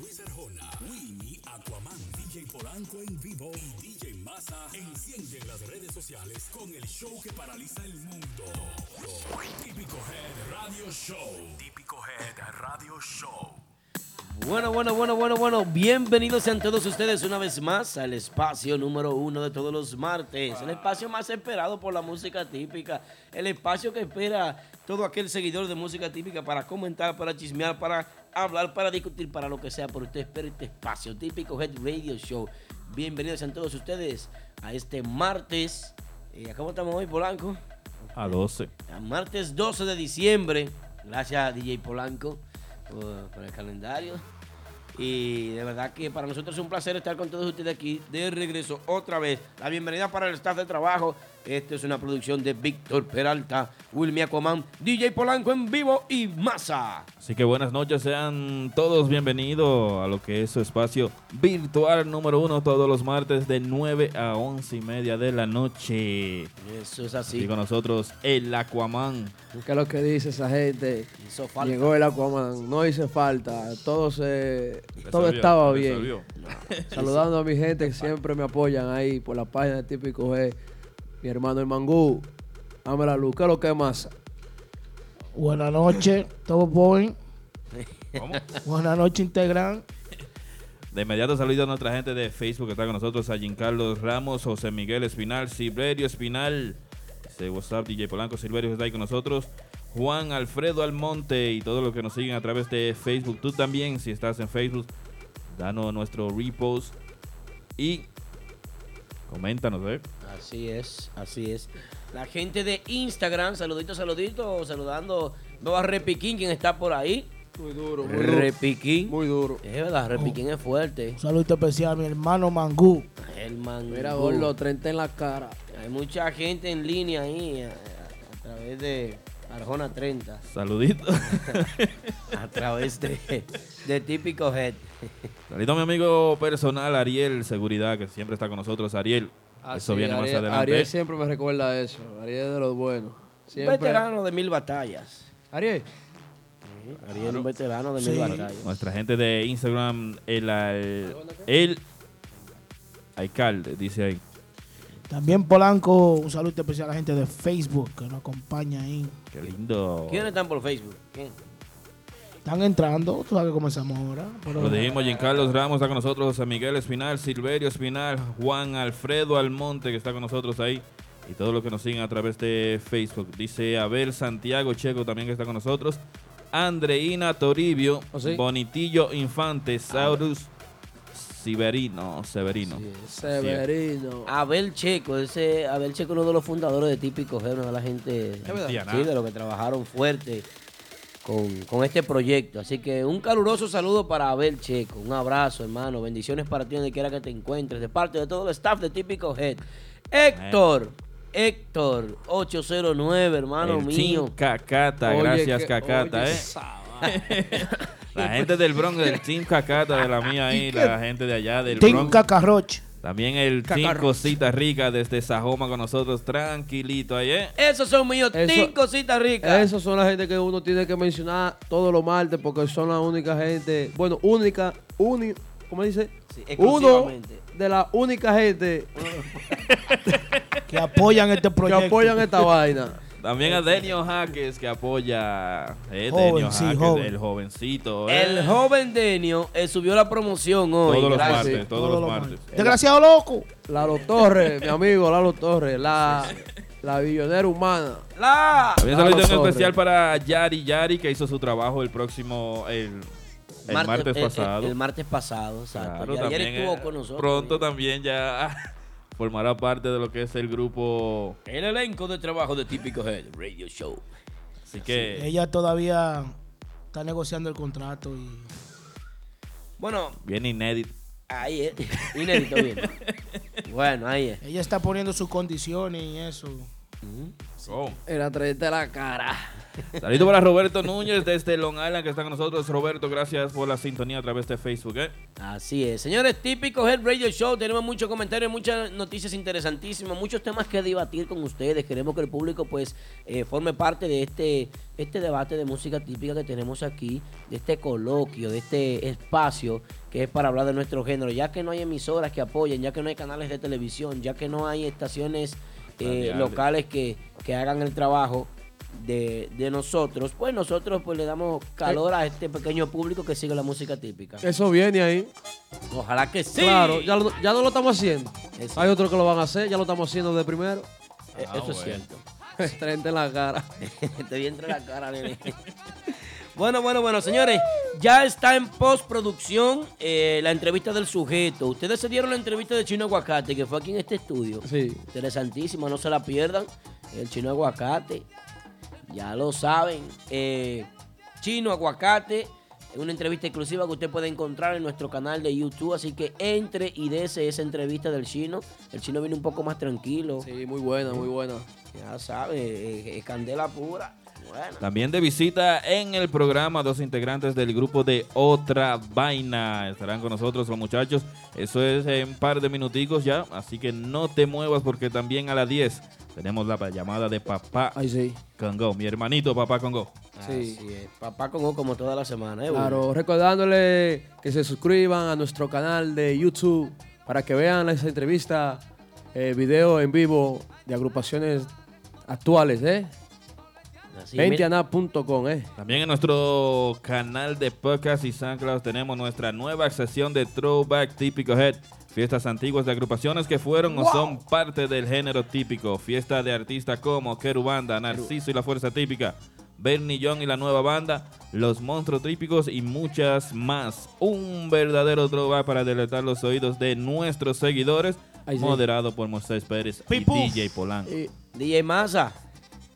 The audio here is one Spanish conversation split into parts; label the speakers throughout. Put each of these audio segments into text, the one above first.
Speaker 1: Luis Arjona, Winnie, Aquaman, DJ Polanco en vivo y DJ Massa encienden las redes sociales con el show que paraliza el mundo. Típico Head Radio Show. Típico Head Radio Show.
Speaker 2: Bueno, bueno, bueno, bueno, bueno. Bienvenidos sean todos ustedes una vez más al espacio número uno de todos los martes. El espacio más esperado por la música típica. El espacio que espera todo aquel seguidor de música típica para comentar, para chismear, para hablar, para discutir, para lo que sea. Pero usted espera este espacio típico Head Radio Show. Bienvenidos sean todos ustedes a este martes. Eh, ¿Cómo estamos hoy, Polanco?
Speaker 3: A 12.
Speaker 2: A martes 12 de diciembre. Gracias a DJ Polanco por, por el calendario. Y de verdad que para nosotros es un placer estar con todos ustedes aquí de regreso otra vez. La bienvenida para el staff de trabajo. Esta es una producción de Víctor Peralta, Wilmy Aquaman, DJ Polanco en vivo y Massa.
Speaker 3: Así que buenas noches, sean todos bienvenidos a lo que es su espacio virtual número uno todos los martes de 9 a 11 y media de la noche.
Speaker 2: Eso es así.
Speaker 3: Y con nosotros el Aquaman.
Speaker 4: ¿Qué es lo que dice esa gente?
Speaker 2: Hizo falta.
Speaker 4: Llegó el Aquaman, no hice falta, todo se, todo
Speaker 3: Resolvió,
Speaker 4: estaba
Speaker 3: resolvió.
Speaker 4: bien. Saludando a mi gente que siempre me apoyan ahí por la página de Típico G. Mi hermano el Mangú, Dame la luz, ¿qué es lo que es masa?
Speaker 5: Buenas noches, Top Point.
Speaker 3: ¿Cómo?
Speaker 5: Buenas noches, Integran.
Speaker 3: De inmediato saludo a nuestra gente de Facebook que está con nosotros, a Carlos Ramos, José Miguel Espinal, Silverio Espinal, ese WhatsApp, DJ Polanco, Silverio que está ahí con nosotros, Juan Alfredo Almonte y todos los que nos siguen a través de Facebook. Tú también, si estás en Facebook, danos nuestro repost y coméntanos, ¿eh?
Speaker 2: Así es, así es. La gente de Instagram, saludito, saludito, saludando. Veo a Repiquín, quien está por ahí.
Speaker 4: Muy duro,
Speaker 5: muy duro.
Speaker 2: Repiquín.
Speaker 4: Muy duro.
Speaker 2: Es verdad, Repiquín es fuerte.
Speaker 5: Un saludo especial a mi hermano Mangú.
Speaker 2: El man.
Speaker 4: Mira, gordo, 30 en la cara.
Speaker 2: Hay mucha gente en línea ahí a, a- a través de Arjona 30,
Speaker 3: Saludito.
Speaker 2: a través de, de típico head.
Speaker 3: Saludito a mi amigo personal, Ariel Seguridad, que siempre está con nosotros, Ariel. Eso
Speaker 2: Ah,
Speaker 4: Así,
Speaker 3: viene más
Speaker 4: Ariel-
Speaker 3: adelante.
Speaker 4: Ariel siempre me recuerda eso. Ariel es de los buenos. Siempre.
Speaker 2: Veterano de mil batallas.
Speaker 4: Ariel,
Speaker 2: Ariel un veterano de
Speaker 5: Sí.
Speaker 2: mil batallas.
Speaker 3: Nuestra gente de Instagram, el, al- el alcalde, dice ahí.
Speaker 5: También Polanco, un saludo especial a la gente de Facebook que nos acompaña ahí.
Speaker 3: Qué lindo.
Speaker 2: ¿Quiénes están por Facebook? ¿Quién?
Speaker 5: Están entrando, tú sabes que comenzamos ahora. pero-
Speaker 3: Lo dijimos, Giancarlos Ramos está con nosotros, José Miguel Espinal, Silverio Espinal, Juan Alfredo Almonte, que está con nosotros ahí, y todos los que nos siguen a través de Facebook. Dice Abel Santiago Checo también que está con nosotros, Andreina Toribio,
Speaker 4: ¿Oh, sí?
Speaker 3: Bonitillo Infante, Saurus Severino, Severino.
Speaker 4: Severino.
Speaker 2: Abel Checo, ese Abel Checo es uno de los fundadores de típico head, una de la gente
Speaker 3: verdad.
Speaker 2: sí, de los que trabajaron fuerte con, con este proyecto. Así que un caluroso saludo para Abel Checo. Un abrazo, hermano. Bendiciones para ti donde quiera que te encuentres. De parte de todo el staff de Típico Head. Héctor, Héctor 809, hermano
Speaker 3: Eh. El
Speaker 2: mío.
Speaker 3: Team Cacata,
Speaker 4: Oye,
Speaker 3: gracias
Speaker 4: que-
Speaker 3: Cacata,
Speaker 4: oye,
Speaker 3: eh.
Speaker 4: sabá.
Speaker 3: La gente del Bronx, del Team Cacata de la mía ahí, la gente de allá del
Speaker 5: Team
Speaker 3: Bronx.
Speaker 5: Cacarroche.
Speaker 3: También el Team Cosita Rica desde Sajoma con nosotros, tranquilito ahí, eh.
Speaker 2: Esos son míos,
Speaker 4: Eso-
Speaker 2: Team Cositas Ricas.
Speaker 4: Esas son las gente que uno tiene que mencionar todos los martes porque son la única gente, bueno, única, uni, ¿cómo dice?
Speaker 2: Sí,
Speaker 4: Uno
Speaker 2: exclusivamente.
Speaker 4: de la única gente
Speaker 5: que apoyan este
Speaker 4: que
Speaker 5: proyecto.
Speaker 4: apoyan esta vaina.
Speaker 3: También a Denio Jaques que apoya. eh,
Speaker 5: Joven,
Speaker 3: Denio
Speaker 5: sí,
Speaker 3: Jaques,
Speaker 5: joven.
Speaker 3: el jovencito. eh.
Speaker 2: El joven Denio eh, subió la promoción hoy.
Speaker 3: Todos los
Speaker 2: gracias.
Speaker 3: martes, todos, los martes.
Speaker 5: Desgraciado loco.
Speaker 4: Lalo Torres, mi amigo Lalo Torres, la, la billonera humana.
Speaker 2: La
Speaker 3: También
Speaker 4: Lalo
Speaker 3: saludo en
Speaker 4: Torres.
Speaker 3: especial para Yari Yari que hizo su trabajo el próximo. El, el martes,
Speaker 2: el- el-
Speaker 3: pasado.
Speaker 2: El, martes pasado, exacto.
Speaker 3: Claro,
Speaker 2: y ayer
Speaker 3: también,
Speaker 2: estuvo
Speaker 3: eh,
Speaker 2: con nosotros.
Speaker 3: Pronto también ya formará parte de lo que es el grupo.
Speaker 2: El elenco de trabajo de Típico Head Radio Show.
Speaker 3: Así que
Speaker 5: Ella todavía está negociando el contrato y
Speaker 2: Bueno,
Speaker 3: viene inédito.
Speaker 2: ahí es. Inédito bien. bueno, ahí es.
Speaker 5: ella está poniendo sus condiciones y eso.
Speaker 3: Oh.
Speaker 4: Mm. Era traerte la cara.
Speaker 3: Saludos para Roberto Núñez desde Long Island que está con nosotros. Roberto, gracias por la sintonía a través de Facebook. ¿eh?
Speaker 2: Así es. Señores, típico Head Radio Show. Tenemos muchos comentarios, muchas noticias interesantísimas, muchos temas que debatir con ustedes. Queremos que el público pues eh, forme parte de este, este debate de música típica que tenemos aquí, de este coloquio, de este espacio que es para hablar de nuestro género. Ya que no hay emisoras que apoyen, ya que no hay canales de televisión, ya que no hay estaciones eh,
Speaker 3: Radiales.
Speaker 2: locales que, que hagan el trabajo de, de nosotros, pues nosotros pues le damos calor a este pequeño público que sigue la música típica.
Speaker 4: Eso viene ahí.
Speaker 2: Ojalá que sí.
Speaker 4: Claro, ya, lo- ya no lo estamos haciendo.
Speaker 2: Eso.
Speaker 4: Hay otros que lo van a hacer, ya lo estamos haciendo de primero.
Speaker 2: Eh,
Speaker 3: Ah,
Speaker 2: Eso
Speaker 3: bueno.
Speaker 2: es cierto.
Speaker 4: Frente en la cara.
Speaker 2: Te vi entre la cara, nene. Bueno, bueno, bueno, señores, ya está en postproducción eh, la entrevista del sujeto. Ustedes se dieron la entrevista de Chino Aguacate, que fue aquí en este estudio.
Speaker 4: Sí.
Speaker 2: Interesantísima, no se la pierdan. El Chino Aguacate, ya lo saben. Eh, Chino Aguacate, una entrevista exclusiva que usted puede encontrar en nuestro canal de YouTube. Así que entre y dese esa entrevista del Chino. El Chino viene un poco más tranquilo. ¿Eh?
Speaker 4: Sí, muy buena, muy buena.
Speaker 2: Ya sabe, eh, eh, candela pura. Bueno.
Speaker 3: También de visita en el programa dos integrantes del grupo de Otra Vaina. Estarán con nosotros los muchachos. Eso es en un par de minuticos ya. Así que no te muevas porque también a las 10 tenemos la llamada de Papá
Speaker 4: Ay, sí.
Speaker 3: Congo. Mi hermanito Papá Congo.
Speaker 4: Sí.
Speaker 2: Así es. Papá con O como toda la semana, ¿eh? Wilmer?
Speaker 4: Claro, recordándole que se suscriban a nuestro canal de YouTube para que vean las entrevistas, eh, video en vivo de agrupaciones actuales, ¿eh?
Speaker 2: Así, mira,
Speaker 4: Ventiana.com, ¿eh?
Speaker 3: También en nuestro canal de podcast y SoundCloud tenemos nuestra nueva sección de Throwback Típico Head. Fiestas antiguas de agrupaciones que fueron o son parte del género típico. Fiesta de artistas como Kerubanda, Narciso y la Fuerza Típica, Bernie John y la nueva banda, Los Monstruos Típicos y muchas más. Un verdadero throwback para deletar los oídos de nuestros seguidores.
Speaker 4: Ay, sí. Eh,
Speaker 3: Moderado por Moisés Pérez y
Speaker 5: Pipú.
Speaker 3: DJ Polanco.
Speaker 2: DJ Massa,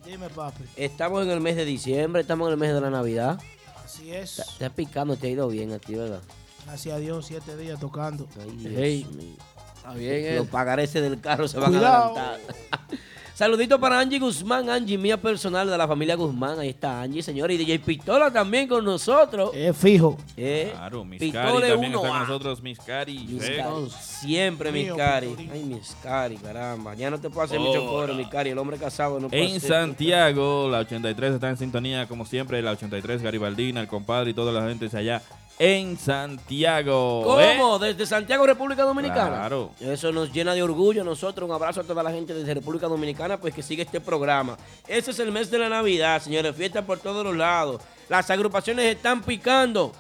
Speaker 5: Dime, papi.
Speaker 2: estamos en el mes de diciembre, estamos en el mes de la Navidad.
Speaker 5: Así
Speaker 2: Está,
Speaker 5: es.
Speaker 2: está picando, te ha ido bien a ti, ¿verdad?
Speaker 5: Gracias a Dios, siete días tocando.
Speaker 2: Ay, Dios
Speaker 4: Ey,
Speaker 2: mío.
Speaker 4: Está bien,
Speaker 2: Los
Speaker 4: ¿eh?
Speaker 2: pagarés del carro se van
Speaker 5: Cuidado.
Speaker 2: a adelantar. Saludito para Angie Guzmán, Angie mía personal de la familia Guzmán. Ahí está Angie, señores. Y DJ Pistola también con nosotros.
Speaker 5: Es fijo.
Speaker 2: Eh,
Speaker 3: Claro, Miss
Speaker 2: Pistola
Speaker 3: Cari también está
Speaker 2: 1A.
Speaker 3: con nosotros, Miss Cari.
Speaker 2: Mis
Speaker 3: Sí.
Speaker 2: cari. Siempre mis
Speaker 5: Mío,
Speaker 2: cari.
Speaker 5: Pistorín.
Speaker 2: Ay, mis cari, caramba. Ya no te puedo hacer mucho coro, mis cari. El hombre casado no puede
Speaker 3: Oh, En
Speaker 2: hacer-
Speaker 3: Santiago, la 83 está en sintonía, como siempre, la 83 Garibaldina, el compadre y toda la gente allá en Santiago. ¿eh?
Speaker 2: ¿Cómo? Desde Santiago, República Dominicana.
Speaker 3: Claro.
Speaker 2: Eso nos llena de orgullo. Nosotros un abrazo a toda la gente desde República Dominicana, pues que sigue este programa. Este es el mes de la Navidad, señores. Fiesta por todos los lados. Las agrupaciones están picando.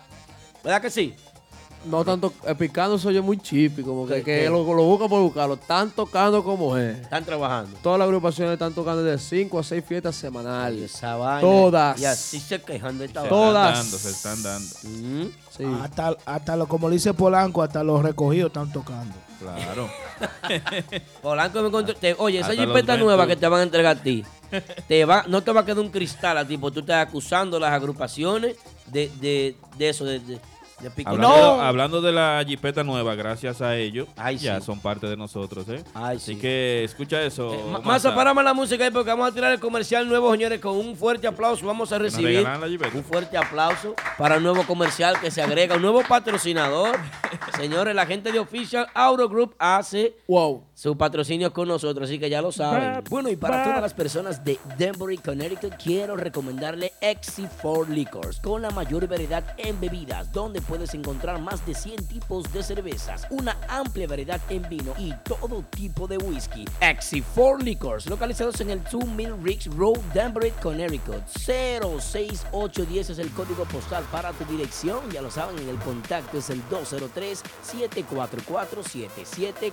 Speaker 2: ¿Verdad que sí?
Speaker 4: No tanto, eh, picando soy yo muy chipi, como que,
Speaker 2: ¿Qué,
Speaker 4: que
Speaker 2: qué?
Speaker 4: Lo, lo busca por buscarlo. Están tocando como es.
Speaker 2: Están trabajando.
Speaker 4: Todas las agrupaciones están tocando de 5 a 6 fiestas semanales.
Speaker 2: Esa vaina.
Speaker 4: Todas.
Speaker 2: Y así se quejan de esta
Speaker 3: Se
Speaker 2: vaina.
Speaker 4: Todas.
Speaker 3: están dando, se están dando.
Speaker 2: Mm.
Speaker 4: Sí.
Speaker 5: Hasta, hasta lo, como le dice Polanco, hasta los recogidos están tocando.
Speaker 3: Claro.
Speaker 2: Polanco me encontró. te- oye, esa
Speaker 3: Hasta los
Speaker 2: jipeta
Speaker 3: Ventus.
Speaker 2: nueva que te van a entregar a ti, te va, no te va a quedar un cristal a ti, porque tú estás acusando las agrupaciones de, de, de eso, de, de, de pico-
Speaker 3: Hablando,
Speaker 2: No.
Speaker 3: hablando de la jipeta nueva, gracias a ellos,
Speaker 2: Ay,
Speaker 3: ya
Speaker 2: sí.
Speaker 3: son parte de nosotros. ¿eh?
Speaker 2: Ay,
Speaker 3: Así
Speaker 2: sí.
Speaker 3: que escucha eso.
Speaker 2: Eh, Ma-
Speaker 3: Masa.
Speaker 2: Masa, paramos la música ahí porque vamos a tirar el comercial nuevo, señores, con un fuerte aplauso. Vamos a
Speaker 3: Que nos
Speaker 2: recibir
Speaker 3: regalan la jipeta.
Speaker 2: un fuerte aplauso para el nuevo comercial que se agrega, un nuevo patrocinador. Señores, la gente de Official Auto Group hace
Speaker 4: Wow.
Speaker 2: Su patrocinio es con nosotros, así que ya lo saben. Ah, Bueno, y para todas las personas de Denver, Connecticut, quiero recomendarle Exi4 Liquors, con la mayor variedad en bebidas, donde puedes encontrar más de 100 tipos de cervezas, una amplia variedad en vino y todo tipo de whisky. Exi4 Liquors, localizados en el 2000 Riggs Road, Denver, Connecticut. 06810 es el código postal para tu dirección, ya lo saben, en el contacto es el 203-744-7744.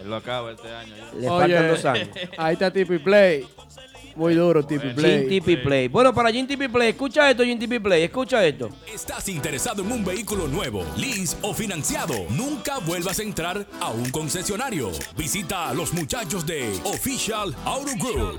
Speaker 3: Él lo acaba este año. ya.
Speaker 2: Le
Speaker 4: Oye,
Speaker 2: faltan dos años.
Speaker 4: Ahí está Tipi Play. Muy duro, Tipi
Speaker 2: Gin
Speaker 4: Play.
Speaker 2: TP Play. Bueno, para Gin TP Play, escucha esto, Gin TP Play, escucha esto.
Speaker 1: ¿Estás interesado en un vehículo nuevo, lease o financiado? Nunca vuelvas a entrar a un concesionario. Visita a los muchachos de Official Auto Group.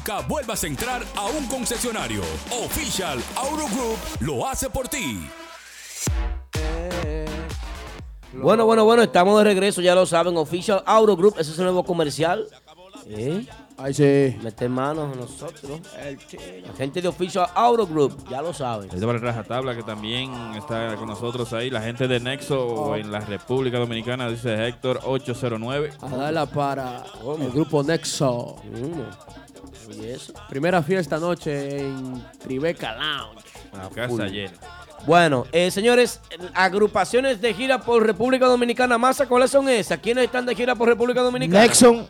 Speaker 1: vuelvas a entrar a un concesionario. Official Auto Group lo hace por ti.
Speaker 2: Bueno, bueno, bueno, estamos de regreso, ya lo saben, Official Auto Group, ese es el nuevo comercial. ¿Eh?
Speaker 4: Ahí sí.
Speaker 2: Meter manos a nosotros. La gente de Official Auto Group, ya lo saben.
Speaker 3: Ahí está para el Rajatabla, que también está con nosotros ahí. La gente de Nexo
Speaker 2: Oh.
Speaker 3: en la República Dominicana, dice Héctor 809.
Speaker 4: A darla para el grupo Nexo.
Speaker 2: Mm. Oye, eso.
Speaker 4: Primera fiesta anoche en Tribeca Lounge.
Speaker 3: La casa llena.
Speaker 2: Ah, Bueno, eh, señores, agrupaciones de gira por República Dominicana. Masa, ¿cuáles son esas? ¿Quiénes están de gira por República Dominicana?
Speaker 5: Nexon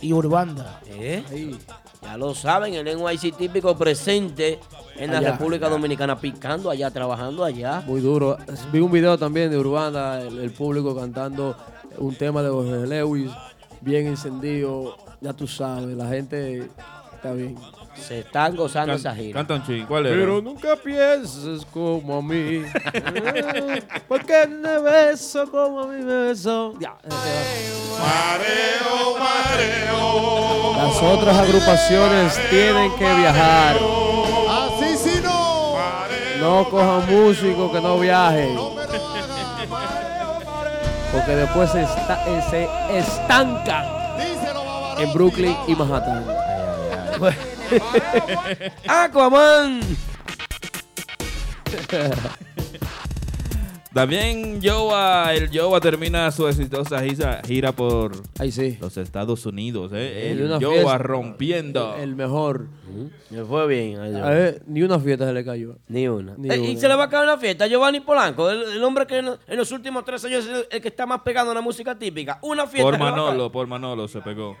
Speaker 5: y Urbanda.
Speaker 2: ¿Eh? Ya lo saben, el NYC típico presente en la
Speaker 4: Allá,
Speaker 2: República Dominicana, picando allá, trabajando allá.
Speaker 4: Muy duro. Vi un video también de Urbana, el, el público cantando un tema de Jorge Lewis, bien encendido. Ya tú sabes, la gente está bien.
Speaker 2: Se están gozando
Speaker 3: Can-
Speaker 2: esa gira.
Speaker 3: Canta un ching, ¿cuál era?
Speaker 4: Pero nunca pienses como a mí. Porque me beso como a mí me beso. Ya, ese va. Las otras agrupaciones tienen que viajar.
Speaker 6: Así si no,
Speaker 4: No cojan músicos que no viajen.
Speaker 6: me lo haga,
Speaker 4: Porque después se, esta- eh, se estancan
Speaker 6: díselo, Babarón.
Speaker 4: en Brooklyn y Manhattan.
Speaker 2: Ah, Aquaman.
Speaker 3: También Yoba, el Yoba termina su exitosa gira, gira por
Speaker 4: Ahí sí.
Speaker 3: los Estados Unidos. ¿eh?
Speaker 4: Y una
Speaker 3: El Yoba
Speaker 4: fiesta.
Speaker 3: rompiendo.
Speaker 4: El mejor.
Speaker 2: Me fue bien. ay, Dios.
Speaker 4: A ver, ni una fiesta se le cayó.
Speaker 2: Ni una.
Speaker 4: Ni
Speaker 2: Eh, Y
Speaker 4: una.
Speaker 2: se le va a caer una fiesta a Giovanni Polanco, el, el hombre que en, en los últimos tres años es el, el que está más pegado a la música típica. Una fiesta.
Speaker 3: por
Speaker 2: que le va a caer.
Speaker 3: Manolo, por Manolo se pegó.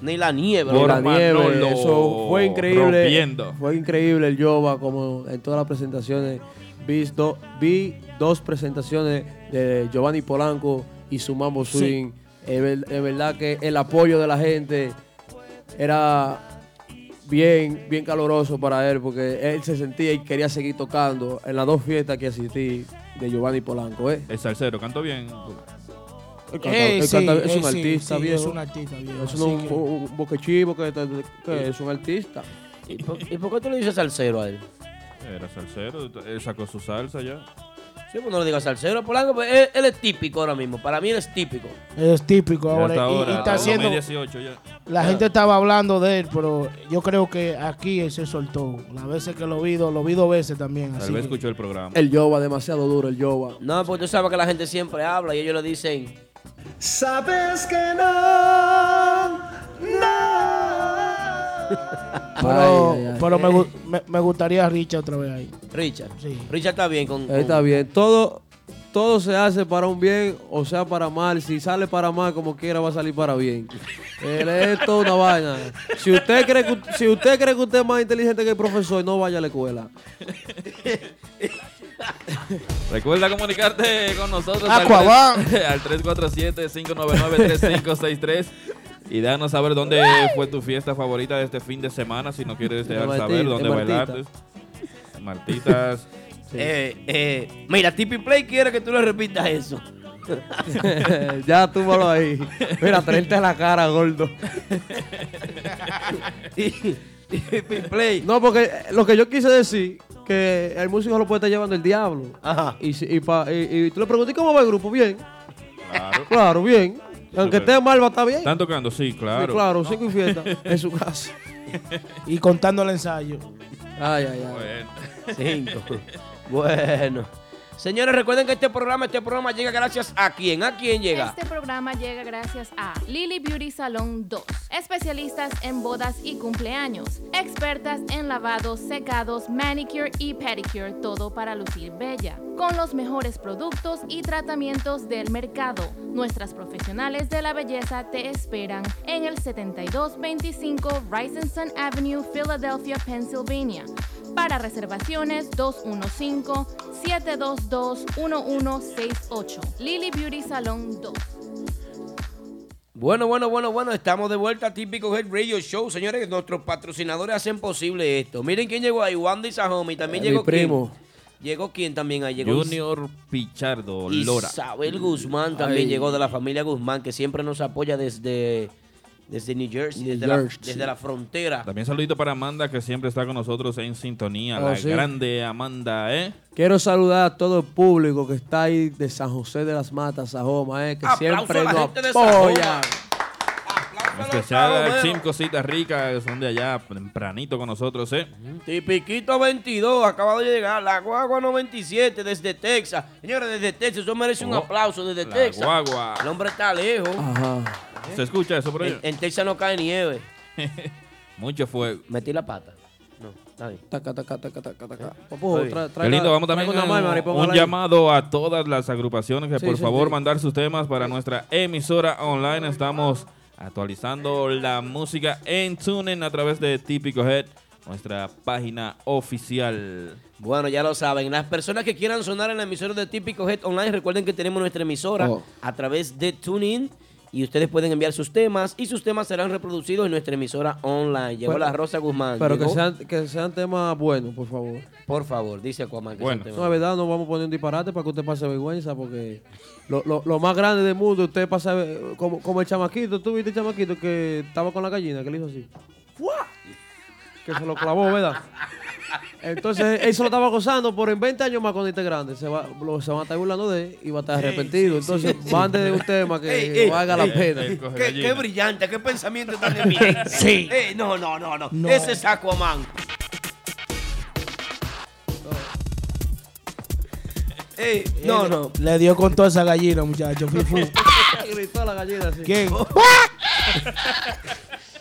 Speaker 2: Ni la nieve.
Speaker 3: Por
Speaker 4: Por
Speaker 2: bro.
Speaker 4: la nieve,
Speaker 3: Manolo,
Speaker 4: eso fue increíble.
Speaker 3: rompiendo.
Speaker 4: Fue increíble el Yoba, como en todas las presentaciones. Vi, do- vi dos presentaciones de Giovanni Polanco y su Mambo Swing. Es ver- es verdad que el apoyo de la gente era bien, bien caloroso para él, porque él se sentía y quería seguir tocando en las dos fiestas que asistí de Giovanni Polanco. ¿eh?
Speaker 3: El salsero, cantó bien.
Speaker 4: Él canta-
Speaker 5: Ey,
Speaker 4: él
Speaker 5: Eh, sí,
Speaker 4: canta- es
Speaker 5: ey,
Speaker 4: un
Speaker 5: sí,
Speaker 4: artista,
Speaker 5: sí,
Speaker 4: viejo.
Speaker 5: Es un artista, viejo.
Speaker 4: Es
Speaker 5: así
Speaker 4: un,
Speaker 5: que-
Speaker 4: un boquechivo que, que es un artista.
Speaker 2: ¿Y, por, y por qué tú le dices salsero a él?
Speaker 3: Era salsero, él sacó su salsa ya.
Speaker 2: Sí, pues no le digas salsero a Polanco, pues él, él es típico ahora mismo. Para mí él es típico.
Speaker 5: Es típico
Speaker 3: Ya
Speaker 5: ahora.
Speaker 3: hasta
Speaker 5: y- y,
Speaker 3: ahora,
Speaker 5: está haciendo.
Speaker 3: 2018 ya.
Speaker 5: La gente estaba hablando de él, pero yo creo que aquí él se soltó. Las veces que lo vi, do- lo vi dos veces también.
Speaker 3: Tal
Speaker 5: Así
Speaker 3: vez
Speaker 5: que-
Speaker 3: escuchó el programa.
Speaker 4: El Yoba, demasiado duro el Yoba.
Speaker 2: No, porque tú sabes que la gente siempre habla y ellos le dicen.
Speaker 7: Sabes que no, no.
Speaker 5: Pero,
Speaker 4: Ay, ay, ay.
Speaker 5: pero me, gu- me, me gustaría a Richard otra vez ahí.
Speaker 2: Richard.
Speaker 5: Sí.
Speaker 2: Richard está bien con.
Speaker 4: Ahí
Speaker 2: con-
Speaker 4: está bien. Todo, todo se hace para un bien o sea para mal. Si sale para mal, como quiera, va a salir para bien. Él es toda una vaina. Si usted cree que, si usted, cree que usted es más inteligente que el profesor, no vaya a la escuela.
Speaker 3: Recuerda comunicarte con nosotros
Speaker 5: Aquaman.
Speaker 3: al, tres- al 347-599-3563 y déjanos saber dónde fue tu fiesta favorita de este fin de semana si no quieres dejar
Speaker 4: Martita,
Speaker 3: saber dónde
Speaker 4: de Martita.
Speaker 3: bailaste. Martitas.
Speaker 2: Eh, eh, mira, Tipi Play quiere que tú le repitas eso.
Speaker 4: ya túmalo ahí. Mira, traerte a la cara, gordo.
Speaker 2: Tipi Play.
Speaker 4: No, porque eh, lo que yo quise decir, que el músico lo puede estar llevando el diablo.
Speaker 2: Ajá.
Speaker 4: Y, si- y, pa- y- y tú le preguntas, ¿y cómo va el grupo? Bien.
Speaker 3: Claro.
Speaker 4: Claro, bien. Aunque
Speaker 3: Súper.
Speaker 4: esté mal, va a estar bien.
Speaker 3: ¿Están tocando? Sí,
Speaker 4: Sí,
Speaker 3: claro.
Speaker 4: claro, cinco y fiesta en su casa.
Speaker 5: Y contando el ensayo.
Speaker 4: Ay, ay, ay.
Speaker 3: Bueno.
Speaker 2: Cinco. Bueno. Señores, recuerden que este programa, este programa llega gracias a quién, a quién llega.
Speaker 8: Este programa llega gracias a Lily Beauty Salon 2, especialistas en bodas y cumpleaños, expertas en lavados, secados, manicure y pedicure, todo para lucir bella, con los mejores productos y tratamientos del mercado. Nuestras profesionales de la belleza te esperan en el 7225 Rising Avenue, Philadelphia, Pennsylvania. Para reservaciones 215-722-1168. Lily Beauty Salon 2.
Speaker 2: Bueno, bueno, bueno, bueno, estamos de vuelta a Típico Head Radio Show. Señores, nuestros patrocinadores hacen posible esto. Miren quién llegó ahí, Wanda y Sahomi. También
Speaker 4: Eh,
Speaker 2: llegó
Speaker 4: mi primo.
Speaker 2: quién. Llegó quién también ahí. Llegó
Speaker 3: Junior Pichardo Lora.
Speaker 2: Isabel Guzmán también
Speaker 4: Ay.
Speaker 2: llegó de la familia Guzmán, que siempre nos apoya desde, desde New Jersey,
Speaker 4: New
Speaker 2: desde,
Speaker 4: Jersey.
Speaker 2: La, desde la frontera.
Speaker 3: También saludito para Amanda que siempre está con nosotros en sintonía.
Speaker 4: Oh,
Speaker 3: la
Speaker 4: sí.
Speaker 3: grande Amanda, ¿eh?
Speaker 4: Quiero saludar a todo el público que está ahí de San José de las Matas, Sajoma, eh, que
Speaker 2: Aplauso
Speaker 4: siempre
Speaker 2: a la
Speaker 4: nos
Speaker 2: gente de
Speaker 4: apoya.
Speaker 2: Sajoma. Aplausos a los
Speaker 3: Especial al
Speaker 2: sajomeros.
Speaker 3: Team Cositas Ricas, que son de allá tempranito con nosotros, ¿eh?
Speaker 2: Tipiquito 22, acaba de llegar. La Guagua 97, desde Texas. Señores, desde Texas, eso merece un
Speaker 3: Oh,
Speaker 2: aplauso desde
Speaker 3: la
Speaker 2: Texas.
Speaker 3: guagua. Ah.
Speaker 2: El hombre está lejos.
Speaker 4: Ajá.
Speaker 3: ¿Se escucha eso por
Speaker 2: En,
Speaker 3: ahí?
Speaker 2: en Texas no cae nieve.
Speaker 3: Mucho fuego.
Speaker 2: Metí la pata. No, está bien.
Speaker 4: Taca, taca, taca, taca, taca.
Speaker 2: Eh,
Speaker 4: Pues, Papu,
Speaker 2: Oye,
Speaker 4: Oh, tra-
Speaker 3: Qué
Speaker 4: traiga-
Speaker 3: lindo, vamos también
Speaker 4: traiga
Speaker 3: con
Speaker 4: una mano, Mari,
Speaker 3: un
Speaker 4: póngala ahí.
Speaker 3: llamado a todas las agrupaciones que
Speaker 4: Sí,
Speaker 3: por
Speaker 4: sí,
Speaker 3: favor
Speaker 4: sí.
Speaker 3: mandar sus temas para nuestra emisora online. Estamos actualizando la música en TuneIn a través de Típico Head, nuestra página oficial.
Speaker 2: Bueno, ya lo saben. Las personas que quieran sonar en la emisora de Típico Head Online, recuerden que tenemos nuestra emisora
Speaker 4: Oh.
Speaker 2: a través de TuneIn. Y ustedes pueden enviar sus temas y sus temas serán reproducidos en nuestra emisora online. Llegó
Speaker 4: Pero-
Speaker 2: la Rosa Guzmán.
Speaker 4: Pero que
Speaker 2: Llegó.
Speaker 4: sean, que sean temas buenos, por favor.
Speaker 2: Por favor, dice Aquaman. Que
Speaker 3: Bueno.
Speaker 2: sean
Speaker 4: No, de
Speaker 2: temas.
Speaker 4: verdad, no vamos a poner un disparate para que usted pase vergüenza, porque lo, lo- lo más grande del mundo, usted pasa ver- como, como el chamaquito, tú viste el chamaquito que estaba con la gallina, que le hizo así. ¡Fua! Que se lo clavó, ¿verdad? Entonces, él se lo estaba gozando, por en 20 años más con este grande, se va, lo- se van a estar burlando de él y va a estar arrepentido. Entonces, mande un tema que
Speaker 2: Ey, ey,
Speaker 4: valga
Speaker 2: ey,
Speaker 4: la pena.
Speaker 3: Él coge
Speaker 2: Qué,
Speaker 3: gallina.
Speaker 2: qué brillante, qué pensamiento tan de mierda.
Speaker 5: Sí.
Speaker 2: Eh, no, no, no, no,
Speaker 5: No.
Speaker 2: Ese es Aquaman. Eh, no, no.
Speaker 5: Le dio con toda esa gallina, muchachos.
Speaker 4: Gritó la gallina así.
Speaker 5: ¿Quién?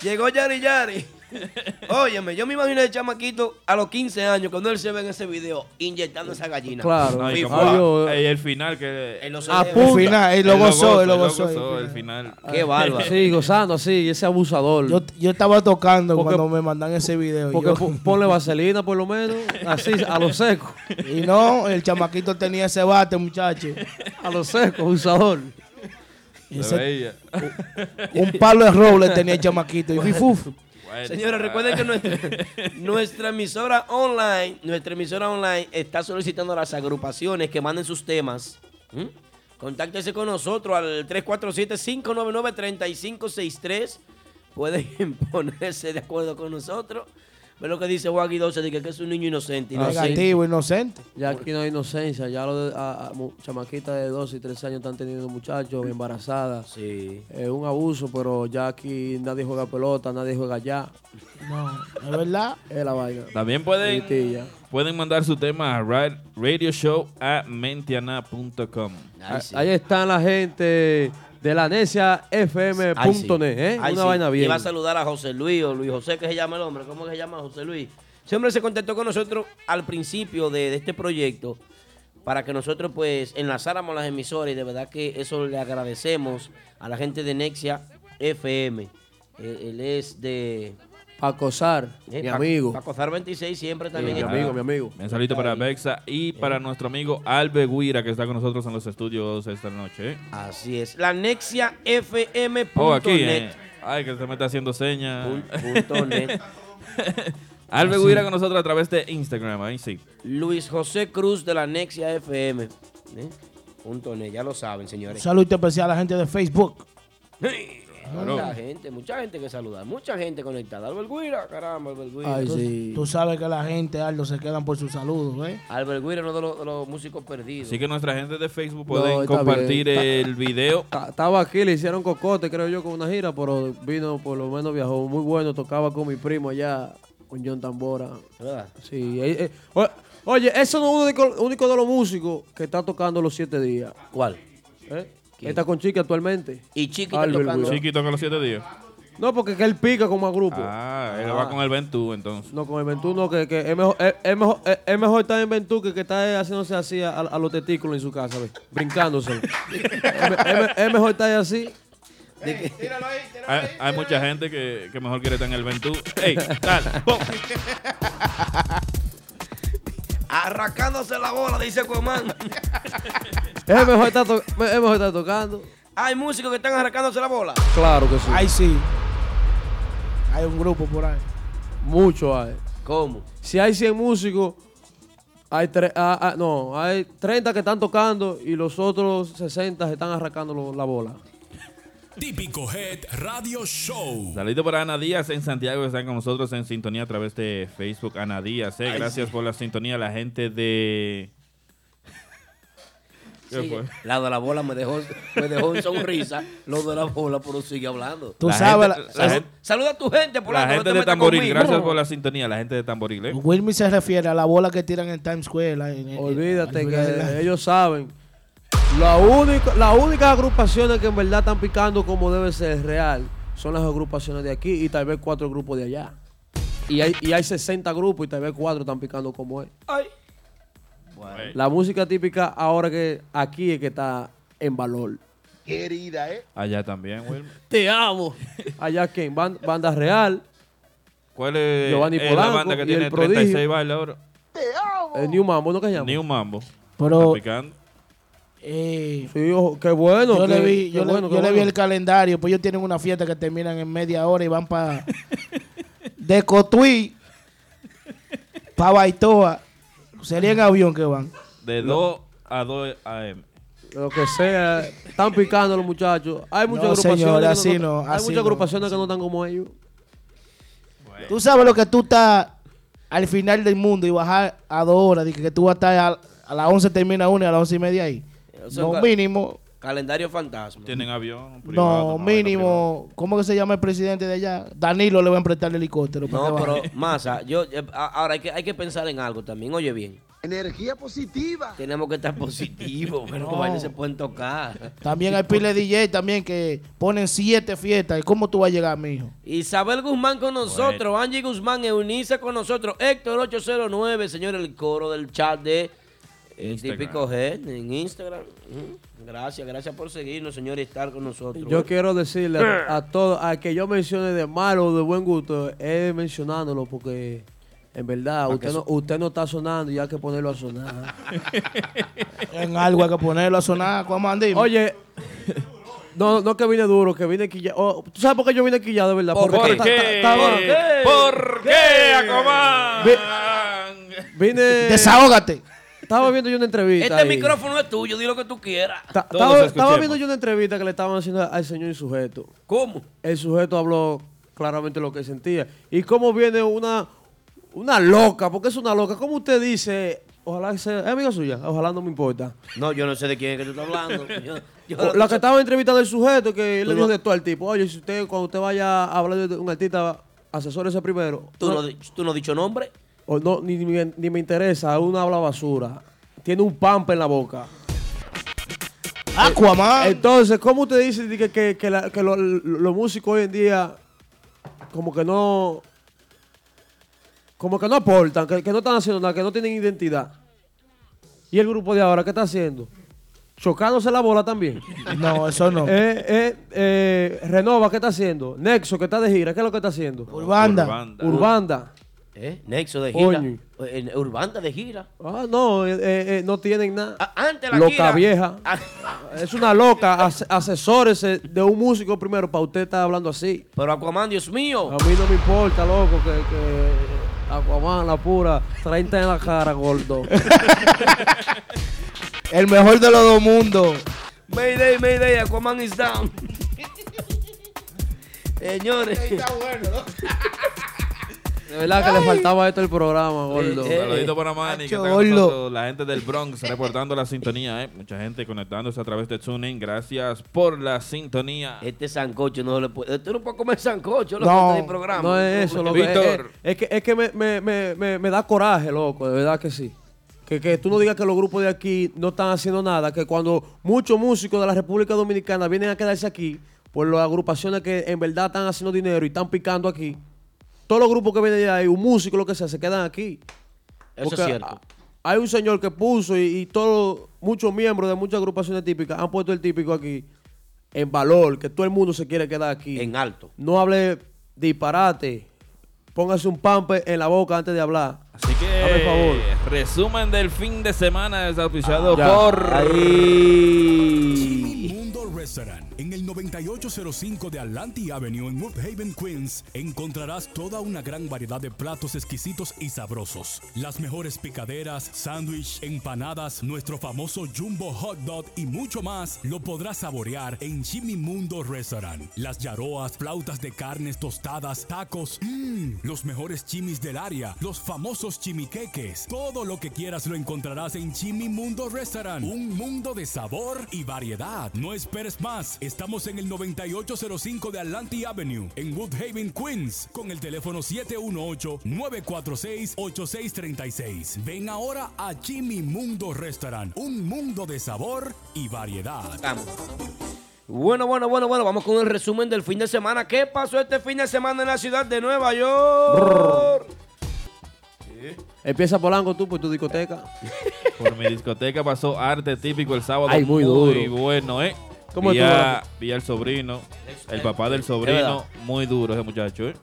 Speaker 2: Llegó Yari Yari. Óyeme, yo me imagino el chamaquito a los 15 años cuando él se ve en ese video inyectando esa gallina.
Speaker 4: Claro.
Speaker 3: No, Ah, y
Speaker 4: Ay,
Speaker 3: como-
Speaker 4: yo-
Speaker 3: Ey, el final que...
Speaker 2: En los
Speaker 4: Ah,
Speaker 2: ojos.
Speaker 4: pu-
Speaker 5: El final, él lo gozó, él lo
Speaker 3: gozó,
Speaker 5: gozó.
Speaker 3: el final.
Speaker 2: Qué bárbaro.
Speaker 4: Sí, gozando así, ese abusador.
Speaker 5: Yo, yo estaba tocando
Speaker 4: Porque-
Speaker 5: cuando me mandan ese video.
Speaker 4: Porque
Speaker 5: yo-
Speaker 4: po- ponle vaselina por lo menos, así, a lo seco, Ah,
Speaker 5: y no, el chamaquito tenía ese bate, muchacho.
Speaker 4: a lo seco, usador.
Speaker 3: Se
Speaker 5: Ese-
Speaker 3: veía.
Speaker 5: un palo de roble tenía el chamaquito. Y fui, fuf.
Speaker 3: Bueno,
Speaker 2: Señores, recuerden que nuestra, nuestra emisora online, nuestra emisora online está solicitando a las agrupaciones que manden sus temas. ¿Mm? Contáctese con nosotros al 347-599-3563. Pueden ponerse de acuerdo con nosotros. Ve lo que dice Waggy 12, de que, que es un niño inocente. y no sé.
Speaker 5: Negativo, inocente.
Speaker 4: Ya aquí no hay inocencia, ya los chamaquitas de 12 y 13 años están teniendo muchachos, embarazadas.
Speaker 2: Sí.
Speaker 4: Es un abuso, pero ya aquí nadie juega pelota, nadie juega ya.
Speaker 5: No, es verdad.
Speaker 4: Es la vaina.
Speaker 3: También
Speaker 4: Gritilla.
Speaker 3: pueden, pueden mandar su tema a ra- radioshow a mentiana.com.
Speaker 2: Ay, sí.
Speaker 4: Ahí están la gente de la necia
Speaker 2: Ay, sí.
Speaker 4: fm.net, ¿eh?
Speaker 2: Ay,
Speaker 4: Una
Speaker 2: sí.
Speaker 4: vaina bien.
Speaker 2: Iba a saludar a José Luis o Luis José, que se llama el hombre. ¿Cómo que se llama José Luis? Ese hombre se contactó con nosotros al principio de, de este proyecto para que nosotros pues enlazáramos las emisoras y de verdad que eso le agradecemos a la gente de Nexia FM. Él, él es de...
Speaker 4: Acosar,
Speaker 2: eh,
Speaker 4: mi
Speaker 2: Pa-
Speaker 4: amigo.
Speaker 2: Pacozar 26 siempre también.
Speaker 4: mi
Speaker 2: está.
Speaker 4: amigo, mi amigo.
Speaker 3: Un saludito para Bexa y para nuestro amigo Albert Guira, que está con nosotros en los estudios esta noche.
Speaker 2: Así es. La Nexia FM.
Speaker 3: Oh, aquí. eh. Ay, que se me está haciendo señas.
Speaker 2: punto net.
Speaker 3: Albert
Speaker 2: Así.
Speaker 3: Guira con nosotros a través de Instagram, ahí sí.
Speaker 2: Luis José Cruz de la Nexia FM. ¿eh? Punto net, ya lo saben,
Speaker 5: Un
Speaker 2: señores.
Speaker 5: saludo especial a la gente de Facebook.
Speaker 2: Mucha gente, mucha gente que saludar, mucha gente conectada. Albert Guira, caramba, Albert Guira.
Speaker 5: tú, tú sabes que la gente, Aldo, se quedan por sus saludos, ¿eh?
Speaker 2: Albert Guira, uno de los, de los músicos perdidos.
Speaker 3: Así que nuestra gente de Facebook
Speaker 2: No,
Speaker 3: pueden
Speaker 4: está
Speaker 3: compartir
Speaker 4: bien.
Speaker 3: el video.
Speaker 4: Ta- Estaba aquí, le hicieron cocote, creo yo, con una gira, pero vino, por lo menos viajó muy bueno. Tocaba con mi primo allá, con John Tambora.
Speaker 2: ¿Verdad?
Speaker 4: Sí. eh, eh, o- oye, eso no es uno de- único de los músicos que está tocando los siete días.
Speaker 2: ¿Cuál?
Speaker 4: Está con Chiqui actualmente.
Speaker 2: Y Chiqui está
Speaker 4: Albert
Speaker 2: tocando.
Speaker 4: Guira.
Speaker 3: Chiqui toca los siete días.
Speaker 4: No, porque que él pica como a grupo.
Speaker 3: Ah, él va con el Ventú, entonces.
Speaker 4: No, con el Ventú no, que, que es, mejor, es, es mejor, es- es mejor estar en Ventú que, que estar haciéndose así a, a los testículos en su casa, ¿ves? brincándose. es, me- es me- es mejor estar así.
Speaker 3: Hay, hay mucha gente que, que mejor quiere estar en el Ventú. ¡Ey! ¡Tal! ¡Pum!
Speaker 2: Arrancándose la bola, dice Aquaman.
Speaker 4: Es mejor estar, to- es mejor estar tocando.
Speaker 2: Hay músicos que están arrancándose la bola.
Speaker 4: Claro que sí.
Speaker 5: Ahí sí. Hay un grupo por ahí.
Speaker 4: Mucho hay.
Speaker 2: ¿Cómo?
Speaker 4: Si hay 100 músicos, hay tre- ah, ah, no, hay 30 que están tocando y los otros 60 se están arrancando lo- la bola.
Speaker 1: Típico Head Radio Show.
Speaker 3: Uh. Saludito para Ana Díaz en Santiago, que están con nosotros en sintonía a través de Facebook. Ana Díaz, eh,
Speaker 2: Ay,
Speaker 3: gracias
Speaker 2: sí.
Speaker 3: por la sintonía. La gente de. ¿Qué
Speaker 2: Sí,
Speaker 3: fue?
Speaker 2: La de la bola me dejó, me dejó en sonrisa. Lo de la bola, pero sigue hablando.
Speaker 5: Tú
Speaker 3: gente-
Speaker 5: sabes, la-
Speaker 3: la,
Speaker 5: la-
Speaker 3: gente-
Speaker 2: Saluda a tu gente, por
Speaker 3: la gente de Tamboril, gracias por la sintonía. La gente de Tamboril, eh.
Speaker 5: Wilmy se refiere a la bola que tiran en Times Square. la- en- en-
Speaker 4: Olvídate
Speaker 5: en-
Speaker 4: que
Speaker 5: en- en-
Speaker 4: ellos saben. La única, las únicas agrupaciones que en verdad están picando como debe ser real son las agrupaciones de aquí y tal vez cuatro grupos de allá. Y hay, y hay 60 grupos y tal vez cuatro están picando como es. La música típica ahora que aquí es que está en valor.
Speaker 6: Querida, ¿eh?
Speaker 3: Allá también, Wilmer.
Speaker 4: Te amo. Allá quién? Ban- banda Real,
Speaker 3: ¿Cuál es
Speaker 4: Giovanni
Speaker 3: eh, la
Speaker 4: Polanco
Speaker 3: banda que
Speaker 4: y
Speaker 3: tiene
Speaker 4: El Prodigio.
Speaker 3: 36 bailes ahora?
Speaker 4: el Eh, New Mambo, ¿no que se llama?
Speaker 3: Ni un mambo.
Speaker 5: Pero,
Speaker 3: Está picando.
Speaker 5: eh,
Speaker 4: Sí, ojo, qué bueno.
Speaker 5: yo le
Speaker 4: qué-
Speaker 5: vi,
Speaker 4: qué
Speaker 5: yo le-
Speaker 4: bueno, qué
Speaker 5: yo le vi
Speaker 4: bueno.
Speaker 5: el calendario. Pues ellos tienen una fiesta que terminan en media hora y van para. de Cotuí. para Baitoa. Sería en avión que van.
Speaker 3: De 2 a 2 AM.
Speaker 4: Lo que sea, están picando los muchachos. Hay muchas
Speaker 5: No,
Speaker 4: agrupaciones,
Speaker 5: señor,
Speaker 4: que no-
Speaker 5: así no,
Speaker 4: hay
Speaker 5: así
Speaker 4: muchas
Speaker 5: no.
Speaker 4: agrupaciones que no están como ellos.
Speaker 5: Tú sabes lo que tú estás al final del mundo y bajar a dos horas, de que, que tú vas a estar a, a las 11 termina una y a las 11 y media ahí.
Speaker 2: Eso
Speaker 5: No
Speaker 2: ca-
Speaker 5: mínimo,
Speaker 2: Calendario fantasma.
Speaker 3: Tienen avión. privado,
Speaker 5: no
Speaker 3: una vaina privada.
Speaker 5: mínimo. ¿Cómo que se llama el presidente de allá? Danilo le va a prestar el helicóptero. para
Speaker 2: No,
Speaker 5: que
Speaker 2: pero
Speaker 5: baje.
Speaker 2: Masa, yo eh, a- ahora hay que, hay que pensar en algo también. Oye bien,
Speaker 6: Energía positiva.
Speaker 2: tenemos que estar positivos, pero que
Speaker 5: No.
Speaker 2: bailes se pueden tocar.
Speaker 5: También hay pile DJ también que ponen siete fiestas. ¿Y ¿Cómo tú vas a llegar, mijo?
Speaker 2: Isabel Guzmán con nosotros, Angie Guzmán, Eunice con nosotros, Héctor 809, señor, el coro del chat de eh,
Speaker 3: Instagram.
Speaker 2: Típico G en Instagram. Ujú. Gracias, gracias por seguirnos, señor, y estar con nosotros. Este
Speaker 4: Yo quiero decirle
Speaker 2: Eh.
Speaker 4: a, a todos, a que yo mencione de malo o de buen gusto, es mencionándolo porque en verdad usted no, usted no está sonando y hay que ponerlo a sonar.
Speaker 5: En algo hay que ponerlo a sonar. ¿Cómo andan?
Speaker 4: Oye, no, no que vine duro, que vine quillado. Oh, ¿Tú sabes por qué yo vine quillado, verdad?
Speaker 2: ¿Por
Speaker 4: Porque
Speaker 3: ¿Por
Speaker 4: ta-
Speaker 3: qué?
Speaker 4: ta- ta-
Speaker 3: ¿Por qué? ¿Por qué, Aquaman?
Speaker 4: Vine,
Speaker 5: Desahógate.
Speaker 4: estaba viendo yo una entrevista.
Speaker 2: este
Speaker 4: ahí.
Speaker 2: micrófono es tuyo, di lo que tú quieras.
Speaker 4: Ta-
Speaker 3: Todos
Speaker 4: Estaba,
Speaker 3: escuchemos.
Speaker 4: estaba viendo yo una entrevista que le estaban haciendo al señor y sujeto.
Speaker 2: ¿Cómo?
Speaker 4: El sujeto habló claramente lo que sentía. Y cómo viene una, una loca, porque es una loca. ¿Cómo usted dice? Ojalá que sea, es amiga suya, ojalá no me importa.
Speaker 2: No, yo no sé de quién es que tú estás hablando. Yo- yo-
Speaker 4: O- La que estaba entrevistando el sujeto, que él
Speaker 2: Tú
Speaker 4: le dijo
Speaker 2: no-
Speaker 4: de todo al tipo, oye, si usted, cuando usted vaya a hablar de un artista, asesórese primero.
Speaker 2: ¿Tú,
Speaker 4: No,
Speaker 2: no, di- tú no has dicho nombre?
Speaker 4: o no, ni, ni me- ni me interesa, uno habla basura. Tiene un pampa en la boca. Eh,
Speaker 5: Aquaman.
Speaker 4: Entonces, ¿cómo usted dice di que, que- que la- que lo- lo- los músicos hoy en día como que no como que no aportan, que, que no están haciendo nada, que no tienen identidad? ¿Y el grupo de ahora qué está haciendo? Chocándose la bola también.
Speaker 5: No, eso no.
Speaker 4: Eh, eh, eh, Renova, ¿qué está haciendo? Nexo, que está de gira, ¿qué es lo que está haciendo?
Speaker 5: Urbanda.
Speaker 3: Urbanda.
Speaker 4: Urbanda.
Speaker 2: ¿Eh? Nexo de gira.
Speaker 4: Oye.
Speaker 2: Eh, Urbanda de gira.
Speaker 4: Ah, no, eh, eh, eh, no tienen nada.
Speaker 2: Ah, antes la
Speaker 4: loca
Speaker 2: gira-
Speaker 4: vieja.
Speaker 2: Ah,
Speaker 4: Es una loca. As- asesórese de un músico primero para usted estar hablando así.
Speaker 2: pero Aquaman, Dios mío.
Speaker 4: A mí no me importa, loco, que, que Aquaman, la pura, 30 en la cara, gordo.
Speaker 5: El mejor de los dos mundos.
Speaker 2: Mayday, Mayday, Aquaman is down. Señores.
Speaker 4: De verdad que le faltaba esto el programa, gordo.
Speaker 2: Eh,
Speaker 3: Saludito para Manny, que está con
Speaker 5: Cholo.
Speaker 3: nosotros, la gente del Bronx reportando la sintonía, eh. Mucha gente conectándose a través de TuneIn. Gracias por la sintonía.
Speaker 2: Este sancocho no le puede. Tú no puedes comer sancocho,
Speaker 5: No,
Speaker 2: loco, del programa.
Speaker 4: No es eso, loco.
Speaker 3: Víctor.
Speaker 4: Es, es- es que, es que me, me- me- me- me da coraje, loco, de verdad que sí. Que, que tú no digas que los grupos de aquí no están haciendo nada, que cuando muchos músicos de la República Dominicana vienen a quedarse aquí, por las agrupaciones que en verdad están haciendo dinero y están picando aquí, todos los grupos que vienen de ahí, un músico, lo que sea, se quedan aquí.
Speaker 2: Eso
Speaker 4: Porque
Speaker 2: es cierto.
Speaker 4: a- Hay un señor que puso y, y todos, muchos miembros de muchas agrupaciones típicas han puesto el típico aquí en valor, que todo el mundo se quiere quedar aquí.
Speaker 2: En alto.
Speaker 4: No hable disparate. Póngase un pampe en la boca antes de hablar.
Speaker 3: Así
Speaker 4: Dame el
Speaker 3: que,
Speaker 4: favor. Ah,
Speaker 3: resumen del fin de semana es auspiciado por...
Speaker 2: Ahí.
Speaker 1: Mundo Restaurant. En el 9805 de Atlantic Avenue en Woodhaven, Queens, encontrarás toda una gran variedad de platos exquisitos y sabrosos. Las mejores picaderas, sándwich, empanadas, nuestro famoso Jumbo Hot Dog y mucho más lo podrás saborear en Jimmy Mundo Restaurant. Las yaroas, flautas de carnes tostadas, tacos, mmm, los mejores chimis del área, los famosos chimiqueques. Todo lo que quieras lo encontrarás en Jimmy Mundo Restaurant. Un mundo de sabor y variedad. No esperes más. Estamos en el 9805 de Atlantic Avenue, en Woodhaven, Queens, con el teléfono 718-946-8636. Ven ahora a Jimmy Mundo Restaurant. Un mundo de sabor y variedad.
Speaker 2: Vamos. Bueno, bueno, bueno, bueno, vamos con el resumen del fin de semana. ¿Qué pasó este fin de semana en la ciudad de Nueva York?
Speaker 4: Empieza Polanco tú por tu discoteca.
Speaker 3: Por mi discoteca pasó arte típico el sábado.
Speaker 4: Ay, muy duro.
Speaker 3: bueno, ¿eh?
Speaker 4: ¿Cómo
Speaker 3: vi,
Speaker 4: estuvo
Speaker 3: a-
Speaker 4: la-
Speaker 3: vi al sobrino, el papá del
Speaker 2: Es
Speaker 3: sobrino,
Speaker 2: verdad.
Speaker 3: muy duro ese muchacho, ¿eh?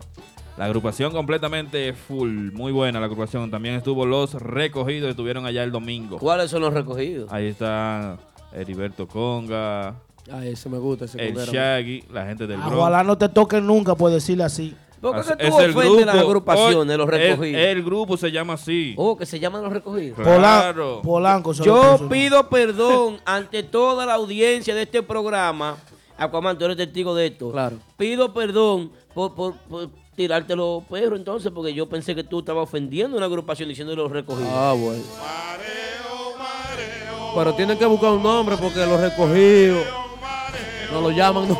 Speaker 3: La agrupación completamente full, muy buena la agrupación. También estuvo los recogidos, estuvieron allá el domingo.
Speaker 2: ¿Cuáles son los recogidos?
Speaker 3: Ahí está Heriberto Conga,
Speaker 4: Ay, Ah, ese me gusta, ese
Speaker 3: el
Speaker 4: conguero.
Speaker 3: Shaggy, la gente
Speaker 4: Ah,
Speaker 3: del Bronx.
Speaker 5: Ah, Ojalá no te toquen nunca, por decirle así.
Speaker 2: ¿Por qué
Speaker 3: Así-
Speaker 2: que tú ofendes las agrupaciones,
Speaker 3: oye,
Speaker 2: los
Speaker 3: el-
Speaker 2: recogidos?
Speaker 3: El, grupo se llama así.
Speaker 2: Oh, que se llaman los recogidos.
Speaker 5: Pola-
Speaker 3: Claro.
Speaker 5: Polanco. se lo
Speaker 2: Yo
Speaker 5: puso.
Speaker 2: pido perdón ante toda la audiencia de este programa. Aquaman, tú eres testigo de esto.
Speaker 4: Claro.
Speaker 2: Pido perdón por, por- por tirarte los perros entonces, porque yo pensé que tú estabas ofendiendo una agrupación diciendo los recogidos.
Speaker 4: Ah, bueno. Pero tienen que buscar un nombre porque los recogidos no lo llaman. No,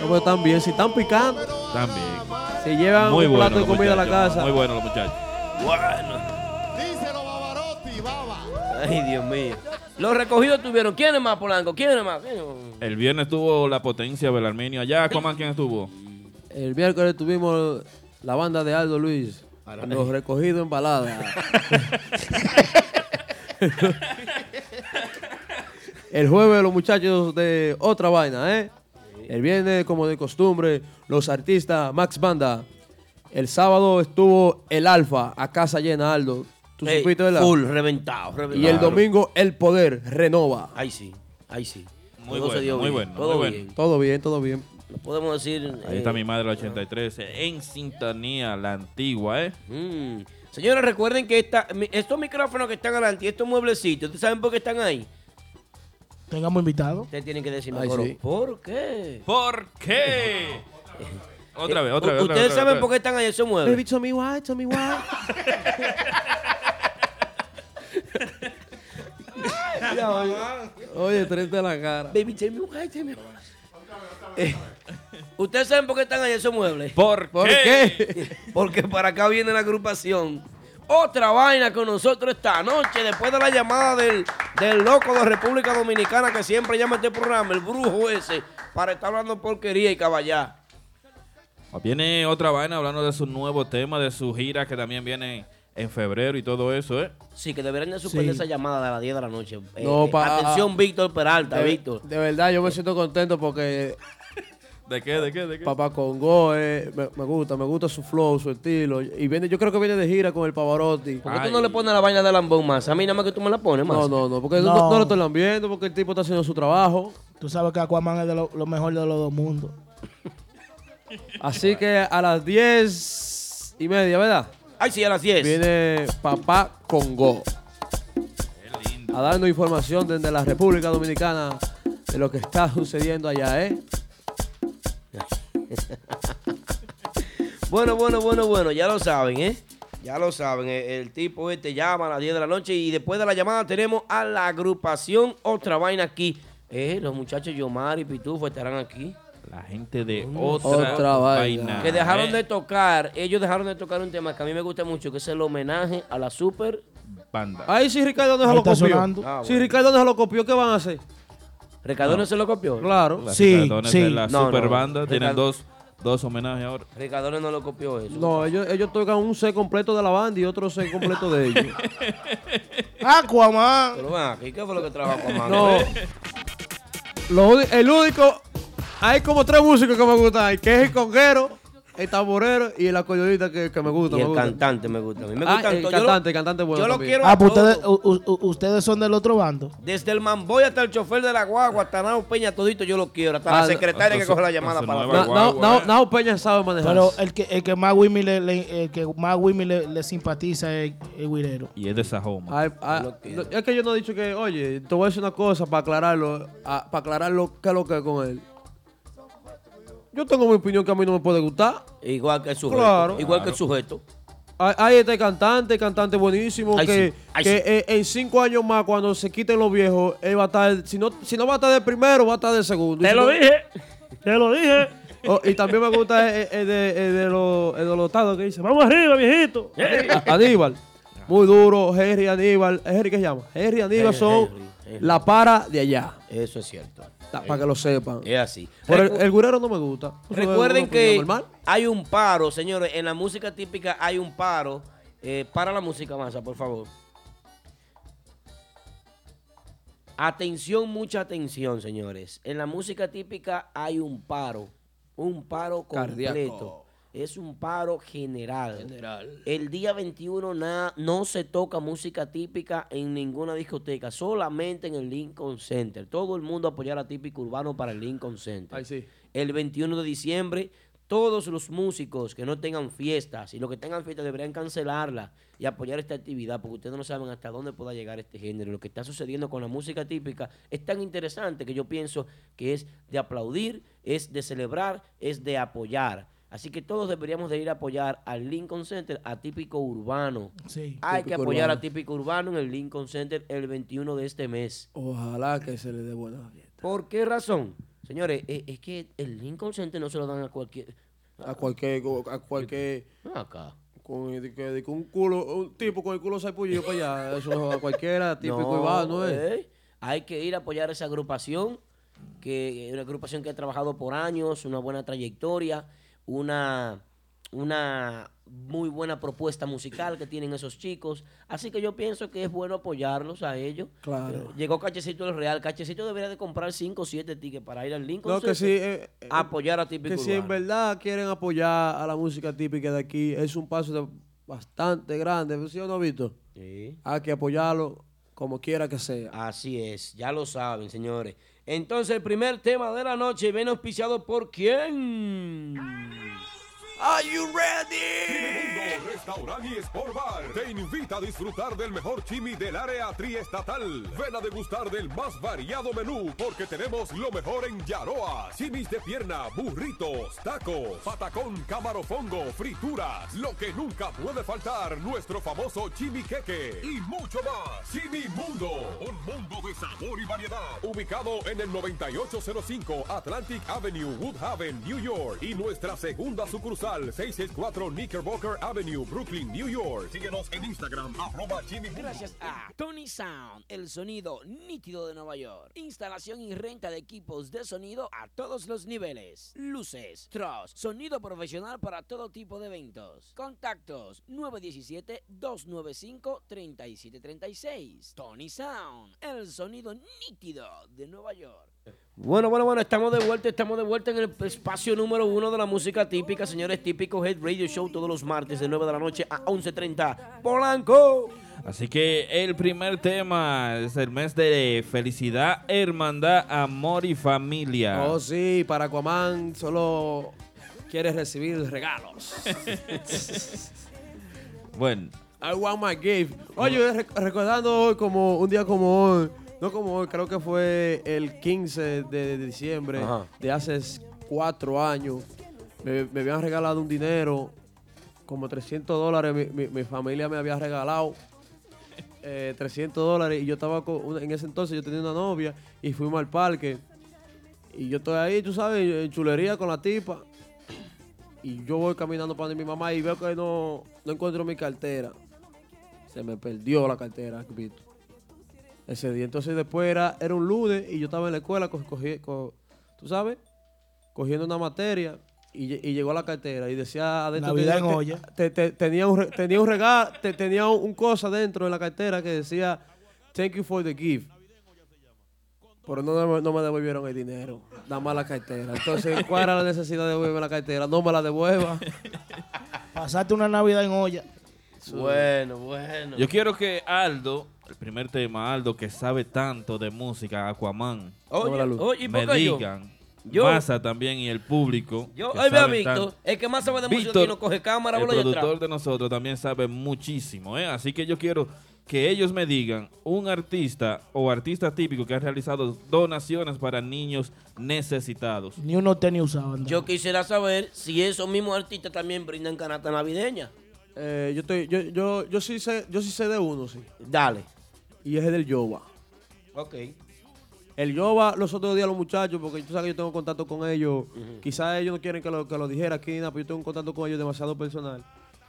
Speaker 4: No, pero están bien. Si están picando,
Speaker 3: También.
Speaker 4: si llevan
Speaker 3: Muy
Speaker 4: un
Speaker 3: bueno.
Speaker 4: plato de
Speaker 3: los
Speaker 4: comida a la
Speaker 3: muchachos,
Speaker 4: casa.
Speaker 3: Muy bueno los muchachos.
Speaker 2: Ay, Dios mío. Los recogidos tuvieron. ¿Quiénes más, Polanco? ¿Quiénes más? ¿Quiénes más?
Speaker 3: El viernes estuvo la potencia Belarminio. Allá, Aquaman, ¿quién estuvo?
Speaker 4: El miércoles tuvimos la banda de Aldo Luis. Los recogidos en balada. El jueves los muchachos de otra vaina, ¿eh? El viernes, como de costumbre, los artistas Max Banda. El sábado estuvo el Alfa a casa llena, Aldo. ¿Tú
Speaker 2: Ey,
Speaker 4: supiste, verdad?
Speaker 2: Full, reventado, reventado.
Speaker 4: Y el domingo, El Poder, Renova.
Speaker 2: Ahí sí, ahí sí.
Speaker 3: Muy
Speaker 2: Todo se
Speaker 3: bueno,
Speaker 2: dio
Speaker 3: muy
Speaker 2: bien,
Speaker 3: bueno,
Speaker 2: todo
Speaker 3: muy bueno.
Speaker 2: bien.
Speaker 4: Todo bien, todo bien.
Speaker 2: No Podemos decir.
Speaker 3: Ahí
Speaker 2: eh,
Speaker 3: está mi madre, la 83. En sintonía, la antigua, ¿eh?
Speaker 2: Mm. Señores, recuerden que esta- mi- estos micrófonos que están adelante y estos mueblecitos, ¿ustedes saben por qué están ahí?
Speaker 5: Tengamos invitado.
Speaker 2: Ustedes tienen que decirme,
Speaker 4: Ay,
Speaker 2: coro,
Speaker 4: sí.
Speaker 2: ¿por qué?
Speaker 3: ¿Por qué? Otra vez, otra
Speaker 2: Eh, U-
Speaker 3: vez. otra
Speaker 2: Ustedes
Speaker 3: vez,
Speaker 2: saben
Speaker 3: otra
Speaker 2: por qué
Speaker 3: vez.
Speaker 2: están ahí esos muebles.
Speaker 4: Baby, tell me why, tell me why. Ya, oye. Oye, triste la cara.
Speaker 2: Baby, tell me why, tell me why. Eh, Ustedes saben por qué están ahí esos muebles.
Speaker 3: ¿Por,
Speaker 4: ¿Por
Speaker 3: qué?
Speaker 4: qué?
Speaker 2: Porque para acá viene la agrupación. Otra vaina con nosotros esta noche, después de la llamada del, del loco de República Dominicana que siempre llama a este programa, el brujo ese, para estar hablando porquería y caballá.
Speaker 3: Viene otra vaina hablando de su nuevo tema, de su gira que también viene en febrero y todo eso, ¿eh?
Speaker 2: Sí, que deberían de suspender esa llamada a las 10 de la noche. Eh,
Speaker 4: No,
Speaker 2: eh,
Speaker 4: pa-
Speaker 2: atención, Víctor Peralta,
Speaker 4: de,
Speaker 2: Víctor.
Speaker 4: de verdad, yo me siento contento porque
Speaker 3: ¿De qué? ¿De qué? ¿De qué?
Speaker 4: Papá Congo eh, me, me gusta, me gusta su flow, su estilo. Y viene, yo creo que viene de gira con el Pavarotti.
Speaker 2: ¿Por qué tú no le pones la vaina de lambón más? A mí nada más que tú me la pones más.
Speaker 4: No, no, no, porque no,
Speaker 5: No.
Speaker 4: no lo estoy lambiendo, porque el tipo está haciendo su trabajo.
Speaker 5: Tú sabes que Aquaman es de lo, lo mejor de los dos mundos.
Speaker 4: Así que a las diez y media, ¿verdad?
Speaker 2: Ay, sí, a las 10.
Speaker 4: Viene Papá Congo. A darnos información desde la República Dominicana de lo que está sucediendo allá, ¿eh?
Speaker 2: Bueno, bueno, bueno, bueno, ya lo saben, ¿eh? Ya lo saben, eh, el tipo este llama a las 10 de la noche y después de la llamada tenemos a la agrupación Otra Vaina aquí. Eh, los muchachos Yomar y Pitufo estarán aquí.
Speaker 3: La gente de otra,
Speaker 4: Otra vaina.
Speaker 3: vaina.
Speaker 2: Mm. Que dejaron
Speaker 3: ¿eh?
Speaker 2: de tocar, ellos dejaron de tocar un tema que a mí me gusta mucho, que es el homenaje a la super...
Speaker 3: Banda.
Speaker 4: Ahí sí Ricardo no se
Speaker 5: Ahí
Speaker 4: lo
Speaker 5: está
Speaker 4: copió.
Speaker 5: sonando.
Speaker 2: Ah,
Speaker 4: Si
Speaker 2: bueno.
Speaker 4: Ricardo no se lo copió, ¿qué van a hacer?
Speaker 2: ¿Recadón se lo copió?
Speaker 4: Claro.
Speaker 3: Las
Speaker 5: Sí,
Speaker 3: Ricardones
Speaker 5: sí.
Speaker 3: de la
Speaker 2: No,
Speaker 3: super
Speaker 2: no.
Speaker 3: banda. Tienen
Speaker 2: Ricardo-
Speaker 3: dos, dos homenajes ahora.
Speaker 2: Ricardones no lo copió eso.
Speaker 4: No, ellos, ellos tocan un set completo de la banda y otro set completo de ellos.
Speaker 5: Aquaman.
Speaker 2: Pero ven aquí, ¿qué fue lo que trabajó con
Speaker 4: Ah. No. Lo uni- el único. Hay como tres músicos que me gustan. ahí, Que es el conguero, el tamborero y el acordeonista que, que me gusta.
Speaker 2: Y
Speaker 4: me
Speaker 2: el
Speaker 4: gusta.
Speaker 2: cantante me gusta. A mí me
Speaker 4: Ah,
Speaker 2: gusta
Speaker 4: el cantante, el cantante es bueno
Speaker 2: Yo lo
Speaker 4: también.
Speaker 2: quiero.
Speaker 5: Ah,
Speaker 2: a
Speaker 5: pues
Speaker 2: todos.
Speaker 5: ustedes, u- u- ustedes son del otro bando.
Speaker 2: Desde el Mamboy hasta el chofer de la guagua, hasta Nao Peña, todito yo lo quiero. Hasta
Speaker 4: Ah,
Speaker 2: la
Speaker 4: no,
Speaker 2: secretaria que
Speaker 3: entonces-
Speaker 2: coge la llamada
Speaker 3: entonces
Speaker 2: para
Speaker 3: no
Speaker 2: la
Speaker 3: va-
Speaker 4: Na-
Speaker 2: guagua.
Speaker 4: Nao-
Speaker 3: Guau,
Speaker 4: Nao-
Speaker 3: eh.
Speaker 4: Nao Peña sabe manejar.
Speaker 5: Pero el que, el que más Wimmy le, le- el que más Wimmy le, le simpatiza es el Guirero.
Speaker 3: Y es de Sajoma.
Speaker 4: Ay, ay, no, es que yo no he dicho que, oye, te voy a decir una cosa para aclararlo, a- para aclararlo qué es lo que es con él. Yo tengo mi opinión que a mí no me puede gustar.
Speaker 2: Igual que el sujeto.
Speaker 4: Claro.
Speaker 2: Igual que el sujeto.
Speaker 4: Hay, hay este cantante, cantante buenísimo,
Speaker 2: Ay,
Speaker 4: que,
Speaker 2: sí, ay,
Speaker 4: que
Speaker 2: sí.
Speaker 4: eh, en cinco años más, cuando se quiten los viejos, él va a estar, si no, si no va a estar de primero, va a estar de segundo. Y si no-
Speaker 9: te lo dije.
Speaker 4: Oh, y también me gusta el, el de, el de los el de los tados que dice. Vamos
Speaker 9: arriba, viejito.
Speaker 4: a- Aníbal. Muy duro, Henry Aníbal. Henry, ¿qué se llama? Henry Aníbal
Speaker 2: Henry,
Speaker 4: son
Speaker 2: Henry, Henry.
Speaker 4: la para de allá.
Speaker 2: Eso es cierto.
Speaker 4: la- para que lo sepan.
Speaker 2: Es así.
Speaker 4: Pero el,
Speaker 2: Recu-
Speaker 4: el gurero no me gusta. Eso es
Speaker 2: Recuerden
Speaker 4: una opinión
Speaker 2: que
Speaker 4: normal.
Speaker 2: hay un paro, señores. En la música típica hay un paro. Eh, para la música, masa, por favor. Atención, mucha atención, señores. En la música típica hay un paro. Un paro completo.
Speaker 4: Cardíaco.
Speaker 2: Es un paro general. El día 21 na- no se toca música típica en ninguna discoteca, solamente en el Lincoln Center. Todo el mundo apoyar a Típico Urbano para el Lincoln Center
Speaker 4: Ay, sí.
Speaker 2: el 21 de diciembre. Todos los músicos que no tengan fiestas y los que tengan fiestas deberían cancelarla y apoyar esta actividad porque ustedes no saben hasta dónde pueda llegar este género. Lo que está sucediendo con la música típica es tan interesante que yo pienso que es de aplaudir, es de celebrar, es de apoyar. Así que todos deberíamos de ir a apoyar al Lincoln Center, a Típico Urbano.
Speaker 5: Sí.
Speaker 2: Hay que
Speaker 4: Típico
Speaker 2: apoyar
Speaker 4: Urbano.
Speaker 2: a Típico Urbano en el Lincoln Center el 21 de este mes.
Speaker 4: Ojalá que se le dé buena fiesta.
Speaker 2: ¿Por qué razón? Señores, e- es que el Lincoln Center no se lo dan a cualquier...
Speaker 4: A cualquier, a cualquier
Speaker 2: Ven acá.
Speaker 4: con, eh, de que- de que un culo, un tipo con el culo sapullido para allá. Eso a cualquiera, típico urbano, ¿eh?
Speaker 2: ¿eh? Hay que ir a apoyar esa agrupación, que es una agrupación que ha trabajado por años, una buena trayectoria, una, una muy buena propuesta musical que tienen esos chicos. Así que yo pienso que es bueno apoyarlos a ellos.
Speaker 4: Claro.
Speaker 2: Eh, Llegó Cachecito del Real. Cachecito debería de comprar 5 o 7 tickets para ir al Lincoln
Speaker 4: No, que sí.
Speaker 2: Center
Speaker 4: eh, eh,
Speaker 2: a apoyar a Típico
Speaker 4: que si en
Speaker 2: Urbano.
Speaker 4: verdad quieren apoyar a la música típica de aquí, es un paso de- bastante grande, ¿sí o no, Víctor?
Speaker 2: Sí.
Speaker 4: Hay que apoyarlo como quiera que sea.
Speaker 2: Así es, ya lo saben, señores. Entonces, el primer tema de la noche viene auspiciado por quién?
Speaker 4: Are you ready?
Speaker 10: Mundo Restaurant y Sport Bar te invita a disfrutar del mejor chimi del área triestatal. Ven a degustar del más variado menú porque tenemos lo mejor en Yaroa. Chimis de pierna, burritos, tacos, patacón, camarofongo, frituras. Lo que nunca puede faltar, nuestro famoso chimi queque y mucho más. Chimi Mundo, un mundo de sabor y variedad. Ubicado en el 9805 Atlantic Avenue, Woodhaven, New York. Y nuestra segunda sucursal, 664 Knickerbocker Avenue. Avenue, Brooklyn, New York. Síguenos en Instagram, arroba Jimmy Jimmy.
Speaker 2: Gracias
Speaker 11: Ah.
Speaker 2: a Tony Sound, el sonido nítido de Nueva York. Instalación y renta de equipos de sonido a todos los niveles. Luces, truss, sonido profesional para todo tipo de eventos. Contactos 917-295-3736. Tony Sound, el sonido nítido de Nueva York. Bueno, bueno, bueno, estamos de vuelta, estamos de vuelta en el espacio número uno de la música típica, señores, típico Head Radio Show todos los martes de 9 de la noche a 11.30. Polanco.
Speaker 3: Así que el primer tema es el mes de felicidad, hermandad, amor y familia.
Speaker 4: Oh, sí, para Aquaman solo quieres recibir regalos.
Speaker 3: bueno.
Speaker 4: I want my gift. Oye, rec- recordando hoy como un día como hoy, no como hoy, creo que fue el 15 de, de diciembre
Speaker 2: Ajá.
Speaker 4: de hace cuatro años, me, me habían regalado un dinero, como 300 dólares, mi, mi- mi familia me había regalado. eh, 300 dólares y yo estaba con una- en ese entonces yo tenía una novia y fuimos al parque y yo estoy ahí, tú sabes, en chulería con la tipa. Y yo voy caminando para donde mi mamá y veo que no, no encuentro mi cartera. Se me perdió la cartera, Vito. Ese día. Entonces después era, era un lunes y yo estaba en la escuela, co- cogí- co- tú sabes, cogiendo una materia. Y, lle- y llegó la cartera y decía adentro
Speaker 5: Navidad
Speaker 4: tenía-
Speaker 5: en
Speaker 4: te-
Speaker 5: olla.
Speaker 4: te- te- tenía un re- tenía un regalo tenía un, un cosa dentro de la cartera que decía thank you for the gift pero no, me- no me devolvieron el dinero, nada más la cartera. Entonces, ¿cuál era la necesidad de devolverme la cartera? No me la devuelva.
Speaker 5: Pasaste una Navidad en olla.
Speaker 2: Bueno, bueno.
Speaker 3: Yo quiero que Aldo, el primer tema, Aldo, que sabe tanto de música, Aquaman,
Speaker 2: Oye, Sobre la luz. oye, ¿y por
Speaker 3: me
Speaker 2: qué yo?
Speaker 3: digan,
Speaker 2: Yo-
Speaker 3: Massa también y el público.
Speaker 2: Yo,
Speaker 3: que
Speaker 2: ahí ve a
Speaker 3: saben
Speaker 2: Víctor,
Speaker 3: tanto.
Speaker 2: el que más sabe de música
Speaker 3: Víctor,
Speaker 2: aquí no coge cámara,
Speaker 3: El
Speaker 2: bola y atrás.
Speaker 3: productor de nosotros también sabe muchísimo, ¿eh? Así que yo quiero que ellos me digan un artista o artista típico que ha realizado donaciones para niños necesitados.
Speaker 5: Ni uno tenis usaba. anda.
Speaker 2: Yo quisiera saber si esos mismos artistas también brindan canasta navideña.
Speaker 4: Eh, yo, estoy, yo, yo, yo, sí sé, yo sí sé de uno, sí.
Speaker 2: Dale.
Speaker 4: Y es el del Yoba.
Speaker 2: Ok.
Speaker 4: El Yoba, los otros días los muchachos, porque tú sabes que yo tengo contacto con ellos. Quizás ellos no quieren que lo, que lo dijera aquí, nada, pero yo tengo un contacto con ellos demasiado personal.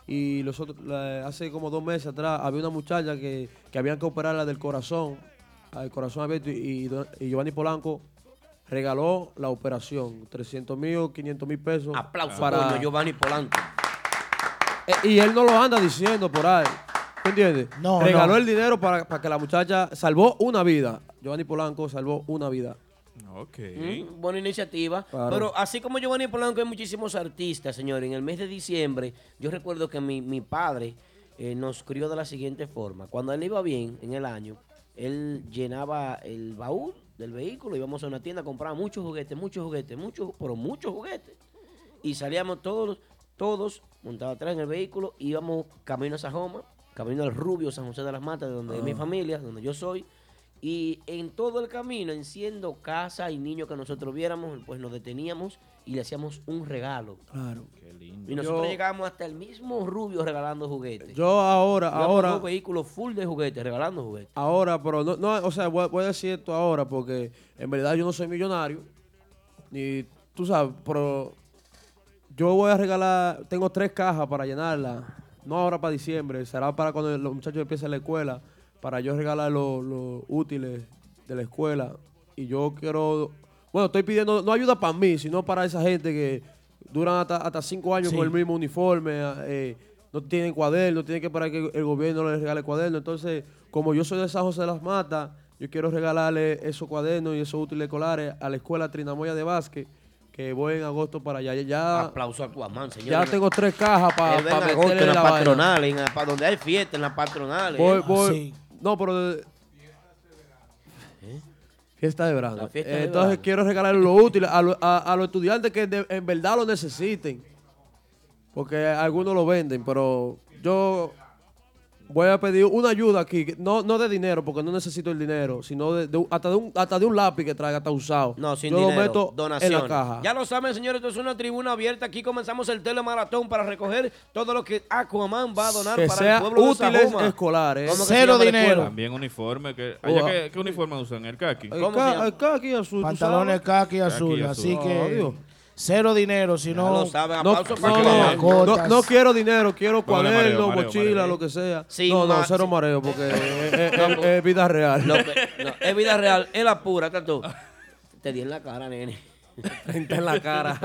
Speaker 4: Y los otros, la- hace como dos meses atrás, había una muchacha que, que habían que operarla del corazón, al corazón abierto, y, y Giovanni Polanco regaló la operación. 300 mil o 500 mil pesos.
Speaker 2: Aplauso,
Speaker 4: para-
Speaker 2: coño, Giovanni Polanco.
Speaker 4: Eh, Y él no lo anda diciendo por ahí. ¿Tú entiendes?
Speaker 5: No,
Speaker 4: Regaló
Speaker 5: no.
Speaker 4: el dinero para, para que la muchacha salvó una vida. Giovanni Polanco salvó una vida.
Speaker 3: Ok.
Speaker 2: Mm, buena iniciativa.
Speaker 4: Claro.
Speaker 2: Pero así como Giovanni Polanco, hay muchísimos artistas, señores. En el mes de diciembre, yo recuerdo que mi, mi padre eh, nos crió de la siguiente forma. Cuando él iba bien en el año, él llenaba el baúl del vehículo, íbamos a una tienda, compraba muchos juguetes, muchos juguetes, muchos, pero muchos juguetes. Y salíamos todos, todos montados atrás en el vehículo, íbamos camino a Sajoma, camino al Rubio, San José de las Matas, de donde es mi
Speaker 4: Ah.
Speaker 2: familia, donde yo soy. Y en todo el camino, enciendo casa y niños que nosotros viéramos, pues nos deteníamos y le hacíamos un regalo.
Speaker 4: Claro.
Speaker 3: Qué lindo.
Speaker 2: Y nosotros
Speaker 4: Yo-
Speaker 2: llegábamos hasta el mismo Rubio regalando juguetes.
Speaker 4: Yo ahora,
Speaker 2: Íbamos
Speaker 4: ahora,
Speaker 2: dos vehículos full de juguetes, regalando juguetes.
Speaker 4: ahora, pero no, no, o sea, voy, voy a decir esto ahora porque en verdad yo no soy millonario. Ni tú sabes, pero yo voy a regalar, tengo tres cajas para llenarla. No ahora para diciembre, será para cuando los muchachos empiecen la escuela, para yo regalar los, los útiles de la escuela. Y yo quiero, bueno, estoy pidiendo, no ayuda para mí, sino para esa gente que duran hasta, hasta cinco años
Speaker 5: Sí.
Speaker 4: con el mismo uniforme, eh, no tienen cuaderno, tienen que esperar que el gobierno les regale cuaderno. Entonces, como yo soy de San José de las Matas, yo quiero regalarle esos cuadernos y esos útiles escolares a la escuela Trinamoya de Vázquez, que voy en agosto para allá. Ya,
Speaker 2: Aplauso a Aquaman, señor.
Speaker 4: ya tengo tres cajas para
Speaker 2: Él va en agosto en
Speaker 4: meterle
Speaker 2: la
Speaker 4: la vaina.
Speaker 2: patronal, en la- pa- donde hay fiesta, en la patronal.
Speaker 4: Voy,
Speaker 2: ¿eh?
Speaker 4: voy.
Speaker 5: sí.
Speaker 4: No, pero. de- Fiesta de verano. Eh,
Speaker 2: La fiesta de
Speaker 4: Entonces
Speaker 2: verano.
Speaker 4: quiero regalar lo útil a, lo- a- a los estudiantes que de- en verdad lo necesiten. Porque algunos lo venden, pero yo voy a pedir una ayuda aquí. que- No, no de dinero, porque no necesito el dinero, sino de, de un- hasta, de un, hasta de un lápiz que traiga, hasta usado.
Speaker 2: No, sin
Speaker 4: yo
Speaker 2: dinero.
Speaker 4: lo meto
Speaker 2: donaciones.
Speaker 4: en la caja.
Speaker 2: Ya lo saben, señores, esto es una tribuna abierta. Aquí comenzamos el telemaratón para recoger todo lo que Aquaman va a donar
Speaker 4: Que
Speaker 2: para
Speaker 4: sea
Speaker 2: el pueblo
Speaker 4: útiles
Speaker 2: de Sajoma.
Speaker 4: escolares.
Speaker 2: ¿Cómo que se
Speaker 5: Cero
Speaker 2: llama la
Speaker 5: dinero.
Speaker 2: escuela?
Speaker 3: También uniforme. Que, allá
Speaker 4: Oh,
Speaker 3: ¿qué, qué uniforme usan? ¿El khaki?
Speaker 4: El
Speaker 2: ¿Cómo se
Speaker 4: ca-
Speaker 2: llama?
Speaker 4: el caqui azul, tú
Speaker 5: Pantalones
Speaker 4: sabes.
Speaker 5: caqui azul.
Speaker 3: azul.
Speaker 5: Así
Speaker 4: Oh,
Speaker 5: que
Speaker 4: Dios.
Speaker 5: Cero dinero, si no.
Speaker 2: lo saben,
Speaker 4: No,
Speaker 2: aplauso
Speaker 4: no,
Speaker 2: para que
Speaker 4: no,
Speaker 2: vean.
Speaker 4: no, no quiero dinero, quiero
Speaker 2: Póngale mareo,
Speaker 4: cuaderno,
Speaker 2: mareo,
Speaker 4: mochila,
Speaker 2: mareo.
Speaker 4: lo que sea.
Speaker 2: Sin
Speaker 4: no, no,
Speaker 2: ma-
Speaker 4: cero
Speaker 2: sin-
Speaker 4: mareo porque es, es-
Speaker 2: No,
Speaker 4: es- es vida real.
Speaker 2: No, no, es vida real, es la pura, tanto. Te di en la cara, nene.
Speaker 4: Frente en la cara.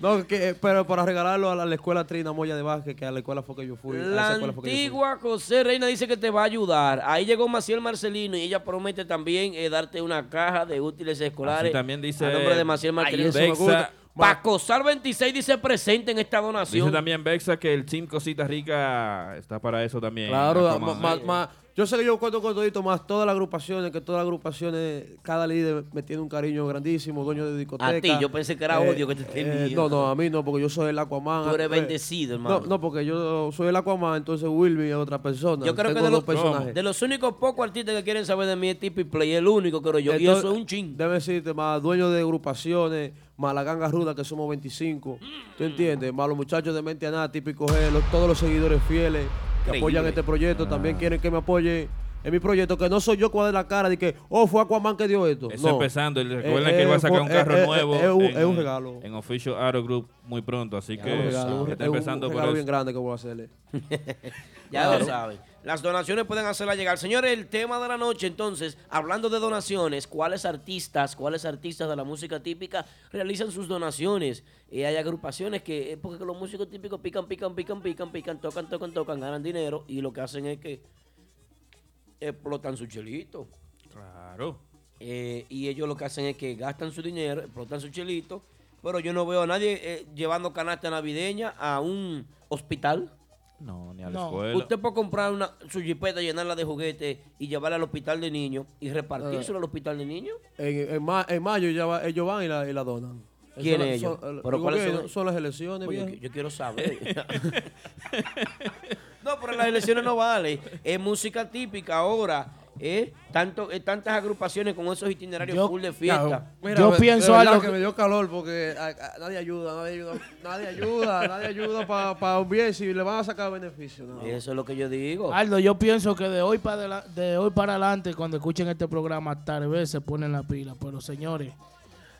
Speaker 4: No, que, eh, pero para regalarlo a la, la escuela Trina Moya de Vázquez, que a la escuela fue que yo fui. a esa
Speaker 2: La
Speaker 4: escuela fue que yo fui.
Speaker 2: antigua José Reina dice que te va a ayudar. Ahí llegó Maciel Marcelino y ella promete también eh, darte una caja de útiles escolares.
Speaker 3: Así también dice
Speaker 2: A nombre de Maciel Marcelino.
Speaker 3: Ay, eso me gusta. Bexa.
Speaker 2: Paco Sal 26 dice presente en esta donación.
Speaker 3: Dice también Bexa que el Team Cosita Rica está para eso también.
Speaker 4: Claro,
Speaker 3: Aquaman.
Speaker 4: ma- ma- ma- yo sé que yo cuento con todito, más todas las agrupaciones, que todas las agrupaciones, cada líder me tiene un cariño grandísimo, dueño de discoteca. Eh,
Speaker 2: A ti, yo pensé que era odio que te tenía.
Speaker 4: no, no, a mí no, porque yo soy el Aquaman.
Speaker 2: Tú eres
Speaker 4: Eh,
Speaker 2: bendecido,
Speaker 4: no,
Speaker 2: hermano.
Speaker 4: No, porque yo soy el Aquaman, entonces Wilby es otra persona.
Speaker 2: Yo creo que
Speaker 4: Tengo
Speaker 2: de
Speaker 4: dos
Speaker 2: los,
Speaker 4: personajes.
Speaker 2: de los únicos pocos artistas que quieren saber de mí es Tipi Play, el único, creo yo. y
Speaker 4: Entonces,
Speaker 2: eso es un ching.
Speaker 4: Debe decirte, más dueños de agrupaciones, más la ganga ruda, que somos 25.
Speaker 3: Mm.
Speaker 4: ¿Tú entiendes? Más los muchachos de Mente a Nada, típico G, los- todos los seguidores fieles que
Speaker 2: Increíble.
Speaker 4: apoyan este proyecto.
Speaker 3: Ah.
Speaker 4: También quieren que me apoye en mi proyecto, que no soy yo cuadra la cara de que, oh, fue Aquaman que dio esto.
Speaker 3: Eso
Speaker 4: no.
Speaker 3: empezando. y Recuerden
Speaker 4: Eh,
Speaker 3: que él va
Speaker 4: eh,
Speaker 3: a sacar un
Speaker 4: eh,
Speaker 3: carro
Speaker 4: eh,
Speaker 3: nuevo.
Speaker 4: eh, Es un,
Speaker 3: en,
Speaker 4: es un regalo.
Speaker 3: En Official Auto Group muy pronto. Así
Speaker 4: Es un
Speaker 3: que
Speaker 4: regalo,
Speaker 3: está
Speaker 4: es un-
Speaker 3: empezando
Speaker 4: un
Speaker 3: por
Speaker 4: regalo
Speaker 3: eso.
Speaker 4: bien grande que voy a hacerle.
Speaker 2: Ya
Speaker 4: Claro.
Speaker 2: lo saben. Las donaciones pueden hacerla llegar. Señores, el tema de la noche, entonces, hablando de donaciones, ¿cuáles artistas, cuáles artistas de la música típica realizan sus donaciones? Eh, hay agrupaciones que, eh, porque los músicos típicos pican, pican, pican, pican, pican, tocan, tocan, tocan, ganan dinero y lo que hacen es que explotan su chelito.
Speaker 3: Claro.
Speaker 2: Eh, y ellos lo que hacen es que gastan su dinero, explotan su chelito, pero yo no veo a nadie eh, llevando canasta navideña a un hospital.
Speaker 3: No, ni a la
Speaker 2: No.
Speaker 3: escuela.
Speaker 2: Usted puede comprar una, su jipeta, llenarla de juguetes y llevarla al hospital de niños y
Speaker 4: Eh.
Speaker 2: repartírselo al hospital de niños.
Speaker 4: En, en ma- en mayo ya va- ellos van y la, y la donan.
Speaker 2: ¿Quién
Speaker 4: Son-
Speaker 2: es ellos?
Speaker 4: son- el-
Speaker 2: ¿Pero cuáles
Speaker 4: el
Speaker 2: son
Speaker 4: gobierno,
Speaker 2: ellos?
Speaker 4: eh, son las elecciones,
Speaker 2: Oye,
Speaker 4: viejo.
Speaker 2: yo, yo quiero saber. no, pero las elecciones no vale. Es música típica ahora. ¿eh? Tanto, eh, tantas agrupaciones con esos itinerarios
Speaker 4: Yo-
Speaker 2: full de fiesta.
Speaker 4: Mira, de- de verdad que me dio calor porque a- a- nadie ayuda, nadie ayuda, nadie ayuda, nadie ayuda para un bien si le van a sacar beneficio. no.
Speaker 2: Eso es lo que yo digo.
Speaker 5: Aldo, yo pienso que de hoy para adela- de hoy para adelante, cuando escuchen este programa, tal vez se ponen la pila. Pero señores,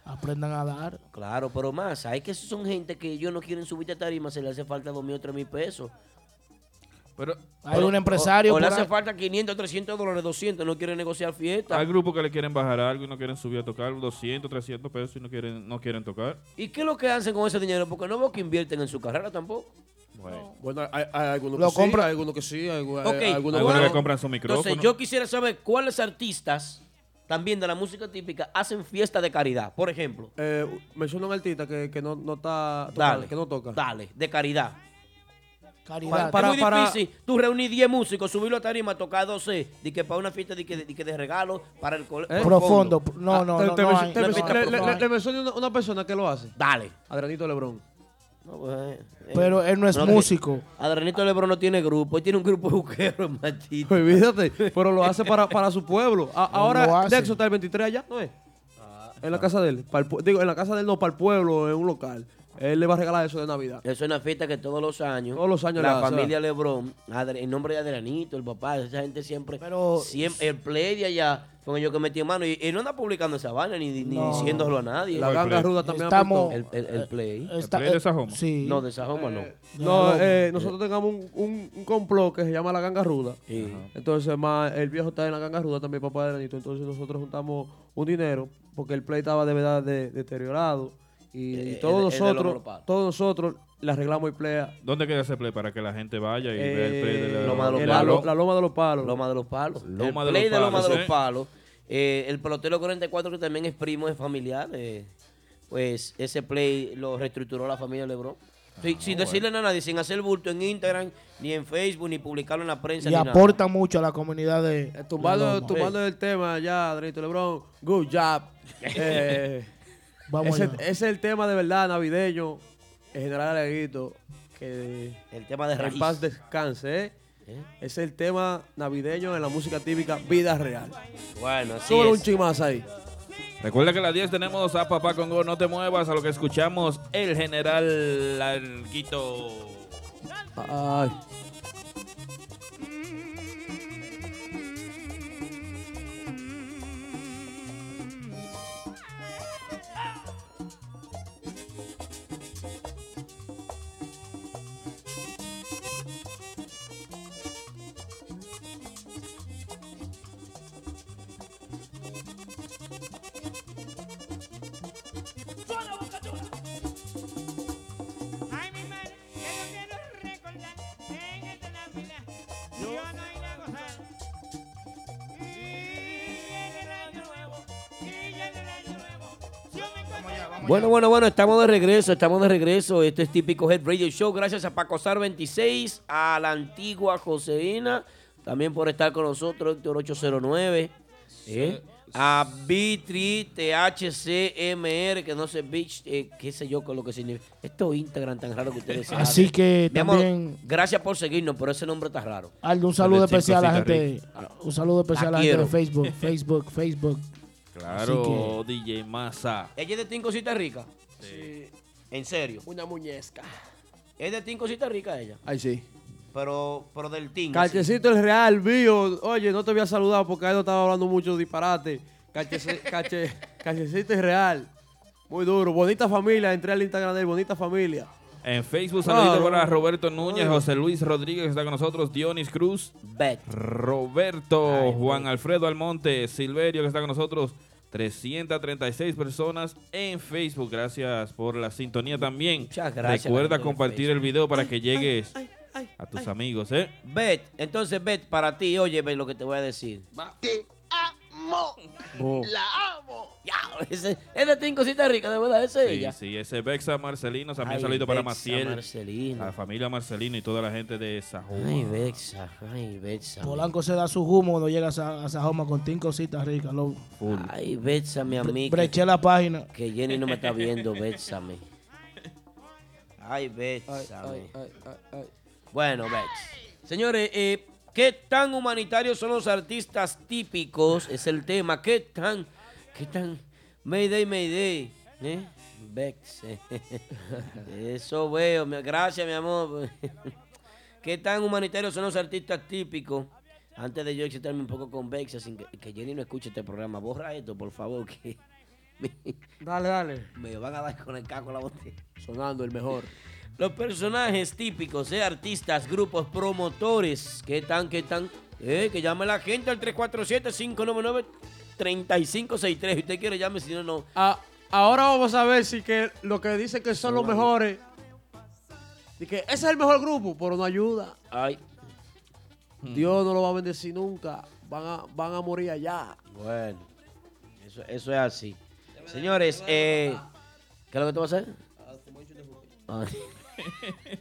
Speaker 5: aprendan a dar.
Speaker 2: Claro, pero más, hay que son gente que ellos no quieren subirte a tarima, se le hace falta dos mil o tres mil pesos.
Speaker 3: Pero
Speaker 5: Hay un empresario
Speaker 2: O, le
Speaker 5: por
Speaker 2: hace
Speaker 5: ahí.
Speaker 2: falta 500, 300 dólares, 200, no quiere negociar fiesta.
Speaker 3: Hay grupos que le quieren bajar algo y no quieren subir a tocar 200, 300 pesos y no quieren, no quieren tocar.
Speaker 2: ¿Y qué es lo que hacen con ese dinero? Porque no veo que invierten en su carrera tampoco.
Speaker 3: Bueno,
Speaker 4: Bueno, hay, hay algunos
Speaker 2: Lo
Speaker 4: que
Speaker 2: compra.
Speaker 4: sí, hay algunos que sí, hay, hay-
Speaker 5: Pues,
Speaker 2: Ok,
Speaker 4: hay algunos que
Speaker 2: ¿cuál-
Speaker 4: no.
Speaker 2: Entonces, yo quisiera saber cuáles artistas, también de la música típica, hacen fiesta de caridad. Por ejemplo,
Speaker 4: Eh, menciona un artista que, que no, no está tocando,
Speaker 2: Dale.
Speaker 4: que no toca.
Speaker 2: dale, de caridad.
Speaker 5: Caridad.
Speaker 2: Para, es muy difícil. Tú reunir 10 músicos, subirlo a tarima, tocar 12, di que para una fiesta di que, di que de regalo, para el Ah, colegio.
Speaker 5: ¿Eh? Profundo. No, no,
Speaker 4: te-
Speaker 5: no,
Speaker 4: te
Speaker 5: no
Speaker 4: menc-
Speaker 5: hay-
Speaker 4: te
Speaker 5: no
Speaker 4: menc-
Speaker 5: hay.
Speaker 4: le- le-
Speaker 5: No hay.
Speaker 4: le- le menciono una, una persona que lo hace.
Speaker 2: Dale. pues,
Speaker 4: Adrianito Lebrón.
Speaker 5: Pero él no es músico.
Speaker 2: Adrenito Lebron no tiene grupo, él tiene un grupo de buqueros, machito.
Speaker 4: Olvídate, pero lo hace para, para su pueblo. A-
Speaker 2: No lo
Speaker 4: ahora
Speaker 2: hace.
Speaker 4: Dexo está el 23 allá, ¿no es?
Speaker 2: Ah.
Speaker 4: en la casa de él. Para el pue- digo, en la casa de él no, para el pueblo, en un local. Él le va a regalar eso de Navidad.
Speaker 2: Eso es una fiesta que todos los años.
Speaker 4: Todos los años
Speaker 2: La
Speaker 4: la hace,
Speaker 2: familia Lebron, Adre- en nombre de Adrianito, el papá, esa gente siempre. siempre el play de allá, con ellos que metí mano. Y, y no anda publicando esa vaina ni, ni
Speaker 4: No.
Speaker 2: diciéndoselo a nadie.
Speaker 4: La ganga ruda también
Speaker 5: Estamos-
Speaker 2: El,
Speaker 5: aportó.
Speaker 2: el- el play.
Speaker 5: está- ¿El play de Sajoma? sí.
Speaker 2: No, de Sajoma
Speaker 4: No,
Speaker 2: no.
Speaker 4: eh, nosotros tengamos un, un- un complot que se llama la ganga ruda. Entonces, más el viejo está en la ganga ruda también, papá de Danito. Entonces, nosotros juntamos un dinero porque el play estaba de verdad de- deteriorado. Y, y
Speaker 3: Eh,
Speaker 4: todos
Speaker 3: el de- el de los
Speaker 4: nosotros,
Speaker 3: malopatos.
Speaker 4: todos nosotros le arreglamos el play. a-
Speaker 3: ¿Dónde queda ese play para que la gente vaya y vea el play de
Speaker 4: eh,
Speaker 3: la
Speaker 4: en
Speaker 3: la-
Speaker 4: la, lo- la loma de los palos.
Speaker 2: Loma de los palos.
Speaker 3: Loma
Speaker 2: el
Speaker 3: de
Speaker 2: play
Speaker 3: los
Speaker 2: de Loma
Speaker 3: Palos,
Speaker 2: de los
Speaker 3: ¿eh?
Speaker 2: Palos. Eh, el pelotero 44, que también es primo, es familiar. eh, pues ese play lo reestructuró la familia Lebron.
Speaker 3: Ah,
Speaker 2: Sí, sin decirle nada a nadie, sin hacer bulto en Instagram, ni en Facebook, ni publicarlo en la prensa.
Speaker 5: Y
Speaker 2: ni nada.
Speaker 5: aporta mucho a la comunidad de.
Speaker 2: Eh,
Speaker 5: de
Speaker 4: Tumbando,
Speaker 5: Loma.
Speaker 4: tumbando el tema ya, Adrito Lebrón. Good job. Eh,
Speaker 5: Vamos
Speaker 4: ese,
Speaker 5: allá.
Speaker 4: ese es el tema de verdad navideño. El general Aleguito. Que
Speaker 2: el tema de raíz.
Speaker 4: En paz descanse. ¿eh?
Speaker 2: ¿Eh?
Speaker 4: Es el tema navideño en la música típica Vida Real.
Speaker 2: Bueno, así
Speaker 4: Solo
Speaker 2: es.
Speaker 4: un chimas ahí.
Speaker 3: Recuerda que a las 10 tenemos a Papá Congo, no te muevas a lo que escuchamos el general Larguito.
Speaker 4: Ay.
Speaker 2: Bueno, bueno, bueno, estamos de regreso, estamos de regreso. Este es típico Head Radio Show. Gracias a Pacosar 26, a la antigua Joseína, también por estar con nosotros, Héctor 809. ¿eh? A B3THCMR, que no sé, bitch, eh, qué sé yo con lo que significa. Esto Instagram tan raro que ustedes saben.
Speaker 5: Así que
Speaker 2: Mi amor,
Speaker 5: también-
Speaker 2: gracias por seguirnos, pero ese nombre está raro.
Speaker 5: Aldo, un saludo especial a la gente.
Speaker 2: Ah,
Speaker 5: Un saludo especial
Speaker 2: la
Speaker 5: a la gente de
Speaker 2: quiero.
Speaker 5: Facebook, Facebook, Facebook.
Speaker 3: Claro, DJ Massa.
Speaker 2: ¿Ella es de Team Cosita Rica? Sí. ¿En serio?
Speaker 4: Una muñezca.
Speaker 2: ¿Es de Team Cosita Rica ella?
Speaker 4: Ay, sí.
Speaker 2: Pero, pero del Team.
Speaker 4: Cartecito el Real, mío. Oye, no te voy a saludar porque ahí no estaba hablando mucho disparate. Cartece- cache- Cartecito el Real. Muy duro. Bonita familia. Entré al Instagram de él. Bonita familia.
Speaker 3: En
Speaker 2: Ah.
Speaker 3: Facebook, saludito
Speaker 4: Claro.
Speaker 3: para Roberto Núñez,
Speaker 4: Claro.
Speaker 3: José Luis Rodríguez, que está con nosotros, Dionis Cruz, Roberto, Juan Alfredo Almonte, Silverio, que está con nosotros, 336 personas en Facebook. Gracias por la sintonía también. Muchas
Speaker 2: gracias, la gente
Speaker 3: Recuerda
Speaker 2: de
Speaker 3: compartir el video para que llegues a tus amigos, ¿eh?
Speaker 2: Bet, entonces Bet, para ti, óyeme lo que te voy a decir.
Speaker 6: Te amo.
Speaker 2: Oh.
Speaker 6: La amo.
Speaker 2: Ese, es de Team Cosita Rica, de verdad, ese es
Speaker 3: Sí,
Speaker 2: ella.
Speaker 3: sí, ese Bexa Marcelino, también
Speaker 2: Ay,
Speaker 3: saludito para
Speaker 2: Bexa
Speaker 3: Maciel,
Speaker 2: Marcelino.
Speaker 3: la familia Marcelino y toda la gente de Sajó.
Speaker 2: Ay, Bexa, ay, Bexa.
Speaker 5: Polanco se da su humo cuando llega a, Sa- a Sajoma con cinco cositas ricas. Lo,
Speaker 2: Ay, Betsame a mí.
Speaker 5: breché la página.
Speaker 2: Que Jenny no me está viendo, Betsame. Ay, Betsame. Bueno, Bex. Señores, eh, ¿qué tan humanitarios son los artistas típicos? Es el tema. ¿Qué tan, qué tan, Mayday, Mayday? ¿Eh? Bex. Eso veo. mi- Gracias, mi amor. ¿Qué tan humanitarios son los artistas típicos? Antes de yo excitarme un poco con Bex, sin que, que Jenny no escuche este programa, borra esto, por favor, que...
Speaker 4: Dale, dale.
Speaker 2: Me van a dar con el caco la botella.
Speaker 4: Sonando el mejor.
Speaker 2: Los personajes típicos, eh, artistas, grupos, promotores, ¿qué tan, qué tan? Eh, que llame la gente al 347-599-3563. Si usted quiere, llame, si no, no.
Speaker 4: Ah, ahora vamos a ver si que lo que dicen que son los mejores. Y que ese es el mejor grupo, pero no ayuda.
Speaker 2: Ay.
Speaker 4: Dios no lo va a bendecir nunca. Van a, van a morir allá.
Speaker 2: Bueno, eso, eso es así. Señores, eh, ¿qué es lo que tú vas a hacer? Ah.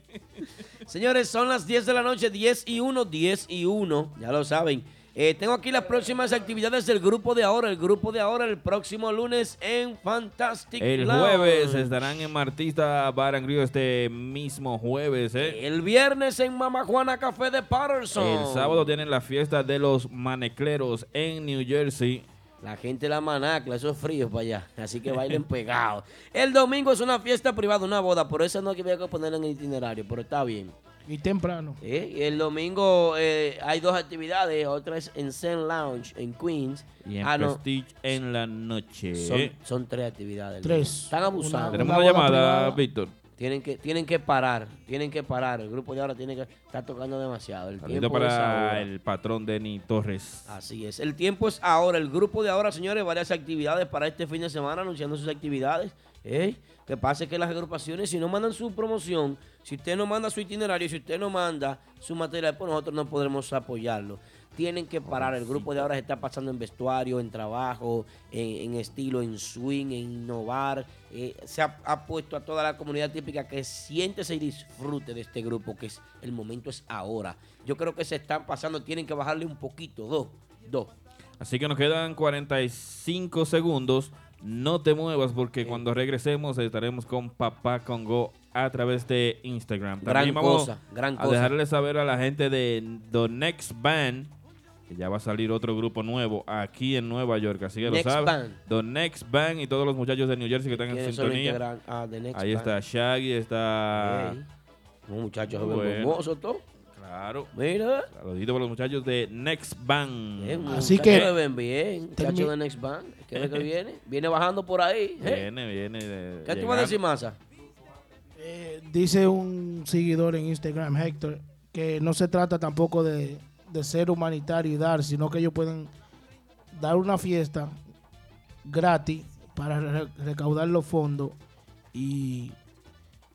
Speaker 2: Señores, son las 10 de la noche, 10 y 1, 10 y 1, ya lo saben. Eh, tengo aquí las próximas actividades del grupo de ahora, el grupo de ahora el próximo lunes en Fantastic
Speaker 3: El
Speaker 2: Lounge.
Speaker 3: jueves estarán en Martista Bar and Grill este mismo jueves, ¿eh?
Speaker 2: El viernes en Mama Juana Café de Patterson.
Speaker 3: El sábado tienen la fiesta de los manecleros en New Jersey.
Speaker 2: La gente la manacla, eso es frío para allá. Así que bailen pegados. El domingo es una fiesta privada, una boda. Por eso no hay que voy a poner en el itinerario, pero está bien.
Speaker 5: Y temprano.
Speaker 2: ¿Eh? Y el domingo eh, hay dos actividades. Otra es en Zen Lounge, en Queens.
Speaker 3: Y en
Speaker 2: Ah, no.
Speaker 3: Prestige en la noche.
Speaker 2: Son, son tres actividades.
Speaker 3: Tres.
Speaker 2: Están abusados.
Speaker 3: Tenemos una llamada, Víctor.
Speaker 2: Tienen que, tienen que parar, tienen que parar. El grupo de ahora tiene que estar tocando demasiado. El
Speaker 3: Saludito
Speaker 2: tiempo es ahora.
Speaker 3: para el patrón Denny Torres.
Speaker 2: Así es. El tiempo es ahora. El grupo de ahora, señores, varias actividades para este fin de semana, anunciando sus actividades. ¿eh? Que pase que las agrupaciones, si no mandan su promoción, si usted no manda su itinerario, si usted no manda su material, pues nosotros no podremos apoyarlo. Tienen que parar. El grupo de ahora se está pasando en vestuario, en trabajo, en, en estilo, en swing, en innovar. Eh, se ha, ha puesto a toda la comunidad típica que siéntese y disfrute de este grupo, que es el momento es ahora. Yo creo que se están pasando, tienen que bajarle un poquito, dos, dos.
Speaker 3: Así que nos quedan 45 segundos. No te muevas porque cuando regresemos estaremos con Papá Congo a través de Instagram.
Speaker 2: Gran
Speaker 3: vamos
Speaker 2: cosa, gran
Speaker 3: a
Speaker 2: cosa.
Speaker 3: dejarle saber a la gente de The Next Band que ya va a salir otro grupo nuevo aquí en Nueva York. Así que
Speaker 2: Next
Speaker 3: lo saben.
Speaker 2: Band.
Speaker 3: The Next Band y todos los muchachos de New Jersey que están en
Speaker 2: ¿Quiénes son los
Speaker 3: sintonía.
Speaker 2: integran- ah, The Next
Speaker 3: Ahí
Speaker 2: Band?
Speaker 3: está Shaggy, está.
Speaker 2: Ey, Un muchacho joven hermoso, todo.
Speaker 3: Claro.
Speaker 2: Mira.
Speaker 3: Saludito para los muchachos de Next Band.
Speaker 2: Así que. Ven bien, ¿eh? muchacho
Speaker 3: Termi-
Speaker 2: de Next Band. ¿Qué es lo que viene? Viene bajando por ahí. ¿eh?
Speaker 3: Viene, viene. de-
Speaker 2: ¿Qué tú vas a decir,
Speaker 3: llegando.
Speaker 2: Masa?
Speaker 5: Dice un seguidor en Instagram, Héctor, que no se trata tampoco de, de ser humanitario y dar, sino que ellos pueden dar una fiesta gratis para re- recaudar los fondos y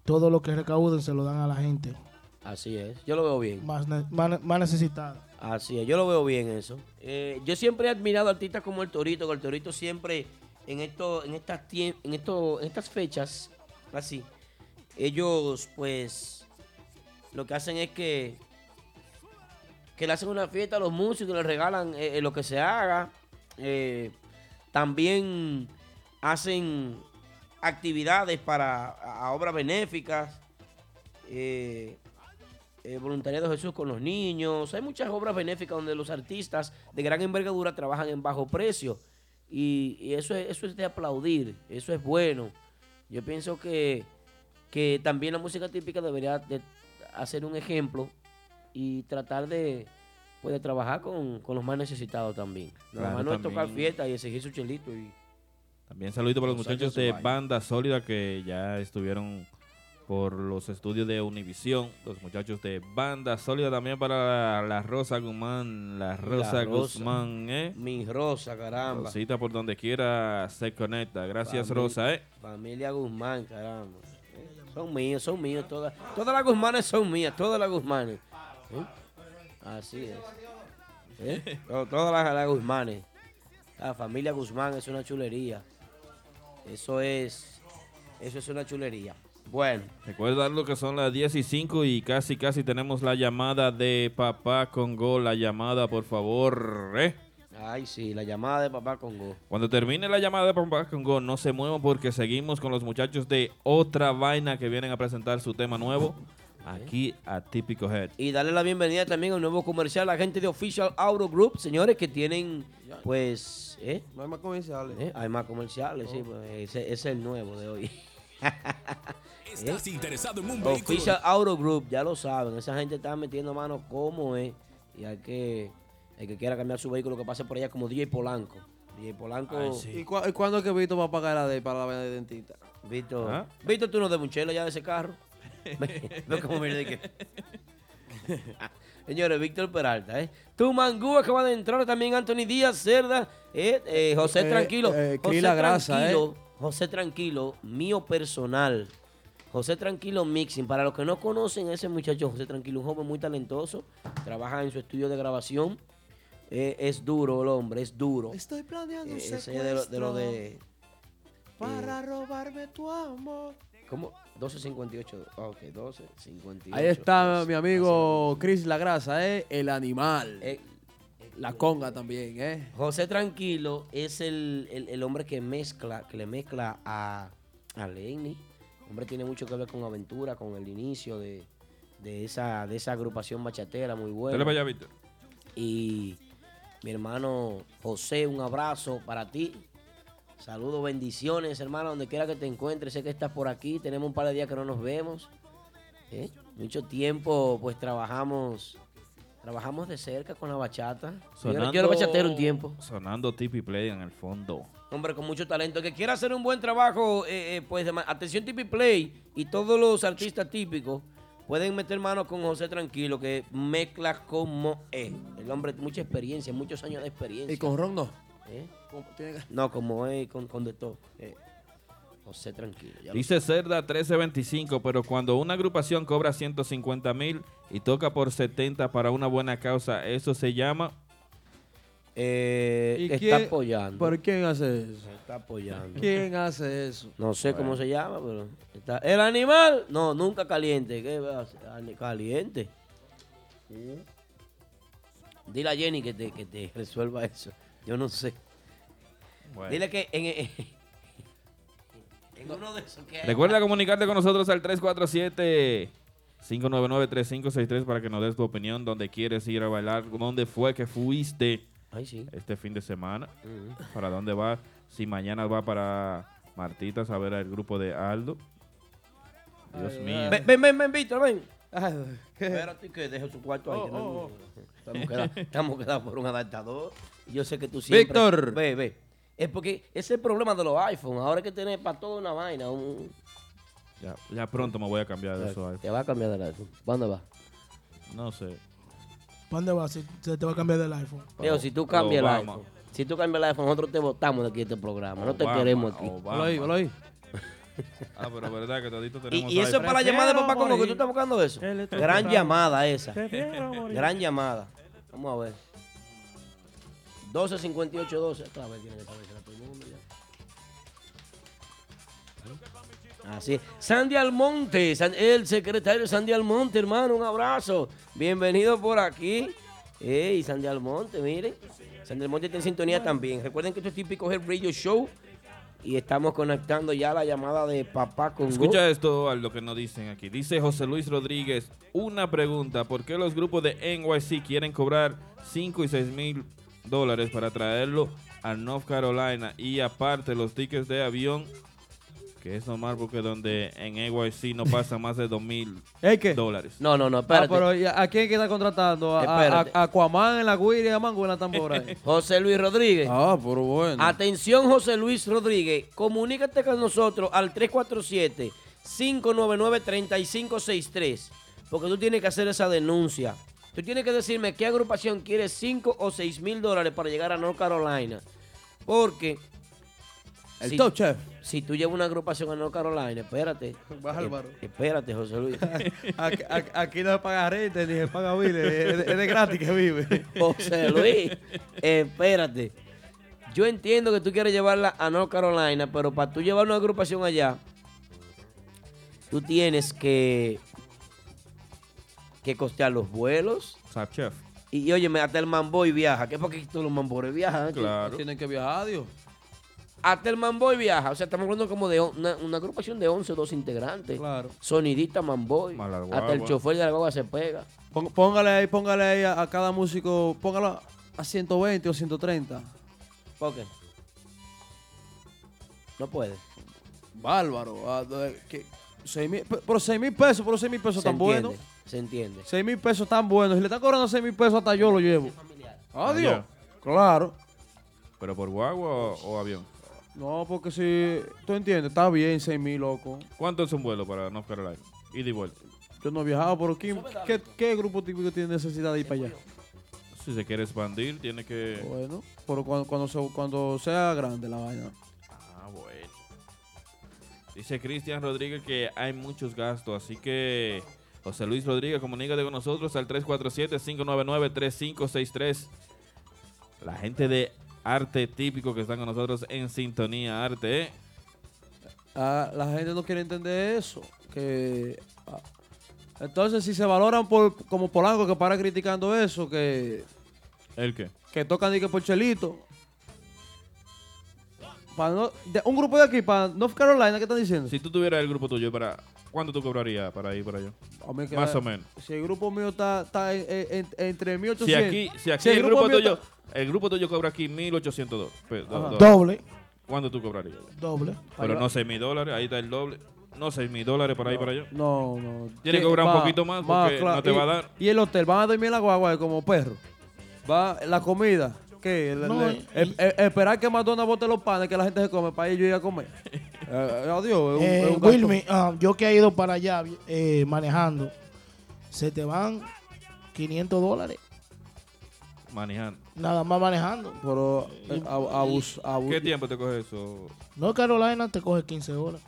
Speaker 5: todo lo que recauden se lo dan a la gente
Speaker 2: Así es. Yo lo veo bien.
Speaker 5: más, ne- más, ne- más necesitada.
Speaker 2: Así es, yo lo veo bien eso. Eh, yo siempre he admirado a artistas como el Torito, que el Torito siempre en, esto, en, estas, tie- en, esto, en estas fechas, así, ellos pues lo que hacen es que, que le hacen una fiesta a los músicos, les regalan eh, eh, lo que se haga. eh, también hacen actividades para a- a obras benéficas. eh, eh, Voluntariado Jesús con los niños. Hay muchas obras benéficas donde los artistas de gran envergadura trabajan en bajo precio. Y, y eso, es, eso es de aplaudir, eso es bueno. Yo pienso que, que también la música típica debería de hacer un ejemplo y tratar de, pues, de trabajar con, con los más necesitados también. Nada
Speaker 3: Claro,
Speaker 2: más no es tocar
Speaker 3: también.
Speaker 2: fiestas y exigir su chelito. Y,
Speaker 3: También saludito para los
Speaker 2: Gonzalo
Speaker 3: muchachos de
Speaker 2: Ceballos.
Speaker 3: Banda Sólida que ya estuvieron por los estudios de Univisión. Los muchachos de Banda Sólida también para la, Rosa Guzmán. La Rosa,
Speaker 2: La Rosa.
Speaker 3: Guzmán, ¿eh?
Speaker 2: Mi Rosa, caramba.
Speaker 3: Rosita por donde quiera se conecta. Gracias,
Speaker 2: Fami-
Speaker 3: Rosa, ¿eh?
Speaker 2: Familia Guzmán, caramba. Eh, Son míos, son míos. Todas, todas las Guzmanes son mías, todas las Guzmanes. ¿Eh? Así es. ¿Eh? To- Todas las, las Guzmanes. La familia Guzmán es una chulería. Eso es. Eso es una chulería. Bueno.
Speaker 3: Recuerda lo que son las 10 y 5 y casi, casi tenemos la llamada de Papá Congo. La llamada, por favor, ¿eh?
Speaker 2: Ay, sí, la llamada de papá Congo.
Speaker 3: Cuando termine la llamada de Papá Congo, no se muevan porque seguimos con los muchachos de Otra Vaina que vienen a presentar su tema nuevo aquí a Típico Head.
Speaker 2: Y darle la bienvenida también a un nuevo comercial, la gente de Official Auto Group, señores, que tienen, pues, ¿eh?
Speaker 4: No hay más comerciales. Oh.
Speaker 2: ¿Eh? Hay más comerciales, sí, pues, ese, ese es el nuevo de hoy. ¿Eh?
Speaker 1: ¿Estás interesado en un vehículo?
Speaker 2: Official Auto Group, ya lo saben, esa gente está metiendo mano como es. Y hay que, el que quiera cambiar su vehículo, que pase por allá como DJ Polanco. DJ Polanco.
Speaker 4: ¿Y, cua- y cuándo es que Vito va a pagar la de para la vaina de dentista?
Speaker 2: Vito,
Speaker 4: ¿Ah?
Speaker 2: Vito, tú no de muchela ya de ese carro. Ve cómo me de que. Señores, Víctor Peralta, ¿eh? Tu mangú acaba de entrar también Anthony Díaz Cerda, ¿eh? Eh, José
Speaker 4: Eh,
Speaker 2: Tranquilo.
Speaker 4: eh,
Speaker 2: José
Speaker 4: Krila Grasa,
Speaker 2: Tranquilo, José Tranquilo, mío personal. José Tranquilo Mixing. Para los que no conocen a ese muchacho, José Tranquilo, un joven muy talentoso, trabaja en su estudio de grabación. Eh, es duro el hombre, es duro.
Speaker 7: Estoy planeando un
Speaker 2: Eh, ese es de lo- de lo de
Speaker 7: para robarme tu amor.
Speaker 2: ¿Cómo? 12.58. Ah, ok, 12.58.
Speaker 4: Ahí está mi amigo Chris La Grasa, ¿eh? El animal.
Speaker 2: Eh,
Speaker 4: la conga también, ¿eh?
Speaker 2: José Tranquilo es el, el- el hombre que mezcla, que le mezcla a, a Lenny. Hombre tiene mucho que ver con Aventura, con el inicio de, de esa, de esa agrupación bachatera muy buena.
Speaker 3: Dale para allá, Víctor.
Speaker 2: Y mi hermano José, un abrazo para ti. Saludos, bendiciones, hermano, donde quiera que te encuentres. Sé que estás por aquí. Tenemos un par de días que no nos vemos. ¿eh? Mucho tiempo, pues trabajamos. Trabajamos de cerca con la bachata. Yo era- Yo era bachatero un tiempo.
Speaker 3: Sonando Tipi Play en el fondo.
Speaker 2: Hombre con mucho talento. Que quiera hacer un buen trabajo, eh, eh, pues de ma- atención Tipi Play y todos los artistas típicos pueden meter mano con José Tranquilo, que mezcla como es. El hombre, mucha experiencia, muchos años de experiencia.
Speaker 4: Y con Ron no.
Speaker 2: ¿Eh?
Speaker 4: Como tiene que-
Speaker 2: No, como es, con, con de todo. eh. José Tranquilo. ya lo
Speaker 3: Dice Cerda 1325, pero cuando una agrupación cobra 150 mil y toca por 70 para una buena causa, eso se llama... eh,
Speaker 4: ¿Y
Speaker 2: eh, está
Speaker 4: quién-
Speaker 2: apoyando.
Speaker 4: ¿Pero quién hace eso?
Speaker 2: Está apoyando.
Speaker 4: ¿Quién hace eso?
Speaker 2: No sé cómo se llama, pero está- el animal, no, nunca caliente, ¿qué va a hacer? caliente. Dile a Jenny que te, que te resuelva eso. Yo no sé.
Speaker 3: Bueno.
Speaker 2: Dile que en, en- en uno de esos que hay-
Speaker 3: Recuerda comunicarte con nosotros al 347-599-3563 para que nos des tu opinión, dónde quieres ir a bailar, dónde fue que fuiste este fin de semana,
Speaker 2: Ujú.
Speaker 3: para dónde vas, si mañana va para Martitas a ver al grupo de Aldo. Dios
Speaker 2: Ay,
Speaker 3: mío.
Speaker 2: Ven, ven, ven, ven, Víctor, ven. Espérate que deje su cuarto ahí. que no-
Speaker 7: Oh,
Speaker 2: Estamos quedados estamos quedados por un adaptador. Yo sé que tú siempre...
Speaker 4: Víctor.
Speaker 2: Ve, ve. Es porque ese es el problema de los iPhones. Ahora hay que tener para toda una vaina. Un...
Speaker 3: Ya, ya pronto me voy a cambiar de
Speaker 2: Te
Speaker 3: eso.
Speaker 2: va a cambiar de iPhone. ¿Dónde va?
Speaker 3: No sé.
Speaker 5: ¿Para dónde vas? Si se te va a cambiar del iPhone.
Speaker 2: Leo, si tú cambias el iPhone, si tú cambias el iPhone, nosotros te votamos de aquí de este programa. no te
Speaker 3: Obama,
Speaker 2: queremos aquí.
Speaker 3: Obama. Hola ahí, hola ahí. Ah, pero verdad que todito tenemos
Speaker 2: Y, y eso es
Speaker 3: iPhone.
Speaker 2: para la llamada de papá Congo, que tú
Speaker 3: morir.
Speaker 2: estás buscando eso. Gran
Speaker 3: electrocutado.
Speaker 2: llamada esa.
Speaker 3: Prefiero morir.
Speaker 2: Gran llamada. Vamos a ver. 12.58.12. Otra vez tiene que estar ese, la estoy viendo ya. Así es. Sandy Almonte, San- el secretario Sandy Almonte, hermano, un abrazo. Bienvenido por aquí. Ey, Sandy Almonte, miren. Sandy Almonte está en sintonía también. Recuerden que esto es típico el Brillo Show. Y estamos conectando ya la llamada de papá con Go.
Speaker 3: Escucha esto, lo que nos dicen aquí. Dice José Luis Rodríguez, una pregunta, ¿por qué los grupos de NYC quieren cobrar 5 y 6 mil dólares para traerlo a North Carolina? Y aparte los tickets de avión, que es normal porque donde en NYC no pasa más de 2 mil dólares.
Speaker 2: No, no, no,
Speaker 4: Ah, pero ¿y ¿a quién que está contratando? ¿A, a,
Speaker 2: Espérate.
Speaker 4: a Aquaman en la guira y a Mango en la tambora? eh?
Speaker 2: José Luis Rodríguez.
Speaker 4: Ah, pero bueno.
Speaker 2: Atención, José Luis Rodríguez. Comunícate con nosotros al 347-599-3563. Porque tú tienes que hacer esa denuncia. Tú tienes que decirme qué agrupación quiere 5 o 6 mil dólares para llegar a North Carolina. Porque.
Speaker 4: El Top Chef.
Speaker 2: Si tú llevas una agrupación a North Carolina, espérate.
Speaker 4: Bárbaro.
Speaker 2: Eh, Espérate, José Luis.
Speaker 4: Aquí, aquí- aquí no se paga renta ni se paga biles, es, de- es de gratis que vive.
Speaker 2: José Luis, espérate. Yo entiendo que tú quieres llevarla a North Carolina, pero para tú llevar una agrupación allá, tú tienes que que costear los vuelos.
Speaker 3: Chef.
Speaker 2: Y, y óyeme, hasta el Mamboy viaja. ¿Qué es porque todos los Mamboys viajan?
Speaker 3: Claro.
Speaker 4: Tienen que viajar, Dios.
Speaker 2: Hasta el Mamboy viaja. O sea, estamos hablando como de on- una, una agrupación de 11 o 12 integrantes.
Speaker 4: Claro.
Speaker 2: Sonidista Mamboy. Hasta el
Speaker 4: guagua.
Speaker 2: chofer de la guagua se pega.
Speaker 4: Pon- póngale ahí, póngale ahí a, a cada músico, póngalo a 120 o 130.
Speaker 2: ¿Por qué? No puede.
Speaker 4: Bárbaro. a- de- que- seis mil- pe- pero 6 mil pesos, pero 6 mil pesos
Speaker 2: Se
Speaker 4: tan buenos.
Speaker 2: entiende, Se entiende.
Speaker 4: 6 mil pesos tan buenos. Si le están cobrando 6 mil pesos, hasta yo lo llevo. Adiós. Claro.
Speaker 3: ¿Pero por guagua o, o avión?
Speaker 4: No, porque si. Tú entiendes, está bien 6 mil, loco.
Speaker 3: ¿Cuánto es un vuelo para North Carolina? Ida y vuelta.
Speaker 4: Yo no he viajado, pero ¿quién- ¿qué, qué grupo típico tiene necesidad de ir para allá?
Speaker 3: Si se quiere expandir, tiene que...
Speaker 4: Bueno, pero cuando, cuando, se- cuando sea grande la vaina.
Speaker 3: Ah, bueno. Dice Cristian Rodríguez que hay muchos gastos, así que José Luis Rodríguez, comunícate con nosotros al 347-599-3563. La gente de arte típico que están con nosotros en sintonía arte. ¿eh?
Speaker 4: Ah, la gente no quiere entender eso. Que, ah, entonces, si se valoran por, como Polanco que para criticando eso, que,
Speaker 3: ¿El qué?
Speaker 4: que tocan y que por Chelito. Pa' no- de- un grupo de aquí, para North Carolina, ¿qué están diciendo?
Speaker 3: Si tú tuvieras el grupo tuyo, para ¿cuánto tú cobrarías para ir para allá?
Speaker 4: A mí que-
Speaker 3: Más o menos.
Speaker 4: Si el grupo mío está, está en- en- en- entre 1800.
Speaker 3: Si aquí, si aquí
Speaker 4: el
Speaker 3: el, grupo
Speaker 4: mío
Speaker 3: tuyo,
Speaker 4: está-
Speaker 3: el grupo tuyo cobra aquí 1802. pe- do-
Speaker 4: Ajá.
Speaker 3: dólares.
Speaker 5: Doble.
Speaker 3: ¿Cuánto tú cobrarías?
Speaker 5: Doble.
Speaker 3: Pero no 6 mil dólares, ahí está el doble. No 6 mil dólares para ir para allá.
Speaker 4: No, no. Eh,
Speaker 3: Tiene que
Speaker 4: Va-
Speaker 3: cobrar un poquito más porque
Speaker 4: claro.
Speaker 3: no te va a
Speaker 4: Y-
Speaker 3: dar.
Speaker 4: Y el hotel, van a dormir en la guagua eh, como perro. Va la comida. ¿Qué? Le-
Speaker 5: No,
Speaker 4: le-
Speaker 5: y-
Speaker 4: e- e- esperar que McDonald's bote los panes que la gente se come para ellos ir a comer. Eh, eh, adiós. es un-
Speaker 5: Eh,
Speaker 4: es un gasto.
Speaker 5: Wilmy, ah, yo que he ido para allá eh, manejando, se te van 500 dólares
Speaker 3: Manejando.
Speaker 5: nada más manejando.
Speaker 4: Pero eh, ab- abus- abu-
Speaker 3: ¿Qué tiempo te coge eso?
Speaker 5: No, Carolina te coge 15 horas.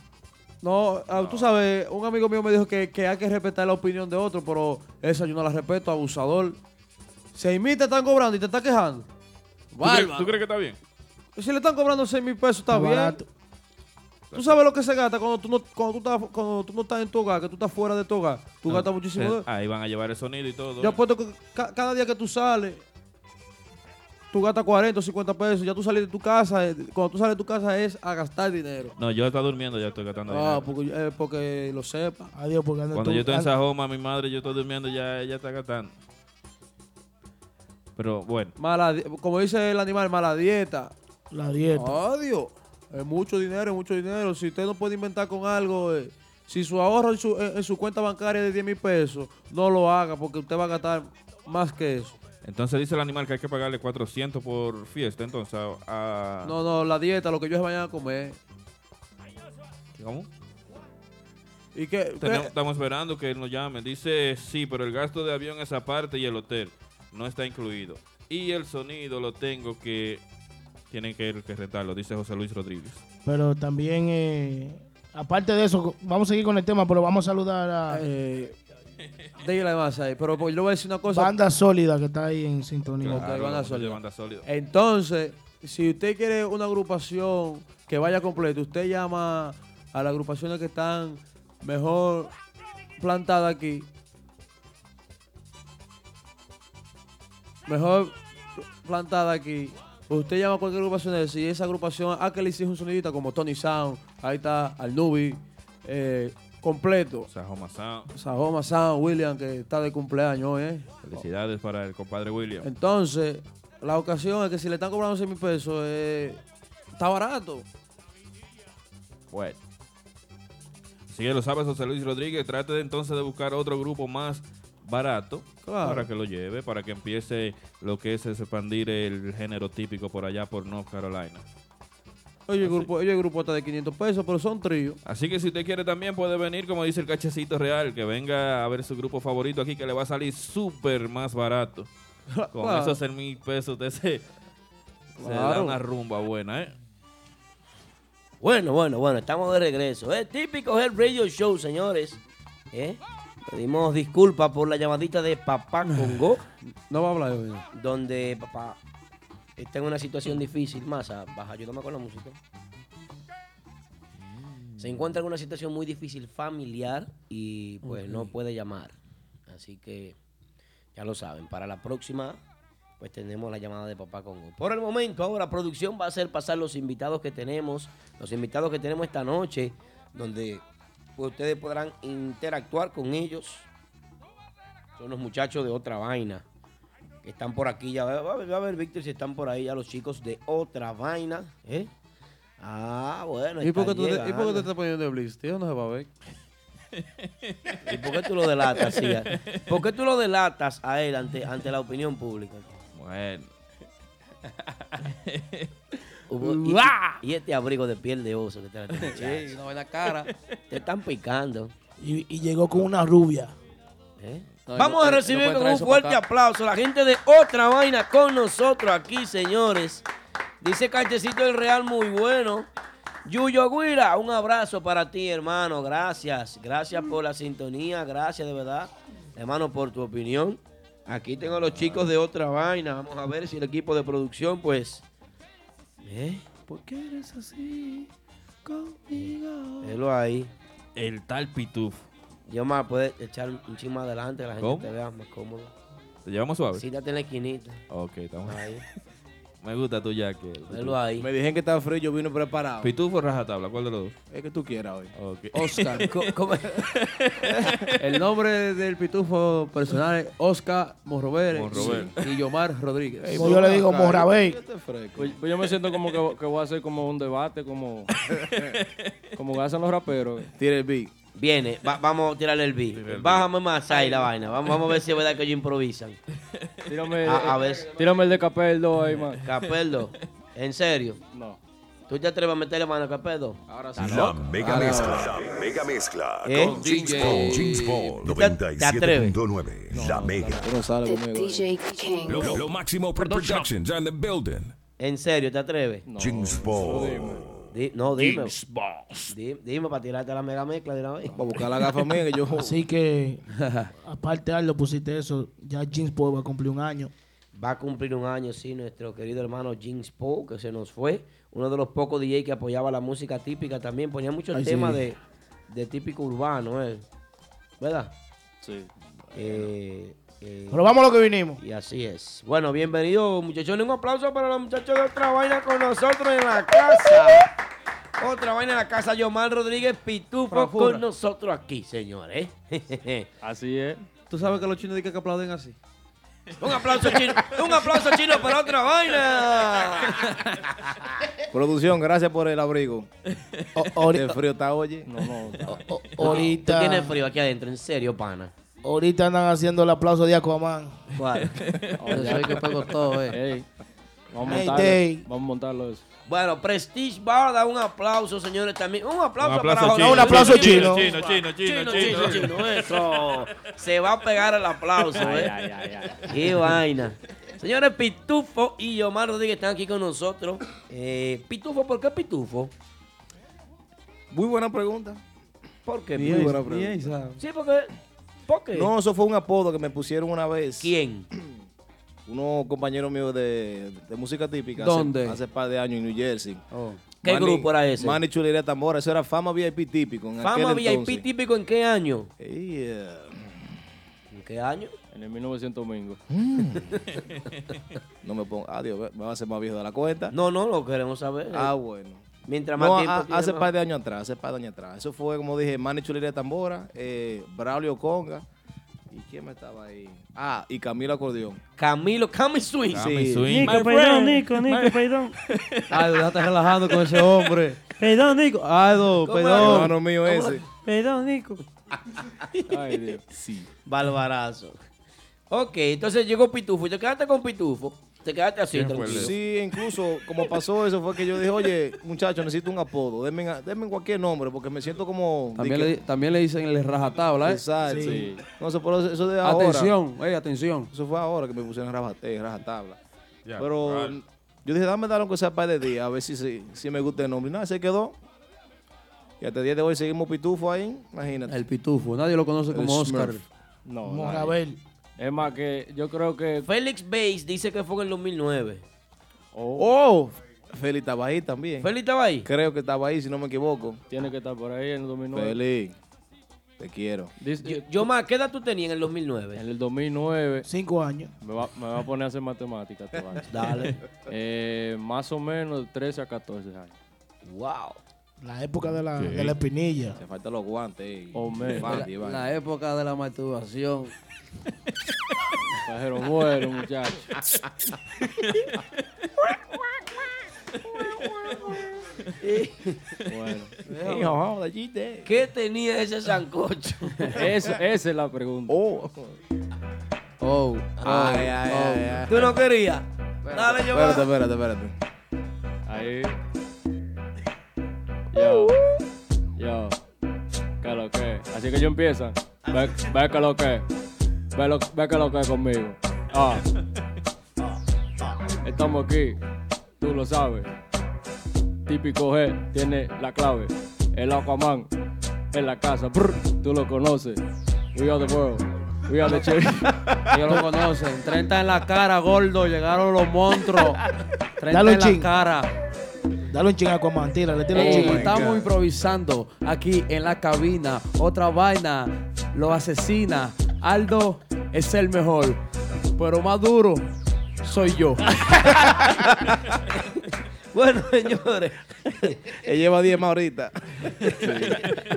Speaker 4: No, ah, tú sabes, un amigo mío me dijo que, que hay que respetar la opinión de otro, pero esa yo no la respeto, abusador. Seis mil te están cobrando y te estás quejando.
Speaker 3: ¿Tú crees,
Speaker 4: Bárbaro.
Speaker 3: tú crees que está bien?
Speaker 4: Si le están cobrando 6 mil pesos, está
Speaker 5: Está
Speaker 4: bien.
Speaker 5: barato.
Speaker 4: Tú sabes lo que se gasta cuando tú no, cuando tú estás, cuando tú no estás en tu hogar, que tú estás fuera de tu hogar. Tú gastas muchísimo.
Speaker 3: Ustedes-
Speaker 4: dinero.
Speaker 3: Eh, Ahí van a llevar el sonido y todo.
Speaker 4: Yo apuesto que ca- cada día que tú sales, tú gastas 40 o 50 pesos. Ya tú sales de tu casa. eh, Cuando tú sales de tu casa es a gastar dinero.
Speaker 3: No, yo está durmiendo, ya estoy gastando
Speaker 4: Ah,
Speaker 3: dinero.
Speaker 4: porque, eh, porque lo sepa.
Speaker 5: Adiós, porque andas
Speaker 3: Cuando
Speaker 5: tú-
Speaker 3: yo estoy en
Speaker 5: andas-
Speaker 3: Sajoma, mi madre, yo estoy durmiendo, ya ella está gastando. Pero bueno,
Speaker 4: Mala, di- como dice el animal, mala dieta.
Speaker 5: La dieta.
Speaker 4: Ah. Adiós. Es mucho dinero, es mucho dinero. Si usted no puede inventar con algo, eh, si su ahorro en su, en- en su cuenta bancaria es de 10 mil pesos, no lo haga porque usted va a gastar más que eso.
Speaker 3: entonces dice el animal que hay que pagarle 400 por fiesta, entonces a... a-
Speaker 4: No, no, la dieta, lo que ellos se vayan a comer.
Speaker 3: ¿Cómo?
Speaker 4: ¿Y que
Speaker 3: Tenemos- estamos esperando que él nos llame. Dice, sí, pero el gasto de avión es aparte y el hotel no está incluido. Y el sonido lo tengo que... Tienen que, que rentarlo, dice José Luis Rodríguez.
Speaker 5: Pero también, eh, aparte de eso, vamos a seguir con el tema, pero vamos a saludar a
Speaker 4: Eh, dígale más ahí. Pero pues, yo voy a decir una cosa.
Speaker 5: Banda Sólida que está ahí en sintonía.
Speaker 4: Ok, banda
Speaker 3: la
Speaker 4: sólida.
Speaker 3: banda sólida.
Speaker 4: Entonces, si usted quiere una agrupación que vaya completo, usted llama a las agrupaciones que están mejor plantadas aquí. Mejor plantada aquí. Pues Usted llama a cualquier agrupación y dice, esa agrupación, ah, que le hicieron un sonidita como Tony Sound, ahí está Alnubi, eh, completo.
Speaker 3: Sajoma Sound.
Speaker 4: Sajoma Sound, William, que está de cumpleaños hoy, ¿eh?
Speaker 3: Felicidades para el compadre William.
Speaker 4: Entonces, la ocasión es que si le están cobrando 6 mil pesos, eh, está barato.
Speaker 3: Bueno. Sigue los sábados José Luis Rodríguez. Trate de, entonces de buscar otro grupo más barato
Speaker 4: Claro.
Speaker 3: para que lo lleve, para que empiece lo que es expandir el género típico por allá por North Carolina.
Speaker 4: Oye, el grupo, oye, el grupo está de 500 pesos, pero son tríos.
Speaker 3: Así que si usted quiere también puede venir, como dice el cachecito real, que venga a ver su grupo favorito aquí, que le va a salir súper más barato. Con
Speaker 4: Claro.
Speaker 3: esos 6 mil pesos usted se, se da
Speaker 2: Claro.
Speaker 3: una rumba buena, ¿eh?
Speaker 2: Bueno, bueno, bueno, estamos de regreso. Es típico el Radio Show, señores. ¿Eh? Pedimos disculpas por la llamadita de Papá Congo.
Speaker 4: No va a hablar hoy.
Speaker 2: Donde papá está en una situación difícil. Masa, baja, ayúdame con la música. Se encuentra en una situación muy difícil familiar y pues no
Speaker 12: Ok.
Speaker 2: puede llamar. Así que ya lo saben, para la próxima pues tenemos la llamada de Papá Congo. Por el momento, ahora producción va a hacer pasar los invitados que tenemos, los invitados que tenemos esta noche, donde pues, ustedes podrán interactuar con ellos. Son los muchachos de otra vaina que están por aquí. Ya va, va a ver- va a ver, Víctor, si están por ahí ya los chicos de otra vaina. ¿eh? Ah, bueno.
Speaker 4: ¿Y por qué
Speaker 2: están
Speaker 4: tú te, ¿y por qué
Speaker 2: llegando.
Speaker 4: te estás poniendo de blitz? Tío, no se va a ver.
Speaker 2: ¿Y por qué tú lo delatas, sí? ¿Por qué tú lo delatas a él ante, ante la opinión pública?
Speaker 3: Bueno.
Speaker 2: y,
Speaker 7: Uah.
Speaker 2: y este abrigo de piel de oso que te la
Speaker 7: Ey, no ve la cara.
Speaker 2: Te están picando.
Speaker 5: Y, y llegó con una rubia.
Speaker 2: ¿eh?
Speaker 5: No, él
Speaker 2: Vamos
Speaker 5: no-
Speaker 2: a
Speaker 5: él no
Speaker 2: recibir
Speaker 5: puede
Speaker 2: con
Speaker 5: traer
Speaker 2: un
Speaker 5: eso
Speaker 2: fuerte
Speaker 5: para acá.
Speaker 2: aplauso la gente de Otra Vaina con nosotros aquí, señores. Dice Cachecito del Real, muy bueno. Yuyo Guira, un abrazo para ti, hermano. Gracias. Gracias por la sintonía. Gracias, de verdad. Hermano, por tu opinión. Aquí tengo a los chicos de Otra Vaina. Vamos a ver si el equipo de producción, pues... ¿Eh?
Speaker 7: ¿Por qué eres así conmigo?
Speaker 2: Velo ahí.
Speaker 3: El tal pitufo.
Speaker 2: Yo más puedes echar un chin más adelante, que la gente
Speaker 3: ¿Cómo?
Speaker 2: te vea más cómodo.
Speaker 3: ¿Te llevamos suave? Oh.
Speaker 2: Sítate en la esquinita.
Speaker 3: Ok, estamos
Speaker 2: ahí.
Speaker 3: Me gusta tu jaque.
Speaker 2: Velo ahí.
Speaker 12: Me dijeron que estaba frío, yo vine preparado.
Speaker 3: Pitufo o rajatabla, ¿cuál de los dos?
Speaker 12: Es que tú quieras hoy.
Speaker 3: Ok.
Speaker 4: Oscar. El nombre del pitufo personal es Oscar Morrover
Speaker 12: Morrover.
Speaker 4: y Yomar Rodríguez.
Speaker 12: Ey,
Speaker 5: Yo le digo
Speaker 12: Claro.
Speaker 5: Morrabey.
Speaker 13: Pues, pues yo me siento como que, que voy a hacer como un debate, como, como que hacen los raperos.
Speaker 12: Tira el beat.
Speaker 2: Viene, va- vamos a tirarle el beat. Bájame más ahí la vaina. Vamos, vamos a ver si es verdad que ellos improvisan.
Speaker 13: Tírame,
Speaker 12: Ah,
Speaker 2: A- a ver.
Speaker 13: tírame el de Capeldo ahí, man.
Speaker 2: Capeldo, ¿en serio?
Speaker 13: No.
Speaker 2: ¿Tú te atreves a meterle mano a Capeldo?
Speaker 13: Ahora
Speaker 2: Está
Speaker 14: La
Speaker 2: loco. Ah,
Speaker 14: mega
Speaker 2: Ahora.
Speaker 14: mezcla. La mega mezcla.
Speaker 2: ¿Eh?
Speaker 14: Con James
Speaker 2: DJ.
Speaker 14: Bond. James Bond.
Speaker 2: ¿Tú te- te atreves?
Speaker 14: 97.9. la mega.
Speaker 15: DJ King.
Speaker 14: Lo- lo
Speaker 2: máximo productions and the building. ¿En serio te atreves?
Speaker 14: James Bond.
Speaker 2: Di- no, dime. Di- dime para tirarte la mega mezcla de una vez. Para
Speaker 12: buscar la gafa mía que yo
Speaker 5: Así que, aparte de lo pusiste eso, ya James Paul va a cumplir un año.
Speaker 2: Va a cumplir un año, sí, nuestro querido hermano James Poe, que se nos fue. Uno de los pocos DJ que apoyaba la música típica también. Ponía muchos
Speaker 12: Ay,
Speaker 2: temas
Speaker 12: sí.
Speaker 2: de, de típico urbano, él. ¿Verdad? Eh,
Speaker 13: Sí.
Speaker 5: Pero vamos a lo que vinimos.
Speaker 2: Y así es. Bueno, bienvenidos, muchachones. Un aplauso para los muchachos de Otra Vaina con nosotros en la casa. Otra Vaina en la casa. Yomar Rodríguez Pitufo
Speaker 4: Frafura.
Speaker 2: con nosotros aquí, señores.
Speaker 13: así es.
Speaker 4: ¿Tú sabes que los chinos dicen que aplauden así?
Speaker 2: Un aplauso chino, un aplauso chino para Otra Vaina.
Speaker 12: Producción, gracias por el abrigo.
Speaker 5: ori-
Speaker 12: ¿El frío está, oye? No,
Speaker 13: no.
Speaker 5: ahorita-
Speaker 2: Tú
Speaker 4: Ah.
Speaker 2: tienes frío aquí adentro, en serio, pana.
Speaker 5: Ahorita andan haciendo el aplauso de Aquaman.
Speaker 2: ¿Cuál?
Speaker 13: Oye.
Speaker 5: soy que pego todo, eh.
Speaker 13: Ey, vamos, a
Speaker 5: Ey,
Speaker 13: montarlo,
Speaker 5: Dave.
Speaker 13: vamos a montarlo eso.
Speaker 2: Bueno, Prestige Bar da un aplauso, señores, también. Un aplauso,
Speaker 13: Un aplauso
Speaker 2: para Jorge.
Speaker 13: chino. Un aplauso chino.
Speaker 3: Chino, chino, chino, chino.
Speaker 2: eso. Se va a pegar el aplauso,
Speaker 3: Ay,
Speaker 2: ¿eh?
Speaker 3: ay,
Speaker 2: Qué vaina. Señores, Pitufo y Omar Rodríguez están aquí con nosotros. Eh, Pitufo, ¿por qué Pitufo?
Speaker 12: Muy buena pregunta.
Speaker 2: ¿Por qué?
Speaker 12: Muy buena pregunta.
Speaker 2: Sí, porque... ¿Por qué?
Speaker 12: No, eso fue un apodo que me pusieron una vez.
Speaker 2: ¿Quién?
Speaker 12: Unos compañeros míos de, de música típica.
Speaker 4: ¿Dónde? Oh.
Speaker 12: Hace, hace par de años en New Jersey.
Speaker 2: ¿Qué grupo era ese?
Speaker 12: Manny Chulería Tambora, eso era Fama VIP típico. En
Speaker 2: Fama
Speaker 12: aquel
Speaker 2: VIP
Speaker 12: entonces.
Speaker 2: típico en qué año?
Speaker 12: eh. ¿En
Speaker 2: qué año?
Speaker 13: En el 1900 domingo.
Speaker 12: Mm. no me pongo. Adiós, me va a hacer más viejo de la cuenta.
Speaker 2: No, no, lo queremos saber.
Speaker 12: Ah, bueno.
Speaker 2: Mientras más
Speaker 12: No,
Speaker 2: tiempo
Speaker 12: ha-
Speaker 2: tiene,
Speaker 12: hace
Speaker 2: más-
Speaker 12: par de años atrás, hace par de años atrás. Eso fue, como dije, Manny Chulería Tambora, eh, Braulio Conga. ¿Y quién me estaba ahí? Ah, y Camilo Acordeón.
Speaker 2: Camilo, Cami Swing.
Speaker 12: Sí.
Speaker 9: Nico, perdón, Nico, Nico, perdón.
Speaker 4: Aldo, ya estás relajando con ese hombre.
Speaker 9: Perdón, Nico.
Speaker 4: Aldo,
Speaker 9: ¿Cómo
Speaker 4: perdón.
Speaker 9: era?
Speaker 12: Hermano mío
Speaker 9: ¿Cómo
Speaker 12: ese.
Speaker 9: Perdón, Nico.
Speaker 13: Ay, Dios.
Speaker 12: Sí.
Speaker 2: Balbarazo. Ok, entonces llegó Pitufo. ¿Y te quedaste con Pitufo? ¿Te quedaste así, tranquilo?
Speaker 12: Sí, incluso como pasó eso fue que yo dije, oye, muchachos, necesito un apodo, denme, a- denme cualquier nombre porque me siento como...
Speaker 4: También
Speaker 12: de
Speaker 4: le,
Speaker 12: que-
Speaker 4: también le dicen el rajatabla, ¿eh?
Speaker 12: Exacto.
Speaker 4: Sí.
Speaker 12: No sé, pero eso de ahora.
Speaker 4: Atención, ey, atención.
Speaker 12: Eso fue ahora que me pusieron raja, eh, rajatabla.
Speaker 4: Ya,
Speaker 12: pero
Speaker 4: claro.
Speaker 12: yo dije, dame dar aunque sea par de días, a ver si, si, si me gusta el nombre. Y nada, se quedó. Y hasta el día de hoy seguimos pitufo ahí, imagínate.
Speaker 4: El pitufo, nadie lo conoce
Speaker 12: El
Speaker 4: como Oscar.
Speaker 12: Smurf. No,
Speaker 5: Morabel.
Speaker 13: Es más que yo creo que...
Speaker 2: Félix Bates dice que fue en el 2009.
Speaker 12: Oh. Feli estaba ahí también.
Speaker 2: ¿Feli estaba ahí?
Speaker 12: Creo que estaba ahí, si no me equivoco.
Speaker 13: Tiene que estar por ahí en el 2009.
Speaker 12: Feli, te quiero.
Speaker 2: Yo, yo más, ¿qué edad tú tenías en el 2009?
Speaker 13: eh, En el 2009.
Speaker 5: Cinco años.
Speaker 13: Me va, me va a poner a hacer matemáticas. te vale.
Speaker 5: Dale.
Speaker 13: Eh, más o menos de 13 a 14 años.
Speaker 2: Wow.
Speaker 5: La época de la,
Speaker 13: Sí.
Speaker 5: Ah, de la espinilla.
Speaker 12: Se faltan los guantes. eh.
Speaker 13: Oh, man.
Speaker 12: Fan,
Speaker 4: La,
Speaker 12: Iván.
Speaker 4: la época de la masturbación.
Speaker 13: Trajeron bueno, muchachos. bueno.
Speaker 2: Hijo, vamos, ¿Qué tenía ese sancocho?
Speaker 13: Eso- esa es la pregunta.
Speaker 12: Oh.
Speaker 4: Oh.
Speaker 12: Ay, ay,
Speaker 2: oh.
Speaker 12: ay, ay.
Speaker 2: ¿Tú no querías? Dale, yo
Speaker 12: Espérate, espérate, espérate.
Speaker 13: Ahí. Yo. Yo. ¿Qué lo que? Así que yo empieza. Ve, ve que lo que. Ve, lo, ve que lo que conmigo. Ah. Estamos aquí. Tú lo sabes. Típico G tiene la clave. El Aquaman en la casa. Brr, tú lo conoces. We are the world. We are the cherry.
Speaker 4: Ellos lo conocen. 30 en la cara, gordo. Llegaron los monstruos. 30
Speaker 5: Dale un
Speaker 4: en la
Speaker 5: chin.
Speaker 4: cara.
Speaker 5: Dale un chingo con mantira, le tira un
Speaker 4: Ey,
Speaker 5: chingo.
Speaker 4: Eh, estamos improvisando aquí en la cabina. Otra vaina. Lo asesina. Aldo es el mejor. Pero más duro soy yo.
Speaker 2: bueno, señores.
Speaker 12: Él lleva 10 más ahorita.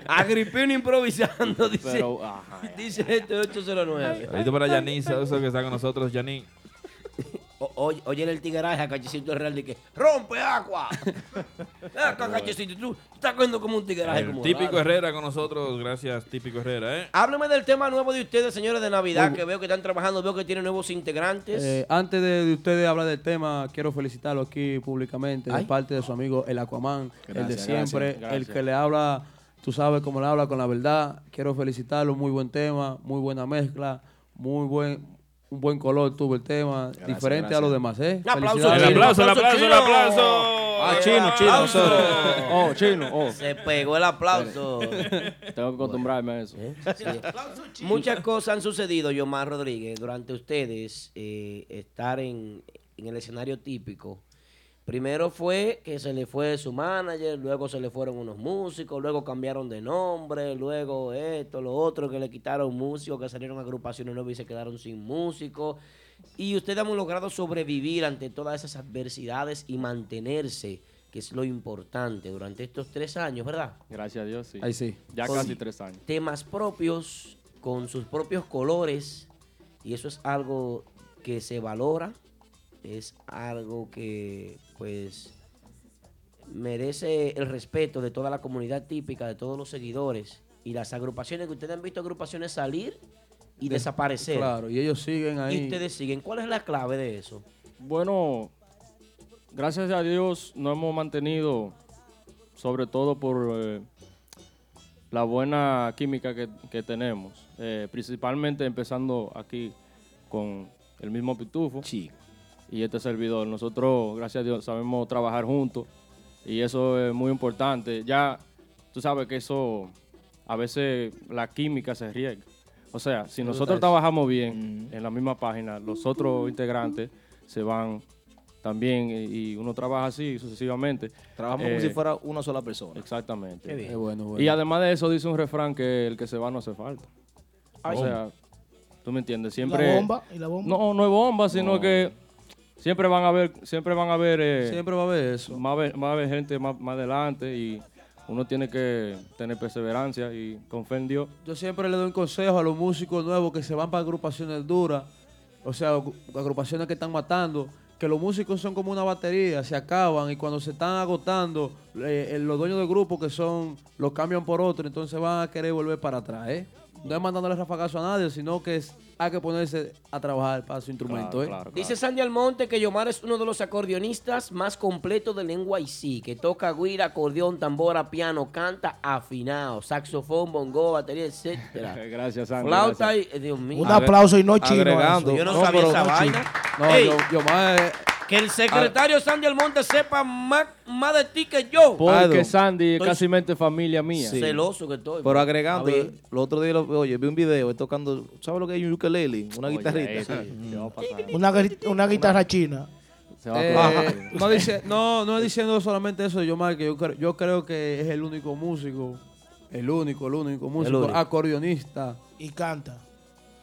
Speaker 2: Agripino improvisando, dice.
Speaker 12: Pero, ah.
Speaker 2: dice este 809.
Speaker 3: Saludito para Yanis, saludos que está con nosotros, Yanis.
Speaker 2: O- oye, oye el tigaraje a Cachecito Real de que rompe agua. Acá, Cachecito, tú, tú estás cogiendo como un tigaraje.
Speaker 3: El
Speaker 2: como
Speaker 3: típico
Speaker 2: raro.
Speaker 3: Herrera con nosotros, gracias, típico Herrera, ¿eh?
Speaker 2: Háblame del tema nuevo de ustedes, señores de Navidad,
Speaker 4: Muy bu-
Speaker 2: que veo que están trabajando, veo que tienen nuevos integrantes.
Speaker 4: Eh, antes de, de ustedes hablar del tema, quiero felicitarlo aquí públicamente
Speaker 2: Ay.
Speaker 4: de parte de su amigo el Aquaman, el de
Speaker 12: Gracias,
Speaker 4: siempre,
Speaker 12: gracias,
Speaker 4: el
Speaker 12: gracias.
Speaker 4: que le habla, tú sabes cómo le habla con la verdad. Quiero felicitarlo, muy buen tema, muy buena mezcla, muy buen un buen color tuvo el tema, diferente a los
Speaker 12: gracias.
Speaker 4: demás, ¿eh?
Speaker 12: Un aplauso, chino,
Speaker 4: Felicidades.
Speaker 12: El aplauso, el aplauso, el aplauso, chino.
Speaker 3: aplauso.
Speaker 12: Ah, chino, chino,
Speaker 2: Aplauso.
Speaker 12: sorry.
Speaker 13: Oh, chino. Oh.
Speaker 2: Se pegó el aplauso. ¿Eh?
Speaker 13: Tengo que acostumbrarme a eso.
Speaker 2: Muchas cosas han sucedido, Yomar Rodríguez, durante ustedes eh, estar en, en el escenario típico. Primero fue que se le fue su manager, luego se le fueron unos músicos, luego cambiaron de nombre, luego esto, lo otro, que le quitaron músicos, que salieron agrupaciones nuevas y se quedaron sin músicos. Y ustedes han logrado sobrevivir ante todas esas adversidades y mantenerse, que es lo importante durante estos tres años, ¿verdad?
Speaker 13: Gracias a Dios, sí.
Speaker 4: Ahí sí.
Speaker 13: Ya
Speaker 2: Con
Speaker 13: casi tres años.
Speaker 2: Temas propios, con sus propios colores, y eso es algo que se valora, es algo que, pues, merece el respeto de toda la comunidad típica, de todos los seguidores y las agrupaciones que ustedes han visto, agrupaciones salir y
Speaker 4: De-
Speaker 2: desaparecer.
Speaker 4: Claro, y ellos siguen
Speaker 2: Y
Speaker 4: ahí.
Speaker 2: ustedes siguen. ¿Cuál es la clave de eso?
Speaker 13: Bueno, gracias a Dios nos hemos mantenido, sobre todo por eh, la buena química que, que tenemos. Eh, principalmente empezando aquí con el mismo Pitufo y este servidor. Nosotros, gracias a Dios, sabemos trabajar juntos y eso es muy importante. Ya tú sabes que eso, a veces la química se riega. O sea, si
Speaker 12: Me gusta
Speaker 13: nosotros
Speaker 12: eso.
Speaker 13: trabajamos bien en la misma página, los otros integrantes se van también y y uno trabaja así sucesivamente. Eh,
Speaker 12: Trabajamos como si fuera una sola persona.
Speaker 13: Exactamente.
Speaker 12: Qué bien. Qué bueno, bueno.
Speaker 13: Y además de eso dice un refrán que el que se va no hace falta.
Speaker 5: Ay.
Speaker 13: O sea, tú me entiendes, siempre
Speaker 5: ¿La bomba? ¿Y la bomba?
Speaker 13: No, no es bomba, sino
Speaker 5: No.
Speaker 13: que siempre van a haber siempre van a haber eh,
Speaker 5: Siempre
Speaker 13: va a haber eso. Va a haber, gente más, más adelante y uno tiene que tener perseverancia y con fe en Dios.
Speaker 4: Yo siempre le doy un consejo a los músicos nuevos que se van para agrupaciones duras, o sea, agru- agrupaciones que están matando, que los músicos son como una batería, se acaban y cuando se están agotando, eh, eh, los dueños del grupo que son, los cambian por otro, entonces van a querer volver para atrás, ¿eh? No es mandándole rafagazo a nadie, sino que es- hay que ponerse a trabajar para su instrumento, ¿eh?
Speaker 2: Dice Sandy Almonte que Yomar es uno de los acordeonistas más completos del NYC, que toca guira, acordeón, tambora, piano, canta afinado, saxofón, bongo, batería, etcétera.
Speaker 13: gracias,
Speaker 2: Sandy. Flauta y, eh, Dios mío.
Speaker 5: Un aplauso y no chino.
Speaker 2: Agregando.
Speaker 5: eso.
Speaker 2: Yo no No, sabía pero- esa no vaina. chino.
Speaker 4: No,
Speaker 2: Ey.
Speaker 4: yo, yo más... eh,
Speaker 2: Que el secretario Sandy Almonte sepa más, más de ti que yo.
Speaker 13: Porque Sandy es
Speaker 2: Estoy
Speaker 13: casi familia mía.
Speaker 12: Sí.
Speaker 2: celoso que estoy.
Speaker 12: Pero
Speaker 2: bro.
Speaker 12: agregando,
Speaker 2: A ver.
Speaker 12: el otro día, lo- oye, vi un video él tocando, ¿sabes lo que es un ukulele? Una guitarrita.
Speaker 13: ese,
Speaker 2: este,
Speaker 12: Sí.
Speaker 5: Una, gri- una guitarra china.
Speaker 4: Eh, no, dice, no, no es diciendo solamente eso de Yomar, que yo, cre- yo creo que es el único músico, el único, el único músico,
Speaker 5: único.
Speaker 4: acordeonista
Speaker 5: Y canta.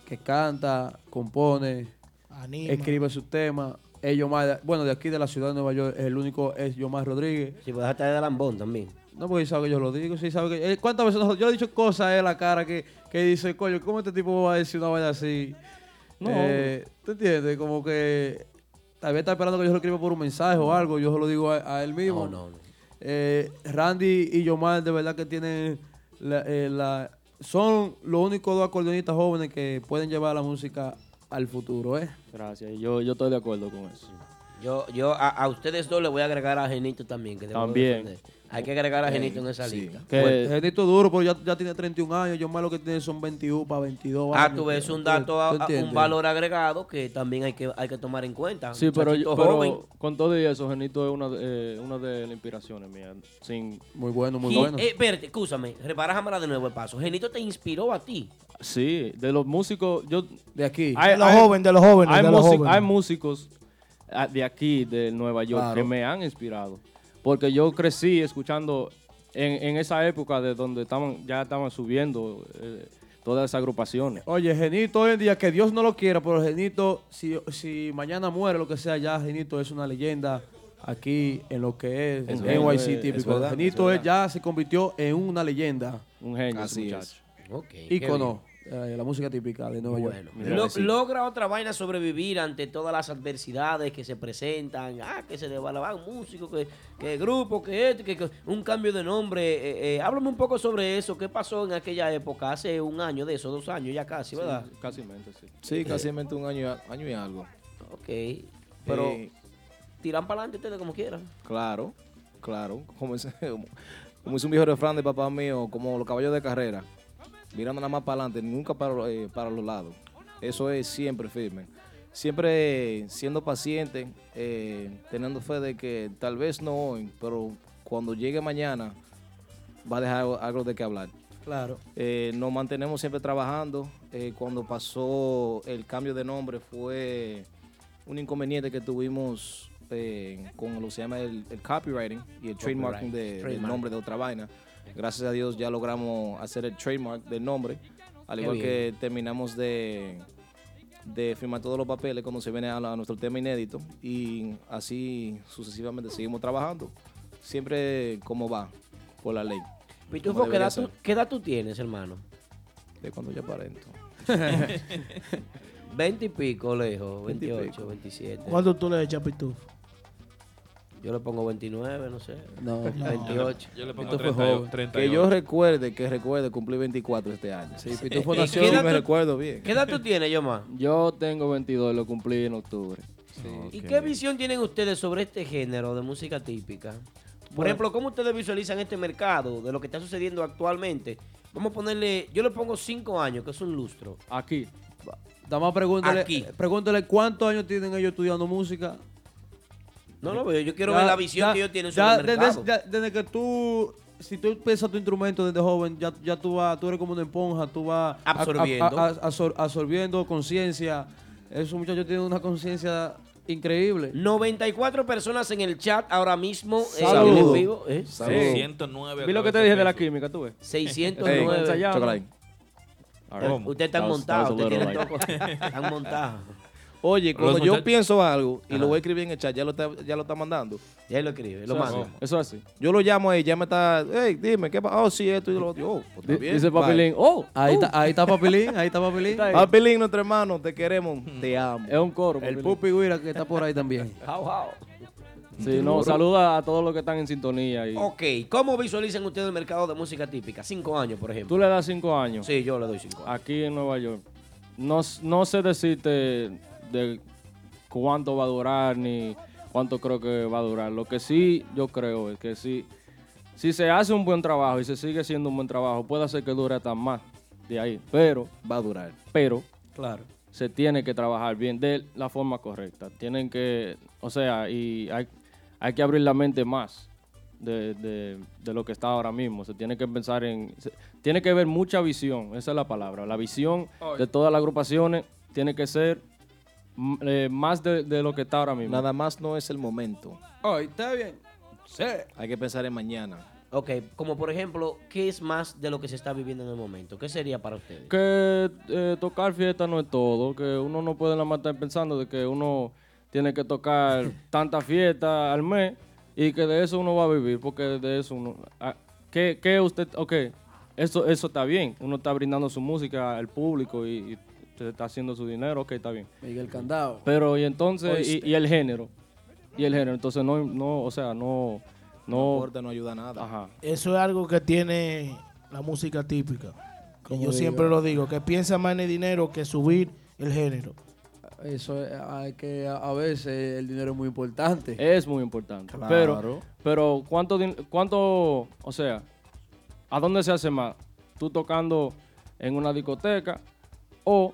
Speaker 4: que canta, compone,
Speaker 5: Anima.
Speaker 4: escribe sus temas. Es Yomar, bueno, de aquí de la ciudad de Nueva York, el único es Yomar Rodríguez.
Speaker 2: Sí, pues hasta de Lambón también.
Speaker 4: No, porque sabe que yo lo digo, sí sabe que... eh, ¿Cuántas veces nosotros- yo he dicho cosas en la cara que, que dice, coño, ¿cómo este tipo va a decir una vaina así?
Speaker 13: No.
Speaker 4: Eh, ¿Tú entiendes? Como que tal vez está esperando que yo se lo escriba por un mensaje o algo, yo se lo digo a, a él mismo.
Speaker 2: No, no,
Speaker 4: Eh, Randy y Yomar de verdad que tienen la, eh, la- son los únicos dos acordeonistas jóvenes que pueden llevar la música al futuro, ¿eh?
Speaker 13: Gracias, yo, yo estoy de acuerdo con eso.
Speaker 2: Yo, yo a, a ustedes dos les voy a agregar a Genito también. Que debo
Speaker 13: También.
Speaker 2: defender. Hay que agregar a
Speaker 13: Eh,
Speaker 2: Genito en esa
Speaker 13: sí.
Speaker 2: lista.
Speaker 13: Que-
Speaker 4: Pues, Genito es duro, pero ya, ya tiene 31 años, Yomar lo que tiene son 21 para 22
Speaker 2: Ah,
Speaker 4: años.
Speaker 2: tú ves un
Speaker 4: eh, ¿Tú-
Speaker 2: dato, a-
Speaker 4: tú
Speaker 2: a- un
Speaker 4: entiendes?
Speaker 2: valor agregado que también hay que, hay que tomar en cuenta.
Speaker 13: Sí, pero, yo-
Speaker 2: Muchachito
Speaker 13: pero
Speaker 2: joven.
Speaker 13: con todo y eso, Genito es una, de- eh, una de las inspiraciones mías. Sin...
Speaker 4: Muy bueno,
Speaker 2: Gi- eh, espérate, escúchame, reparájamela de nuevo el paso. Genito te inspiró a ti.
Speaker 13: Sí, de los músicos, yo...
Speaker 4: De aquí.
Speaker 5: De los jóvenes, de los jóvenes,
Speaker 13: Hay,
Speaker 5: de los
Speaker 13: músic-
Speaker 5: jóvenes.
Speaker 13: hay músicos ah, de aquí, de Nueva York,
Speaker 5: Claro.
Speaker 13: que me han inspirado. Porque yo crecí escuchando en, en esa época de donde estaban, ya estaban subiendo eh, todas esas agrupaciones.
Speaker 4: Oye, Genito hoy en día, que Dios no lo quiera, pero Genito, si, si mañana muere, lo que sea, ya Genito es una leyenda aquí en lo que es,
Speaker 13: Es
Speaker 4: en
Speaker 13: verdad,
Speaker 4: NYC
Speaker 13: es- es
Speaker 4: típico.
Speaker 13: verdad,
Speaker 4: Genito
Speaker 13: es
Speaker 4: es- ya se convirtió en una leyenda.
Speaker 13: Un genio ese
Speaker 4: Así
Speaker 13: muchacho.
Speaker 4: es.
Speaker 2: Ok, qué
Speaker 4: Ícono eh, la música típica de Nueva
Speaker 2: Bueno,
Speaker 4: York.
Speaker 2: Lo- logra otra vaina sobrevivir ante todas las adversidades que se presentan. Ah, que se devalúa un músico, que, que grupo, que esto, que, que un cambio de nombre. Eh, eh, háblame un poco sobre eso. ¿Qué pasó en aquella época? Hace un año de eso, dos años ya casi, ¿verdad? Eh,
Speaker 13: Casi mente, sí.
Speaker 12: Sí, casi un año, y a- año y algo.
Speaker 2: Ok. Pero
Speaker 12: Eh,
Speaker 2: tiran para adelante ustedes como quieran.
Speaker 12: Claro, claro. Como dice, como dice un viejo refrán de papá mío, como los caballos de carrera, mirando nada más para adelante, nunca para, lo- eh, para los lados. Eso es siempre firme. Siempre eh, siendo paciente, eh, teniendo fe de que tal vez no hoy, pero cuando llegue mañana va a dejar algo- algo de qué hablar.
Speaker 4: Claro.
Speaker 12: Eh, nos mantenemos siempre trabajando. Eh, cuando pasó el cambio de nombre fue un inconveniente que tuvimos eh, con lo que se llama el, el copywriting y el trademarking de- del
Speaker 16: Trademark.
Speaker 12: nombre de otra vaina. Gracias a Dios ya logramos hacer el trademark del nombre, al
Speaker 16: Qué
Speaker 12: igual
Speaker 16: bien.
Speaker 12: que terminamos de, de firmar todos los papeles cuando se viene a, la- a nuestro tema inédito y así sucesivamente seguimos trabajando, siempre como va, por la ley.
Speaker 2: Pitufo,
Speaker 12: como
Speaker 2: ¿qué
Speaker 12: debería
Speaker 2: edad,
Speaker 12: ser.
Speaker 2: tú, qué edad tú tienes, hermano?
Speaker 12: De cuando yo aparento.
Speaker 2: Veinte y pico, lejos.
Speaker 5: Veinte y
Speaker 2: 28, 27.
Speaker 5: ¿Cuánto tú le echas, Pitufo?
Speaker 2: Yo le pongo 29, no sé.
Speaker 4: No.
Speaker 2: 28.
Speaker 3: Yo le pongo
Speaker 12: Pitufo
Speaker 3: 38,
Speaker 12: es joven.
Speaker 3: 38.
Speaker 12: Que yo recuerde, que recuerde, cumplí 24 este año. Sí,
Speaker 13: Eh,
Speaker 2: Pitufo ¿Y nació- qué edad
Speaker 12: me
Speaker 2: tú-
Speaker 12: recuerdo bien.
Speaker 2: ¿Qué edad tú tienes, Yoma?
Speaker 13: Yo tengo 22, lo cumplí en octubre.
Speaker 2: ¿Y qué visión tienen ustedes sobre este género de música típica? Por
Speaker 13: Bueno.
Speaker 2: ejemplo, ¿cómo ustedes visualizan este mercado de lo que está sucediendo actualmente? Vamos a ponerle, yo le pongo cinco años, que es un lustro.
Speaker 13: Aquí.
Speaker 4: Dama, pregúntale,
Speaker 2: Aquí.
Speaker 4: pregúntale eh, cuántos años tienen ellos estudiando música.
Speaker 2: No, no, pero yo quiero
Speaker 4: Ya-
Speaker 2: ver la visión
Speaker 4: ya-
Speaker 2: que ellos tienen sobre
Speaker 4: ya
Speaker 2: el
Speaker 4: desde-
Speaker 2: mercado.
Speaker 4: ya- desde que tú, si tú empiezas tu instrumento desde joven, ya, ya tú vas, tú eres como una esponja, tú vas a- a-
Speaker 2: Absorbiendo.
Speaker 4: a- a- absor- absorbiendo conciencia. Esos muchachos tienen una conciencia Increíble.
Speaker 2: 94 personas en el chat ahora mismo. eh,
Speaker 13: Saludos.
Speaker 2: en vivo, ¿eh?
Speaker 13: Saludos. 609 Vi lo que te dije de la química, tú ves.
Speaker 2: 609.
Speaker 13: Ey, chocolate.
Speaker 2: Usted-
Speaker 12: Alright.
Speaker 2: Usted está
Speaker 12: That was- that
Speaker 2: montado,
Speaker 12: was a
Speaker 2: usted tiene
Speaker 12: little
Speaker 2: todo. Están montados.
Speaker 12: Oye,
Speaker 2: Los
Speaker 12: cuando yo
Speaker 2: muchachos-
Speaker 12: pienso algo y
Speaker 2: Ajá.
Speaker 12: lo voy a escribir en el chat, ya lo está, ya lo está mandando.
Speaker 2: Ya lo escribe, lo
Speaker 12: Eso es
Speaker 2: manda.
Speaker 12: así.
Speaker 13: Eso es así.
Speaker 12: Yo lo llamo ahí, ya me está. Hey, dime, ¿qué pasa? Oh, sí, esto y lo otro. Oh, pues, está
Speaker 13: Di-
Speaker 12: bien.
Speaker 13: dice Papilín,
Speaker 12: Bye.
Speaker 13: oh,
Speaker 12: Ahí,
Speaker 13: oh.
Speaker 12: Está, ahí está Papilín, ahí está Papilín.
Speaker 13: Está ahí.
Speaker 12: Papilín, nuestro hermano, te queremos, te amo.
Speaker 13: Es un coro.
Speaker 12: El
Speaker 13: Papilín.
Speaker 12: Pupi Guira que está por ahí también.
Speaker 13: Sí, no,
Speaker 2: Duro.
Speaker 13: saluda a todos los que están en sintonía. Y
Speaker 2: Ok, ¿cómo visualizan ustedes el mercado de música típica? Cinco años, por ejemplo.
Speaker 13: ¿Tú le das cinco años?
Speaker 2: Sí, yo le doy cinco años.
Speaker 13: Aquí en Nueva York. No, s- no sé decirte de cuánto va a durar ni cuánto creo que va a durar. Lo que sí yo creo es que si, si se hace un buen trabajo y se sigue siendo un buen trabajo, puede hacer que dure hasta más de ahí. Pero...
Speaker 12: Va a durar.
Speaker 13: Pero...
Speaker 4: Claro.
Speaker 13: Se tiene que trabajar bien de la forma correcta. Tienen que... O sea, y hay, hay que abrir la mente más de, de- de lo que está ahora mismo. Se tiene que pensar en. se- tiene que haber mucha visión, esa es la palabra. La visión de todas las agrupaciones tiene que ser mm, eh, más de, de lo que está ahora mismo.
Speaker 12: Nada más no es el momento.
Speaker 4: Oh,
Speaker 13: Hoy está bien. Sí.
Speaker 12: Hay que pensar en mañana.
Speaker 2: Ok, como por ejemplo, ¿qué es más de lo que se está viviendo en el momento? ¿Qué sería para ustedes?
Speaker 13: Que eh, tocar fiesta no es todo, que uno no puede nada más estar pensando de que uno tiene que tocar tantas fiestas al mes y que de eso uno va a vivir, porque de eso uno... ah, ¿Qué, qué usted...? Ok, eso, eso está bien, uno está brindando su música al público y, y se está haciendo su dinero, ok, está bien.
Speaker 4: Miguel Candado.
Speaker 13: Pero y entonces, y,
Speaker 4: Oíste.
Speaker 13: y el género, y el género, entonces no, no o sea, no...
Speaker 12: No
Speaker 13: No,
Speaker 12: aporta, no ayuda a nada.
Speaker 13: Ajá.
Speaker 5: Eso es algo que tiene la música típica. Que
Speaker 4: Como
Speaker 5: yo
Speaker 4: digo.
Speaker 5: siempre lo digo, que piensa más en el dinero que subir el género.
Speaker 4: Eso es hay que a, a veces el dinero es muy importante.
Speaker 13: Es muy importante.
Speaker 4: Claro.
Speaker 13: Pero, pero ¿cuánto, din- ¿cuánto, o sea, a dónde se hace más? ¿Tú tocando en una discoteca o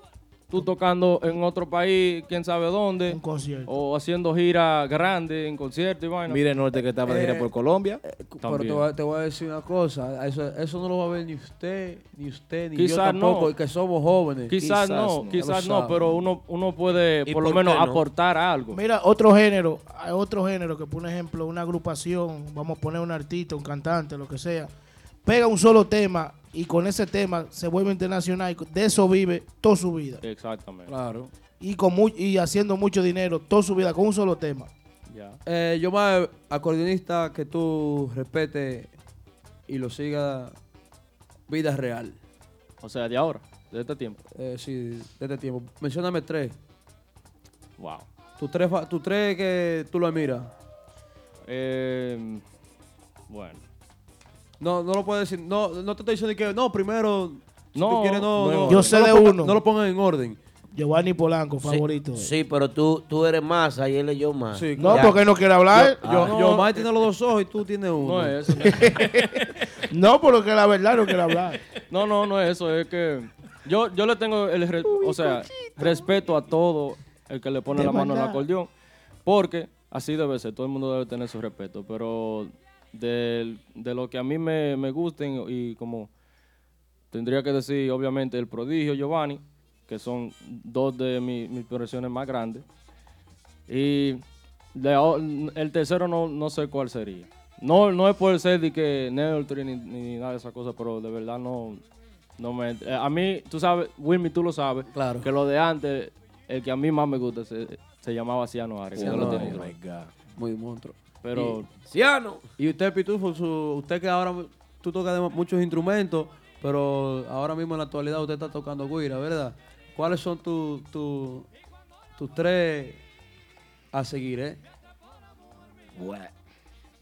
Speaker 13: tú tocando en otro país, quién sabe dónde? O haciendo giras grandes en conciertos y vaina.
Speaker 12: Mire el norte que estaba de gira
Speaker 13: Eh,
Speaker 12: por Colombia.
Speaker 13: También.
Speaker 4: Pero te voy, a, te voy a decir una cosa, eso, eso no lo va a ver ni usted, ni usted, ni yo
Speaker 13: Quizás no.
Speaker 4: tampoco, y que somos jóvenes.
Speaker 13: Quizás, no, quizás
Speaker 4: Ya
Speaker 13: no,
Speaker 4: lo
Speaker 13: pero uno, uno puede por, lo
Speaker 4: por
Speaker 13: menos
Speaker 4: qué no?
Speaker 13: aportar algo.
Speaker 5: Mira, otro género, hay otro género que, por ejemplo, una agrupación, vamos a poner un artista, un cantante, lo que sea, pega un solo tema y con ese tema se vuelve internacional y de eso vive toda su vida.
Speaker 13: Exactamente.
Speaker 4: Claro.
Speaker 5: Y, con mu- y haciendo mucho dinero toda su vida con un solo tema.
Speaker 4: Eh, yo más acordeonista que tú respetes y lo sigas vida real.
Speaker 13: O sea, de ahora, de este tiempo.
Speaker 4: Eh, sí, de este tiempo. Mencióname tres.
Speaker 13: Wow.
Speaker 4: Tus tres, fa- tus tres que tú lo admiras.
Speaker 13: Eh, bueno.
Speaker 4: No, no lo puedes decir. No, no te estoy diciendo que no, primero. si
Speaker 13: No,
Speaker 4: tú quieres, no,
Speaker 13: no en
Speaker 4: no.
Speaker 5: Yo sé
Speaker 4: No lo
Speaker 5: de
Speaker 4: ponga-
Speaker 5: uno.
Speaker 4: No lo pongas en orden.
Speaker 5: Giovanni Polanco, favorito.
Speaker 2: Sí, pero tú, tú eres más, ahí él leyó más.
Speaker 4: Sí,
Speaker 5: No, porque no quiere hablar.
Speaker 4: Yo, yo,
Speaker 5: Ah.
Speaker 4: yo más tiene los dos ojos y tú tienes uno.
Speaker 13: No es eso.
Speaker 5: No, porque la verdad no quiere hablar.
Speaker 13: No, no, no es eso. Es que yo, yo le tengo el re- o sea, respeto a todo el que le pone
Speaker 5: De
Speaker 13: la mano al
Speaker 5: verdad.
Speaker 13: acordeón. Porque así debe ser. Todo el mundo debe tener su respeto. Pero del- de lo que a mí me, me gusten y como tendría que decir, obviamente, el prodigio Giovanni, que son dos de mi- mis profesiones más grandes. Y de o- el tercero no, no sé cuál sería. No, no es por ser de que neutro ni, ni nada de esas cosas, pero de verdad no, no me... eh, A mí, tú sabes, Wilmy, tú lo sabes,
Speaker 4: Claro.
Speaker 13: que lo de antes, el que a mí más me gusta, se, se llamaba Ciano Ares. que
Speaker 4: Ciano
Speaker 13: no lo
Speaker 4: Ares.
Speaker 13: tengo.
Speaker 4: Oh my God. Muy monstruo.
Speaker 13: Pero-
Speaker 4: Y- Y usted, Pitufo, su- usted que ahora tú tocas de- muchos instrumentos, pero ahora mismo en la actualidad usted está tocando guira, ¿verdad? ¿Cuáles son tu- tu- tus tres a seguir, eh?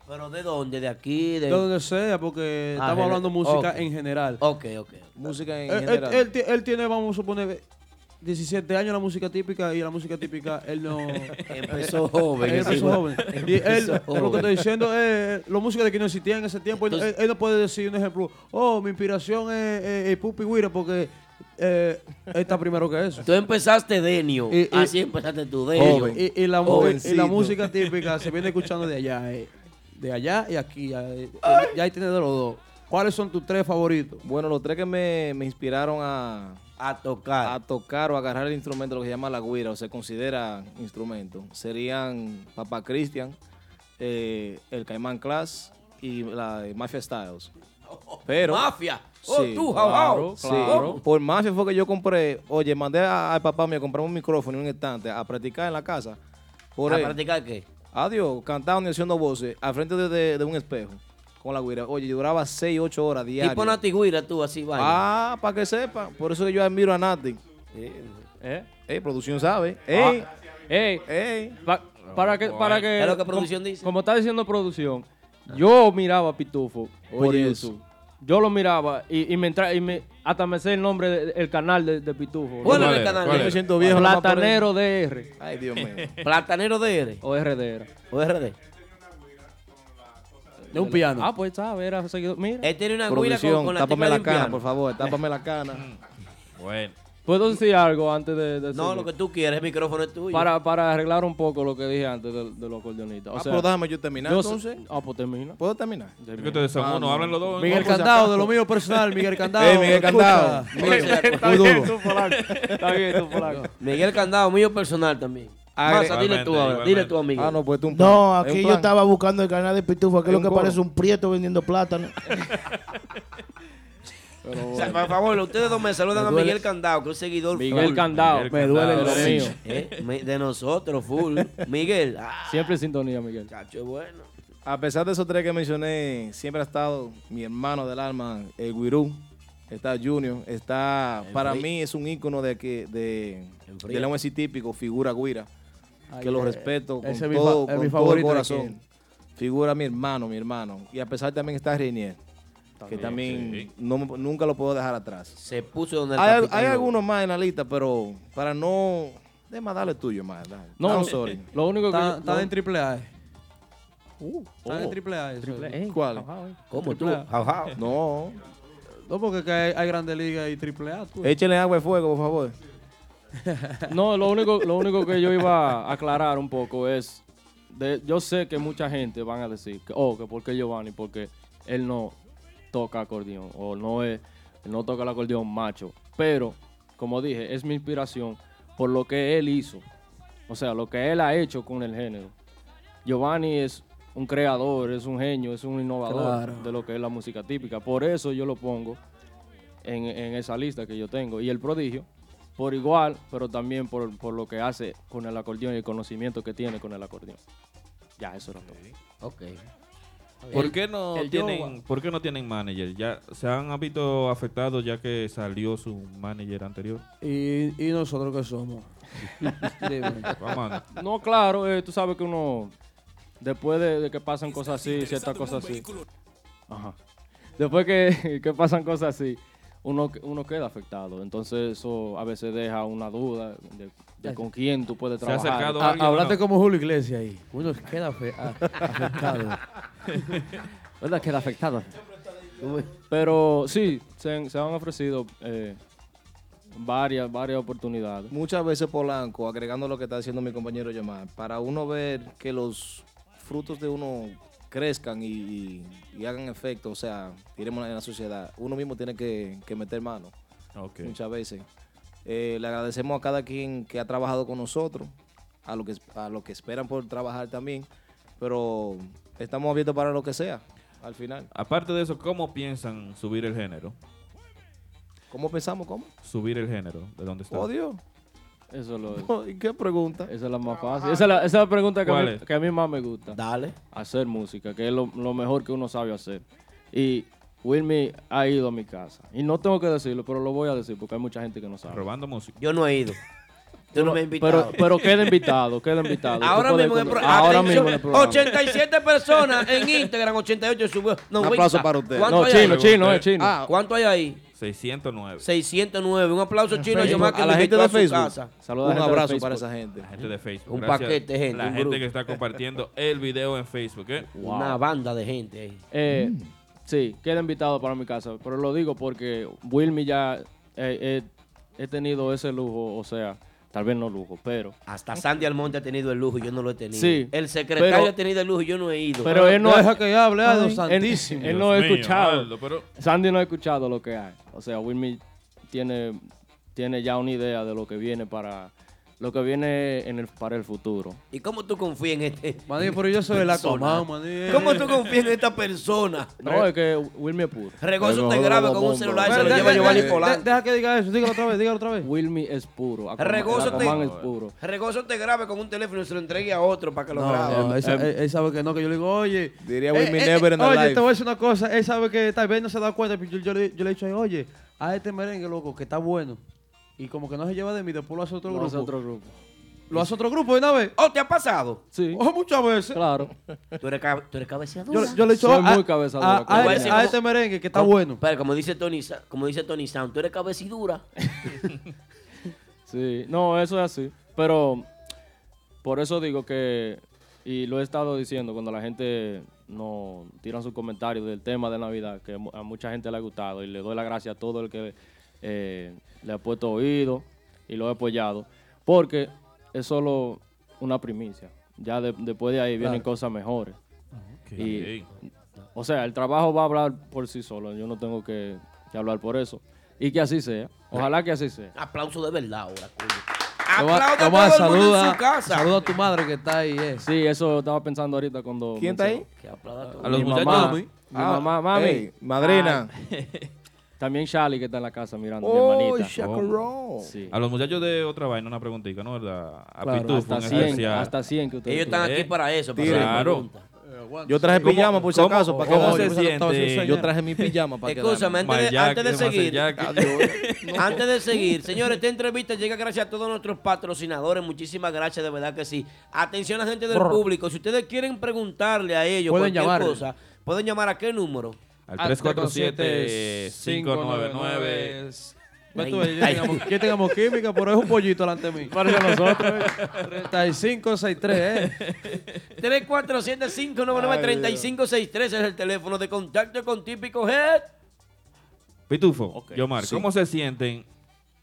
Speaker 2: Pero ¿de dónde? ¿De aquí?
Speaker 4: De
Speaker 2: ¿De,
Speaker 4: donde sea, porque
Speaker 2: Ah,
Speaker 4: estamos
Speaker 2: gener-
Speaker 4: hablando de música
Speaker 2: ok.
Speaker 4: en general. Eh,
Speaker 2: Ok, ok.
Speaker 12: Música en
Speaker 4: Él- él,
Speaker 12: general.
Speaker 4: él ti- él tiene, vamos a suponer, 17 años la música típica y la música típica él no.
Speaker 2: Empezó joven,
Speaker 4: Él empezó
Speaker 2: ese-
Speaker 4: joven. Y
Speaker 2: empezó
Speaker 4: él, lo que
Speaker 2: joven.
Speaker 4: estoy diciendo es: los músicos de que no existían en ese tiempo, él- él, él no puede decir un ejemplo, oh, mi inspiración es, es- es Pupi Guira porque eh, él está primero que eso.
Speaker 2: Tú empezaste Denio.
Speaker 4: Y- y-
Speaker 2: Así empezaste tú, Denio.
Speaker 4: Eh, Joven. Y, y Eh, la, mu- y la
Speaker 2: Jovencito.
Speaker 4: música típica se viene escuchando de allá, eh, de allá y aquí. Ya, eh, ya ahí tiene de los dos. ¿Cuáles son tus tres favoritos?
Speaker 12: Bueno, los tres que me, me inspiraron a,
Speaker 2: a tocar.
Speaker 12: A tocar o agarrar el instrumento, lo que se llama la guira, o se considera instrumento. Serían Papá Christian, eh, el Caimán Class y la eh, Mafia Styles. Pero,
Speaker 2: Mafia. Oh,
Speaker 12: Sí,
Speaker 2: tú, jau, jau.
Speaker 12: sí.
Speaker 2: Oh.
Speaker 12: Por Mafia fue que yo compré, oye, mandé a- al papá mío a comprar un micrófono y un estante a practicar en la casa. Por
Speaker 2: ¿A
Speaker 12: él.
Speaker 2: practicar qué?
Speaker 12: Adiós, cantando y haciendo voces al frente de, de- de un espejo con la guira. Oye, yo duraba 6, 8 horas diarias.
Speaker 2: Tipo Nati Guira, tú, así va.
Speaker 12: Ah, para que sepa. Por eso que yo admiro a Nati.
Speaker 13: ¿Eh?
Speaker 12: producción sabe.
Speaker 13: Ah,
Speaker 12: Eh, Ey.
Speaker 13: ¡Ey!
Speaker 12: ¡Ey!
Speaker 13: para que. Para que
Speaker 12: Es lo que
Speaker 13: com-
Speaker 12: producción
Speaker 13: como, está diciendo producción, yo miraba a Pitufo por
Speaker 12: Oye,
Speaker 13: YouTube. Yo lo miraba y, y me entra, y me, hasta me sé el nombre del canal de, de Pitufo.
Speaker 2: ¿Cuál era el ¿Cuál era? canal? ¿Cuál era?
Speaker 13: me siento viejo.
Speaker 2: nada más por
Speaker 13: Platanero
Speaker 2: eso.
Speaker 13: DR.
Speaker 12: Ay, Dios mío.
Speaker 2: Platanero DR.
Speaker 13: O RDR.
Speaker 2: O RD.
Speaker 4: De un piano.
Speaker 13: Ah, pues sabe, era seguido. Mira.
Speaker 2: Él tiene una
Speaker 13: guira
Speaker 12: Producción, tápame la cana, por favor, tápame la cana.
Speaker 3: Bueno.
Speaker 13: ¿Puedo decir algo antes de, de
Speaker 2: No,
Speaker 13: seguir?
Speaker 2: lo que tú quieres, el micrófono es tuyo.
Speaker 13: Para, para arreglar un poco lo que dije antes de, de los acordeonistas. O
Speaker 12: Ah,
Speaker 13: sea,
Speaker 12: pero déjame yo terminar,
Speaker 13: sé-
Speaker 12: entonces.
Speaker 13: Ah, pues termina.
Speaker 12: ¿Puedo terminar?
Speaker 13: Termina.
Speaker 3: que ustedes son uno, hablan los dos.
Speaker 4: Miguel Candado, de lo mío personal, Eh, Miguel Candado.
Speaker 12: Ey, Miguel Candado.
Speaker 4: Está
Speaker 2: Muy
Speaker 4: bien,
Speaker 2: duro.
Speaker 4: tú, Polanco. Está bien, tú, Polanco.
Speaker 2: Miguel Candado, mío personal también.
Speaker 12: Agre-
Speaker 2: Masa, dile tú, ahora,
Speaker 12: Igualmente,
Speaker 2: dile tú, amigo.
Speaker 12: Ah, no, pues tú un
Speaker 5: No,
Speaker 12: plan. Es un
Speaker 5: aquí yo
Speaker 12: plan.
Speaker 5: estaba buscando el canal de Pitufo, aquí
Speaker 12: Es
Speaker 5: lo
Speaker 12: un
Speaker 5: que
Speaker 12: coro.
Speaker 5: parece un prieto vendiendo plátano.
Speaker 2: O sea, por favor, ustedes dos me saludan
Speaker 5: Me
Speaker 2: a
Speaker 5: duele-
Speaker 2: Miguel Candado, que es un seguidor
Speaker 13: Miguel
Speaker 2: full.
Speaker 13: Candao. Miguel Me duele Candao, el de lo
Speaker 2: Sí,
Speaker 13: mío.
Speaker 2: eh, me- de nosotros, full. Miguel. ah,
Speaker 13: Siempre sintonía, Miguel.
Speaker 2: Chacho, es bueno.
Speaker 12: A pesar de esos tres que mencioné, siempre ha estado mi hermano del alma, el Guirú. Está Junior, está,
Speaker 13: El
Speaker 12: para
Speaker 13: Fri-
Speaker 12: mí es un ícono de que de,
Speaker 13: Fri-
Speaker 12: de lenguaje típico, figura Guira,
Speaker 4: Ay,
Speaker 12: que lo
Speaker 4: eh,
Speaker 12: respeto con,
Speaker 4: ese es mi fa-
Speaker 12: todo,
Speaker 4: es
Speaker 12: con
Speaker 4: mi
Speaker 12: todo el
Speaker 4: favorito de
Speaker 12: corazón. Figura mi hermano, mi hermano. Y a pesar también está Reinier, que
Speaker 2: También,
Speaker 12: también
Speaker 2: sí.
Speaker 12: no me- nunca lo puedo dejar atrás.
Speaker 2: Se puso donde el
Speaker 12: Hay,
Speaker 2: capitán
Speaker 12: hay
Speaker 2: lo-
Speaker 12: algunos más en la lista, pero para no... Déjame darle tuyo más. dale.
Speaker 13: No,
Speaker 12: I'm
Speaker 13: no,
Speaker 12: sorry.
Speaker 13: lo único que yo-
Speaker 12: Está-
Speaker 13: lo-
Speaker 12: está en
Speaker 4: Triple A.
Speaker 12: Están en
Speaker 4: Uh, oh. triple A.
Speaker 13: Triple A.
Speaker 12: ¿Cuál?
Speaker 2: ¿Cómo
Speaker 4: tú? Jau, jau.
Speaker 12: No.
Speaker 4: No, porque que hay, hay Grande Liga y Triple A. tú.
Speaker 12: Échale agua y fuego, por favor.
Speaker 13: No, lo único, lo único que yo iba a aclarar un poco es, de- yo sé que mucha gente van a decir, que, oh, que por qué Giovanni, porque él no toca acordeón, o no es, él no toca el acordeón macho, pero, como dije, es mi inspiración por lo que él hizo, o sea, lo que él ha hecho con el género. Giovanni es un creador, es un genio, es un innovador
Speaker 4: Claro.
Speaker 13: de lo que es la música típica, por eso yo lo pongo en, en esa lista que yo tengo. Y el prodigio, por igual, pero también por, por lo que hace con el acordeón y el conocimiento que tiene con el acordeón. Ya, eso era todo.
Speaker 2: Ok.
Speaker 3: ¿Por qué, no
Speaker 13: el
Speaker 3: tienen,
Speaker 13: Yowa.
Speaker 3: ¿Por qué no tienen manager? ¿Ya se han visto afectados ya que salió su manager anterior?
Speaker 4: Y, y nosotros que somos. Dime.
Speaker 3: Vamos.
Speaker 13: No, claro, eh, tú sabes que uno, después de, de que pasan cosas así, ciertas cosas así, Ajá. después que, que pasan cosas así, uno, uno queda afectado. Entonces eso a veces deja una duda de, de con quién tú puedes
Speaker 4: Se ha
Speaker 13: trabajar. Ah,
Speaker 4: acercado A- alguien, hablaste ¿no? como Julio Iglesias ahí. Uno queda fe- a- afectado.
Speaker 13: ¿Verdad? Queda afectado. Pero sí, se, han- se han ofrecido eh, varias, varias oportunidades.
Speaker 12: Muchas veces Polanco, agregando lo que está diciendo mi compañero Yamar, para uno ver que los frutos de uno crezcan y, y- y hagan efecto, o sea, diremos en la sociedad, uno mismo tiene que, que meter mano. Muchas veces. Eh, le agradecemos a cada quien que ha trabajado con nosotros, a lo que, a lo que esperan por trabajar también, pero estamos abiertos para lo que sea, al final.
Speaker 3: Aparte de eso, ¿cómo piensan subir el género?
Speaker 12: ¿Cómo pensamos? ¿Cómo?
Speaker 3: Subir el género, ¿de dónde está?
Speaker 12: Odio.
Speaker 13: Eso lo
Speaker 12: ¿Y qué pregunta?
Speaker 13: Esa es la más fácil. Esa es la, esa es la pregunta que a,
Speaker 3: ¿Cuál
Speaker 13: mí,
Speaker 3: es?
Speaker 13: que a mí más me gusta.
Speaker 2: Dale.
Speaker 13: Hacer música, que es lo, lo mejor que uno sabe hacer. Y Wilmy ha ido a mi casa. Y no tengo que decirlo, pero lo voy a decir porque hay mucha gente que no sabe.
Speaker 3: Robando música.
Speaker 2: Yo no he ido. Tú no me has invitado.
Speaker 13: Pero, pero queda invitado, queda invitado.
Speaker 2: Ahora
Speaker 13: Tú puedes
Speaker 2: mismo en el pro-
Speaker 13: encontrar- ahora
Speaker 2: Atención,
Speaker 13: mismo en el programa.
Speaker 2: 87 personas en Instagram, 88 subió. No,
Speaker 13: Un
Speaker 2: wait,
Speaker 13: aplauso
Speaker 2: ah,
Speaker 13: para usted.
Speaker 2: ¿cuánto
Speaker 13: No,
Speaker 2: hay ahí?
Speaker 13: chino, chino, eh, chino.
Speaker 2: Ah, ¿Cuánto hay ahí?
Speaker 3: 609.
Speaker 2: 609. Un aplauso chino. Yo más que
Speaker 3: A la
Speaker 2: me
Speaker 3: gente
Speaker 2: invitó
Speaker 3: de
Speaker 2: su
Speaker 3: Facebook.
Speaker 2: casa.
Speaker 3: Saluda a la gente de Facebook. La gente de Facebook.
Speaker 2: Un
Speaker 3: Gracias.
Speaker 2: paquete, gente.
Speaker 3: La
Speaker 2: un
Speaker 3: gente
Speaker 2: grupo.
Speaker 3: que está compartiendo el video en Facebook, ¿eh?
Speaker 2: Una banda de gente ahí.
Speaker 13: Eh,
Speaker 4: Mm.
Speaker 13: Sí, queda invitado para mi casa. Pero lo digo porque Wilmy ya eh, eh, he tenido ese lujo, o sea, tal vez no lujo, pero.
Speaker 2: Hasta Sandy Almonte ha tenido el lujo y yo no lo he tenido.
Speaker 13: Sí,
Speaker 2: El secretario
Speaker 13: pero-
Speaker 2: ha tenido el lujo y yo no he ido.
Speaker 13: Pero él no
Speaker 4: Deja que hable, Aldo,
Speaker 13: Ay, él-
Speaker 4: santísimo.
Speaker 13: Él, no ha
Speaker 4: Dios mío,
Speaker 13: escuchado.
Speaker 4: Aldo, pero-
Speaker 13: Sandy no ha escuchado lo que hay. O sea, Wilmy tiene tiene ya una idea de lo que viene para lo que viene en el, para el futuro.
Speaker 2: ¿Y cómo tú confías en este?
Speaker 13: Maní, pero yo soy el
Speaker 2: persona?
Speaker 13: Aquaman, maní.
Speaker 2: ¿Cómo tú confías en esta persona?
Speaker 13: No, es que Wilmy es puro.
Speaker 2: Regoso te graba con un celular y se lo lleva a Giovanni Polanco.
Speaker 13: Deja que diga eso, dígalo otra vez, dígalo otra vez. Wilmy es puro. Aquaman,
Speaker 2: Regoso te,
Speaker 13: Aquaman es puro.
Speaker 2: Regoso te grabe con un teléfono y se lo entregue a otro para que lo
Speaker 4: No,
Speaker 2: grabe. Eh,
Speaker 4: no, él, sa- él- él sabe que no, que yo le digo, oye. eh,
Speaker 12: Diría
Speaker 2: Will Me Never in the
Speaker 4: Oye,
Speaker 2: Life.
Speaker 4: te voy a decir una cosa. Él sabe que tal vez no se da cuenta, pero yo, yo le, yo le he dicho, oye, a este merengue, loco, que está bueno. Y como que no se lleva de mí, después lo hace otro
Speaker 13: Lo
Speaker 4: grupo.
Speaker 13: hace otro grupo.
Speaker 4: Lo hace otro grupo de una vez.
Speaker 2: ¿Oh, te ha pasado?
Speaker 13: Sí.
Speaker 4: Oh, muchas veces.
Speaker 13: Claro.
Speaker 2: Tú eres, cab- tú eres cabeceador.
Speaker 4: Yo, yo le he dicho, "Oh, a- a- a- a- a este merengue que está bueno.
Speaker 2: Pero como dice Tony, Sa- como dice Tony Sound, tú eres cabecidura.
Speaker 13: Sí, no, eso es así. Pero por eso digo que, y lo he estado diciendo cuando la gente nos tira sus comentarios del tema de Navidad, que mu- a mucha gente le ha gustado y le doy la gracia a todo el que eh, le ha puesto oído y lo ha apoyado, porque es solo una primicia. Ya de- después de ahí vienen
Speaker 16: Claro.
Speaker 13: cosas mejores. Y, o sea, el trabajo va a hablar por sí solo, yo no tengo que, que hablar por eso. Y que así sea, ojalá que así sea.
Speaker 2: Aplauso de verdad ahora, coño.
Speaker 13: Toma-
Speaker 2: Aplauda a todo
Speaker 13: toma,
Speaker 2: el mundo en
Speaker 13: saluda-
Speaker 2: su casa.
Speaker 13: Saluda a tu madre que está ahí. eh. Sí, eso estaba pensando ahorita cuando.
Speaker 12: ¿Quién está ahí?
Speaker 2: Que aplauda
Speaker 12: todo
Speaker 13: A
Speaker 12: el
Speaker 13: los
Speaker 12: mundo.
Speaker 13: muchachos.
Speaker 12: Mi mamá.
Speaker 13: Mi
Speaker 12: Ah,
Speaker 13: mamá, mami.
Speaker 12: hey, madrina.
Speaker 13: Ay. También Charlie que está en la casa mirando,
Speaker 12: Oh,
Speaker 13: mi hermanita.
Speaker 12: chacarrón.
Speaker 13: Sí.
Speaker 3: A los muchachos de otra vaina, una preguntita, ¿no? ¿Verdad? A
Speaker 13: Claro,
Speaker 3: Pitufo,
Speaker 13: hasta
Speaker 3: en
Speaker 13: 100,
Speaker 3: especial.
Speaker 13: hasta 100 que ustedes
Speaker 2: Ellos están
Speaker 3: Eh,
Speaker 2: aquí para eso, para
Speaker 3: tire.
Speaker 2: hacer
Speaker 3: Claro.
Speaker 2: preguntas.
Speaker 12: Yo traje
Speaker 3: ¿Cómo-
Speaker 12: pijama por si
Speaker 3: cómo-
Speaker 12: acaso. para
Speaker 3: cómo
Speaker 12: quedarme.
Speaker 3: se
Speaker 12: Yo pensaba que estaba
Speaker 3: siente?
Speaker 12: haciendo Yo traje mi pijama para quedarme.
Speaker 2: Escúchame, antes de,
Speaker 3: Mayac,
Speaker 2: antes de
Speaker 3: ¿qué más
Speaker 2: seguir,
Speaker 3: hace Jack?
Speaker 2: antes de seguir, señores, esta entrevista llega gracias a todos nuestros patrocinadores. Muchísimas gracias, de verdad que sí. Atención a la gente del
Speaker 3: Brr.
Speaker 2: público. Si ustedes quieren preguntarle a ellos
Speaker 3: Pueden
Speaker 2: cualquier
Speaker 3: llamarle.
Speaker 2: cosa, pueden llamar a qué número?
Speaker 3: Al 347-599.
Speaker 4: Ve tú, yo tengamos- Yo tengamos química, pero es un pollito delante de mí.
Speaker 2: Parece a nosotros,
Speaker 4: eh. 3563, eh.
Speaker 2: 347-599-3563 es el teléfono de contacto con Típico Head.
Speaker 3: Pitufo, Yomar,
Speaker 2: Sí.
Speaker 3: ¿cómo se sienten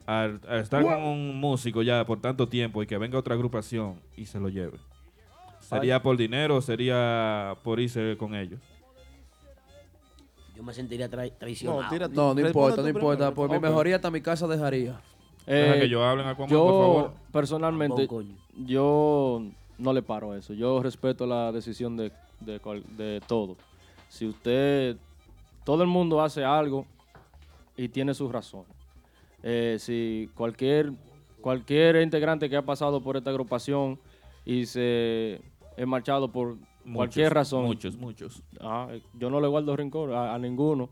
Speaker 3: al, al estar
Speaker 2: Wow.
Speaker 3: con un músico ya por tanto tiempo y que venga otra agrupación y se lo lleve? ¿Sería
Speaker 2: Ay.
Speaker 3: por dinero o sería por irse con ellos?
Speaker 2: Yo me sentiría tra- traicionado.
Speaker 4: No, no importa, no importa. pues, Por mi mejoría hasta mi casa dejaría.
Speaker 13: Eh, yo,
Speaker 4: Vamos,
Speaker 13: personalmente,
Speaker 4: coño.
Speaker 13: yo no le paro a eso. Yo respeto la decisión de, de, cual- de todo. Si usted, todo el mundo hace algo y tiene sus razones. Eh, si cualquier, cualquier integrante que ha pasado por esta agrupación y se es marchado por cualquier razón.
Speaker 3: Muchos, muchos.
Speaker 13: Ah, eh, yo no le guardo rencor a, a ninguno.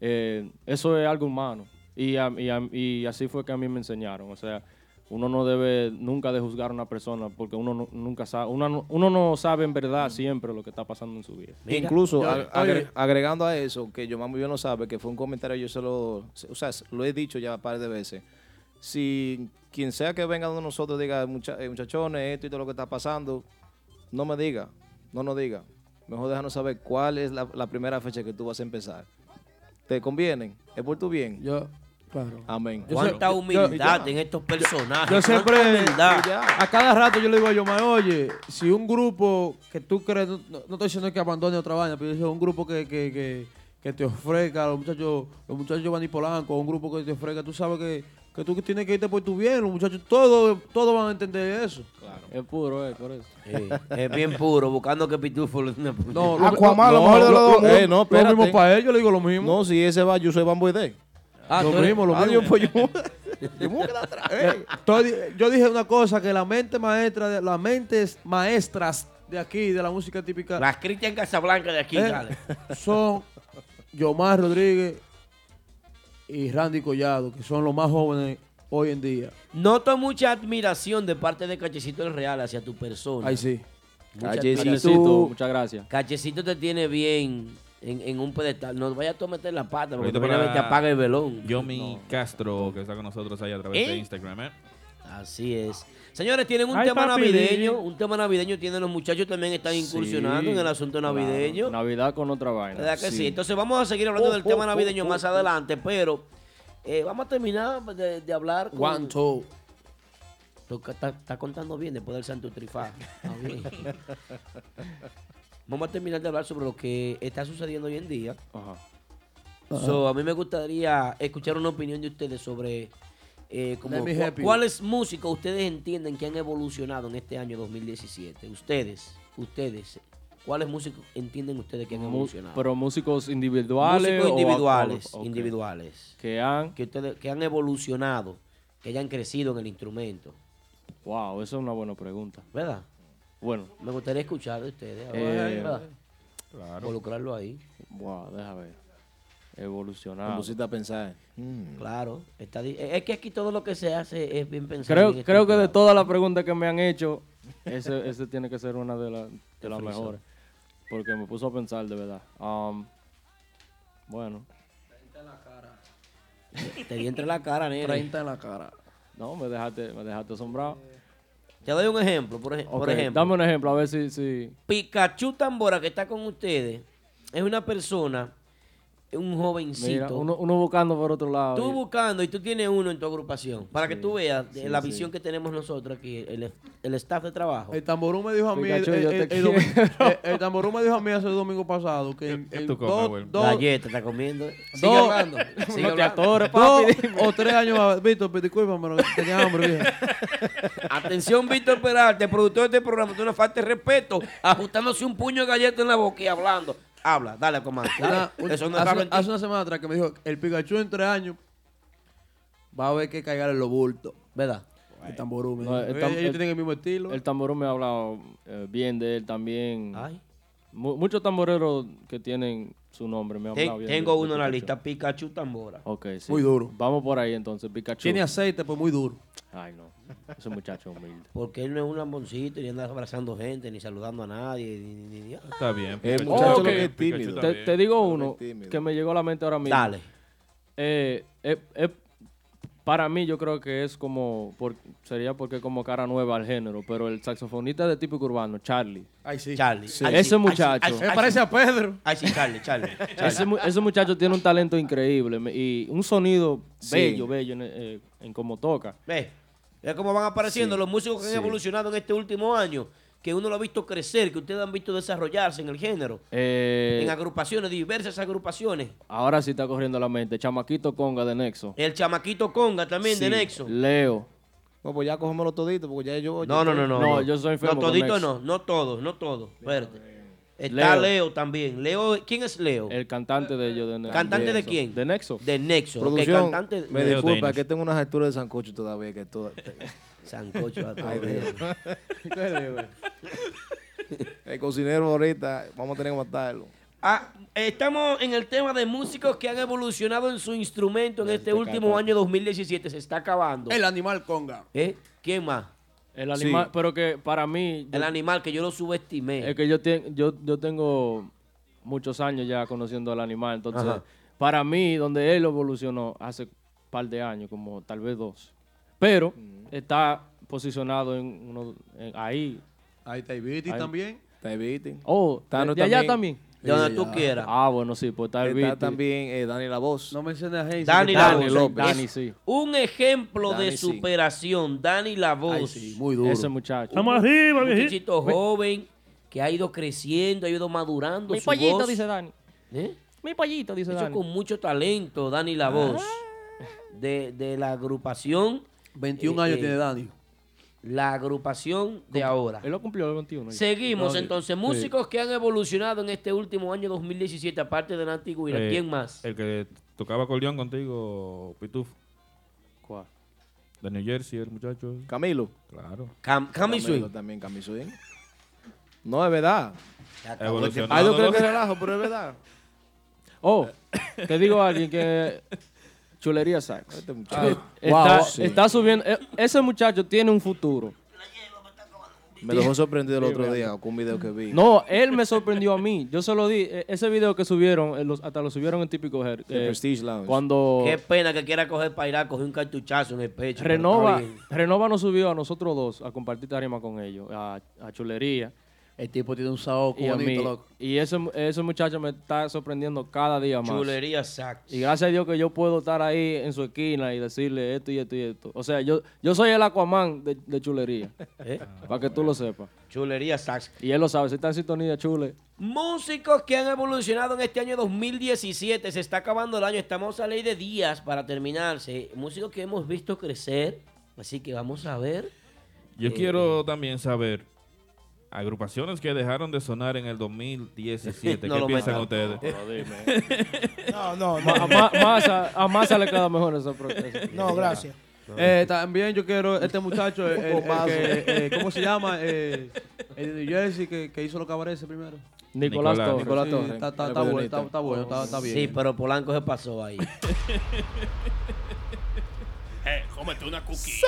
Speaker 13: Eh, eso es algo humano. Y, a- y a- y así fue que a mí me enseñaron. O sea, uno no debe nunca de juzgar a una persona porque uno no- nunca sabe, uno, no- uno no sabe en verdad siempre lo que está pasando en su vida.
Speaker 12: Mm. Incluso ag- agre- agregando a eso, que yo más muy bien lo sabe, que fue un comentario, yo se lo, o sea, lo he dicho ya un par de veces. Si quien sea que venga de nosotros diga, "Mucha- eh, muchachones, esto y todo lo que está pasando, no me diga, no nos diga. Mejor déjanos saber cuál es la, la primera fecha que tú vas a empezar. ¿Te convienen? ¿Es por tu bien?
Speaker 4: Yo, claro.
Speaker 12: Amén.
Speaker 2: Cuánta humildad en estos personajes.
Speaker 4: Yo
Speaker 2: cuánta
Speaker 4: siempre,
Speaker 2: humildad.
Speaker 4: a cada rato yo le digo a Yomar, oye, si un grupo que tú crees, no, no- no estoy diciendo que abandone otra vaina, pero yo digo, un grupo que, que, que, que te ofrezca, los muchachos, los muchachos Giovanni Polanco, un grupo que te ofrezca, tú sabes que, que tú tienes que irte por tu bien, los muchachos, todos todos van a entender eso.
Speaker 13: Es puro, eh, por eso.
Speaker 2: Sí, es bien puro, buscando que Pitufo le dé una puñalada.
Speaker 4: No,
Speaker 12: no, lo- eh, no,
Speaker 4: lo mismo
Speaker 12: espérate.
Speaker 4: para él, yo le digo lo mismo.
Speaker 12: No, si ese va, yo soy Bamboy Day.
Speaker 4: Ah, tú eres- ah,
Speaker 12: Yo,
Speaker 4: yo-
Speaker 12: pues, yo, yo me voy a quedar atrás.
Speaker 4: Eh, estoy- yo dije una cosa, que la mente maestra, de- las mentes maestras de aquí, de la música típica,
Speaker 2: Las Cristian Casablanca de aquí,
Speaker 4: Eh,
Speaker 2: dale.
Speaker 4: son Yomar Rodríguez y Randy Collado, que son los más jóvenes hoy en día.
Speaker 2: Noto mucha admiración de parte de Cachecito el Real hacia tu persona.
Speaker 4: Ahí sí.
Speaker 2: Mucha
Speaker 13: Cachecito,
Speaker 2: admiración.
Speaker 13: muchas gracias.
Speaker 2: Cachecito te tiene bien en, en un pedestal. No vayas tú a meter la pata porque
Speaker 3: Ahorita
Speaker 2: te, van a ver, te apaga el velón.
Speaker 3: Yomi Castro, que está con nosotros ahí a través
Speaker 2: ¿Eh?
Speaker 3: de Instagram, ¿eh?
Speaker 2: Así es. Señores, tienen un
Speaker 3: Ay,
Speaker 2: tema
Speaker 3: papi,
Speaker 2: navideño.
Speaker 3: dile.
Speaker 2: Un tema navideño tienen los muchachos también están incursionando
Speaker 13: Sí,
Speaker 2: en el asunto
Speaker 13: claro.
Speaker 2: navideño.
Speaker 13: Navidad con otra vaina.
Speaker 2: ¿Verdad que sí? Entonces vamos a seguir hablando
Speaker 13: Oh,
Speaker 2: del
Speaker 13: oh,
Speaker 2: tema
Speaker 13: oh,
Speaker 2: navideño
Speaker 13: oh,
Speaker 2: más
Speaker 13: oh.
Speaker 2: adelante, pero eh, vamos a terminar de, de hablar con...
Speaker 4: One, two.
Speaker 2: Tú que Está, está contando bien después del Santo Trifá.
Speaker 13: Ah,
Speaker 2: Está bien. vamos a terminar de hablar sobre lo que está sucediendo hoy en día.
Speaker 13: Ajá.
Speaker 2: So, a mí me gustaría escuchar una opinión de ustedes sobre eh, como
Speaker 4: Let me
Speaker 2: cua-
Speaker 4: help you.
Speaker 2: cuáles músicos ustedes entienden que han evolucionado en este año 2017. Ustedes, ustedes, ¿cuáles músicos entienden ustedes que han
Speaker 13: Mu-
Speaker 2: evolucionado?
Speaker 13: Pero músicos individuales.
Speaker 2: Músicos
Speaker 13: o a-
Speaker 2: individuales,
Speaker 13: o- ok.
Speaker 2: individuales.
Speaker 13: Que han.
Speaker 2: Que, ustedes, que han evolucionado, que hayan crecido en el instrumento.
Speaker 13: Wow, esa es una buena pregunta.
Speaker 2: ¿Verdad?
Speaker 13: Bueno.
Speaker 2: Me gustaría escuchar de ustedes.
Speaker 13: Eh,
Speaker 2: ¿verdad?
Speaker 13: claro.
Speaker 2: Involucrarlo ahí.
Speaker 13: Wow, déjame ver. Evolucionado.
Speaker 12: Me pusiste a pensar.
Speaker 13: Mm.
Speaker 2: Claro. está di- es que aquí todo lo que se hace es bien pensado. este
Speaker 13: Creo,
Speaker 2: bien
Speaker 13: creo que
Speaker 2: estudiado.
Speaker 13: de todas las preguntas que me han hecho, ese, ese tiene que ser una de, la- de las
Speaker 2: frisó.
Speaker 13: mejores. Porque me puso a pensar, de verdad. Um, bueno.
Speaker 4: 30 en la cara.
Speaker 2: Te di entre la cara, nene.
Speaker 4: 30
Speaker 13: en la cara. No, me dejaste, me dejaste asombrado.
Speaker 2: Te doy un ejemplo, por, ej- por
Speaker 13: Ok,
Speaker 2: ejemplo.
Speaker 13: Dame un ejemplo, a ver si... si
Speaker 2: Pikachu Tambora, que está con ustedes, es una persona, un jovencito.
Speaker 13: mira, uno, uno buscando por otro lado.
Speaker 2: Tú
Speaker 13: y-
Speaker 2: buscando y tú tienes uno en tu agrupación. Para que
Speaker 13: Sí,
Speaker 2: tú veas eh,
Speaker 13: sí,
Speaker 2: la
Speaker 13: sí.
Speaker 2: visión que tenemos nosotros aquí, el, el staff de trabajo.
Speaker 4: El tamború me dijo a mí.
Speaker 2: Pikachu,
Speaker 4: el,
Speaker 2: yo
Speaker 4: el-
Speaker 2: te
Speaker 4: el domi-
Speaker 2: quiero.
Speaker 4: el- el tamború me dijo a mí hace el domingo pasado que en, en
Speaker 2: tú comes,
Speaker 4: dos-
Speaker 2: güey?
Speaker 4: dos-
Speaker 2: Galleta, está comiendo. Sigue
Speaker 4: dos-
Speaker 2: hablando, sigue No te hablando. atores,
Speaker 4: Dos
Speaker 2: papi, dime.
Speaker 4: o tres años más. Víctor, pero discúlpame, pero tenía hambre, viejo.
Speaker 2: Atención, Víctor Peralta, el productor de este programa, tú no falta de respeto, ajustándose un puño de galleta en la boca y hablando. Habla, dale, comando.
Speaker 4: Una-
Speaker 2: dale.
Speaker 4: un-
Speaker 2: Eso no
Speaker 4: hace,
Speaker 2: cabe en ti.
Speaker 4: hace una semana atrás que me dijo, el Pikachu en tres años va a haber que caigar en los bultos.
Speaker 2: ¿Verdad?
Speaker 4: El tamború me
Speaker 13: No,
Speaker 4: dijo.
Speaker 13: el tam-
Speaker 4: Ellos
Speaker 13: el-
Speaker 4: tienen el mismo estilo.
Speaker 13: El tamborón me ha hablado eh, bien de él también. Mu- muchos tamboreros que tienen su nombre me han
Speaker 2: Ten-
Speaker 13: hablado bien.
Speaker 2: tengo
Speaker 13: de- de
Speaker 2: uno en la
Speaker 13: Pikachu.
Speaker 2: lista, Pikachu Tambora.
Speaker 13: Ok, sí.
Speaker 4: Muy duro.
Speaker 13: Vamos por ahí entonces, Pikachu.
Speaker 4: Tiene aceite, pues muy duro.
Speaker 13: Ay, no. Ese muchacho humilde.
Speaker 2: Porque él no es un lamboncito, ni anda abrazando gente, ni saludando a nadie. ni- ni- ah. ni-
Speaker 3: Está bien,
Speaker 4: Eh,
Speaker 13: El muchacho lo que es tímido. Te, te digo uno que me llegó a la mente ahora mismo.
Speaker 2: Dale.
Speaker 13: Eh, eh, eh, para mí yo creo que es como, por- sería porque como cara nueva al género, pero el saxofonista de típico urbano, Charlie.
Speaker 4: Ay, sí.
Speaker 2: Charlie.
Speaker 13: Sí. Ese muchacho. Me parece
Speaker 4: a Pedro.
Speaker 2: Ay, sí, Charlie, Charlie. Charlie.
Speaker 13: Ese, mu- ese muchacho tiene un talento increíble me- y un sonido
Speaker 2: Sí.
Speaker 13: bello, bello en, eh, en cómo toca.
Speaker 2: Ve, ve cómo van apareciendo
Speaker 13: Sí,
Speaker 2: los músicos que
Speaker 13: sí.
Speaker 2: han evolucionado en este último año, que uno lo ha visto crecer, que ustedes han visto desarrollarse en el género,
Speaker 13: Eh,
Speaker 2: en agrupaciones, diversas agrupaciones.
Speaker 13: ahora sí está corriendo a la mente. Chamaquito Conga de Nexo.
Speaker 2: El chamaquito Conga también de
Speaker 13: Sí,
Speaker 2: Nexo.
Speaker 13: Leo.
Speaker 12: No, pues ya cogemos los toditos, porque ya yo.
Speaker 2: No, no, no, no.
Speaker 13: No, yo soy enfermo
Speaker 2: No,
Speaker 13: con
Speaker 2: todito
Speaker 13: Nexo.
Speaker 2: no, no todos, no todos. Espérate. Está Leo. también. Leo, ¿quién es Leo?
Speaker 13: El cantante de ellos de Nexo.
Speaker 2: ¿Cantante de quién?
Speaker 13: De Nexo.
Speaker 2: De Nexo. ok,
Speaker 12: Producción,
Speaker 2: cantante de-
Speaker 12: me disculpa, que tengo unas alturas de sancocho todavía. que todo...
Speaker 2: Sancocho ah, a todo
Speaker 12: Ay, Dios.
Speaker 2: Dios.
Speaker 12: El cocinero ahorita, vamos a tener que matarlo.
Speaker 2: Ah, estamos en el tema de músicos que han evolucionado en su instrumento en este último
Speaker 12: canta.
Speaker 2: año 2017. Se está acabando.
Speaker 4: El animal conga.
Speaker 2: ¿Eh? ¿Quién más?
Speaker 13: El animal, pero que para mí...
Speaker 2: El animal que yo lo subestimé.
Speaker 13: Es que yo, te- yo, yo tengo muchos años ya conociendo al animal, entonces
Speaker 2: Ajá.
Speaker 13: para mí, donde él evolucionó hace un par de años, como tal vez dos, pero está posicionado en uno, en- ahí.
Speaker 4: Ahí está Ibiti
Speaker 13: Ahí.
Speaker 4: también.
Speaker 12: Está Eviti.
Speaker 13: Oh,
Speaker 12: Tano
Speaker 13: de allá
Speaker 12: también.
Speaker 13: también.
Speaker 12: De donde tú quieras.
Speaker 13: Ah, bueno, sí, pues está el
Speaker 12: Está
Speaker 13: Viti.
Speaker 12: también eh, Dani La Voz.
Speaker 4: No menciones a Hayes.
Speaker 2: Dani
Speaker 12: Dani
Speaker 2: Lavoz.
Speaker 12: López.
Speaker 2: Es
Speaker 12: Dani, sí.
Speaker 2: Un ejemplo
Speaker 12: Dani,
Speaker 2: de
Speaker 12: sí.
Speaker 2: superación. Dani La Voz.
Speaker 4: muy duro.
Speaker 13: Ese muchacho.
Speaker 2: Un-
Speaker 13: Vamos arriba,
Speaker 2: Un
Speaker 13: viejito.
Speaker 2: muchachito joven que ha ido creciendo, ha ido madurando.
Speaker 7: Mi
Speaker 2: su
Speaker 7: pollito,
Speaker 2: voz.
Speaker 7: dice Dani.
Speaker 2: ¿Eh?
Speaker 7: Mi pollito, dice
Speaker 2: Hecho
Speaker 7: Dani.
Speaker 2: con mucho talento, Dani
Speaker 13: Ah.
Speaker 2: La Voz. De, de la agrupación. eh,
Speaker 4: 21 años tiene Dani.
Speaker 2: La agrupación de ahora.
Speaker 13: Él lo cumplió el 21. ya.
Speaker 2: Seguimos
Speaker 13: No,
Speaker 2: entonces.
Speaker 13: sí.
Speaker 2: Músicos que han evolucionado en este último año 2017, aparte de Nati Guira.
Speaker 3: Eh,
Speaker 2: ¿Quién más?
Speaker 3: El que tocaba acordeón contigo, Pitufo.
Speaker 13: ¿Cuál?
Speaker 3: De New Jersey, el muchacho.
Speaker 12: Camilo.
Speaker 3: Claro.
Speaker 2: Cam
Speaker 12: Camilo También Cami Swing. No, es verdad.
Speaker 3: Evolucionado.
Speaker 12: Ay, yo creo que relajo, pero es verdad.
Speaker 13: Oh, te digo a alguien que chulería sax.
Speaker 12: Este muchacho.
Speaker 13: Eh,
Speaker 4: Ah.
Speaker 12: Wow,
Speaker 13: está,
Speaker 12: sí.
Speaker 13: está subiendo. eh, Ese muchacho tiene un futuro.
Speaker 12: Me dejó sorprendido el
Speaker 13: Sí,
Speaker 12: otro
Speaker 13: vean.
Speaker 12: día con un video que vi.
Speaker 13: No, él me sorprendió a mí. Yo se lo di. E- Ese video que subieron, eh, los- hasta lo subieron en típico Her-
Speaker 12: The
Speaker 13: eh,
Speaker 12: Prestige Lounge.
Speaker 13: Cuando
Speaker 2: Qué pena que quiera coger para ir a coger un cartuchazo en el pecho. pero está
Speaker 13: Renova,
Speaker 2: bien.
Speaker 13: Renova nos subió a nosotros dos a compartir tarima con ellos, a, a Chulería.
Speaker 4: El tipo tiene un saoco
Speaker 13: Y, a mí-
Speaker 4: bonito, loco.
Speaker 13: y ese, ese muchacho me está sorprendiendo cada día más.
Speaker 2: Chulería Saks.
Speaker 13: Y gracias a Dios que yo puedo estar ahí en su esquina y decirle esto y esto y esto. O sea, yo, yo soy el Aquaman de, de chulería. Para que tú lo sepas.
Speaker 2: Chulería Sax.
Speaker 13: Y él lo sabe, si está en sintonía, chule.
Speaker 2: Músicos que han evolucionado en este año 2017. Se está acabando el año. Estamos a ley de días para terminarse. Músicos que hemos visto crecer. Así que vamos a ver.
Speaker 3: Yo
Speaker 2: Eh,
Speaker 3: quiero también saber agrupaciones que dejaron de sonar en el 2017.
Speaker 13: No
Speaker 3: ¿Qué
Speaker 13: lo
Speaker 3: piensan
Speaker 13: metan.
Speaker 3: ustedes?
Speaker 13: No, dime.
Speaker 5: No, no,
Speaker 13: Ma-
Speaker 5: no.
Speaker 13: a Ma- Massa- a Massa le queda mejor esa protesta.
Speaker 5: No, gracias.
Speaker 4: Eh, también yo quiero este muchacho, el- el- el
Speaker 13: Popazo.
Speaker 4: que, eh, ¿cómo se llama? Eh, el de New Jersey que, que hizo los cabarets primero.
Speaker 13: Nicolás Nicolás. Torres.
Speaker 4: Sí,
Speaker 13: Torres.
Speaker 4: Está, está-
Speaker 13: El
Speaker 4: está bueno,
Speaker 13: violinista.
Speaker 4: está, está bueno, está, está bien.
Speaker 2: Sí, pero Polanco se pasó ahí.
Speaker 1: Eh, cómete una cookie.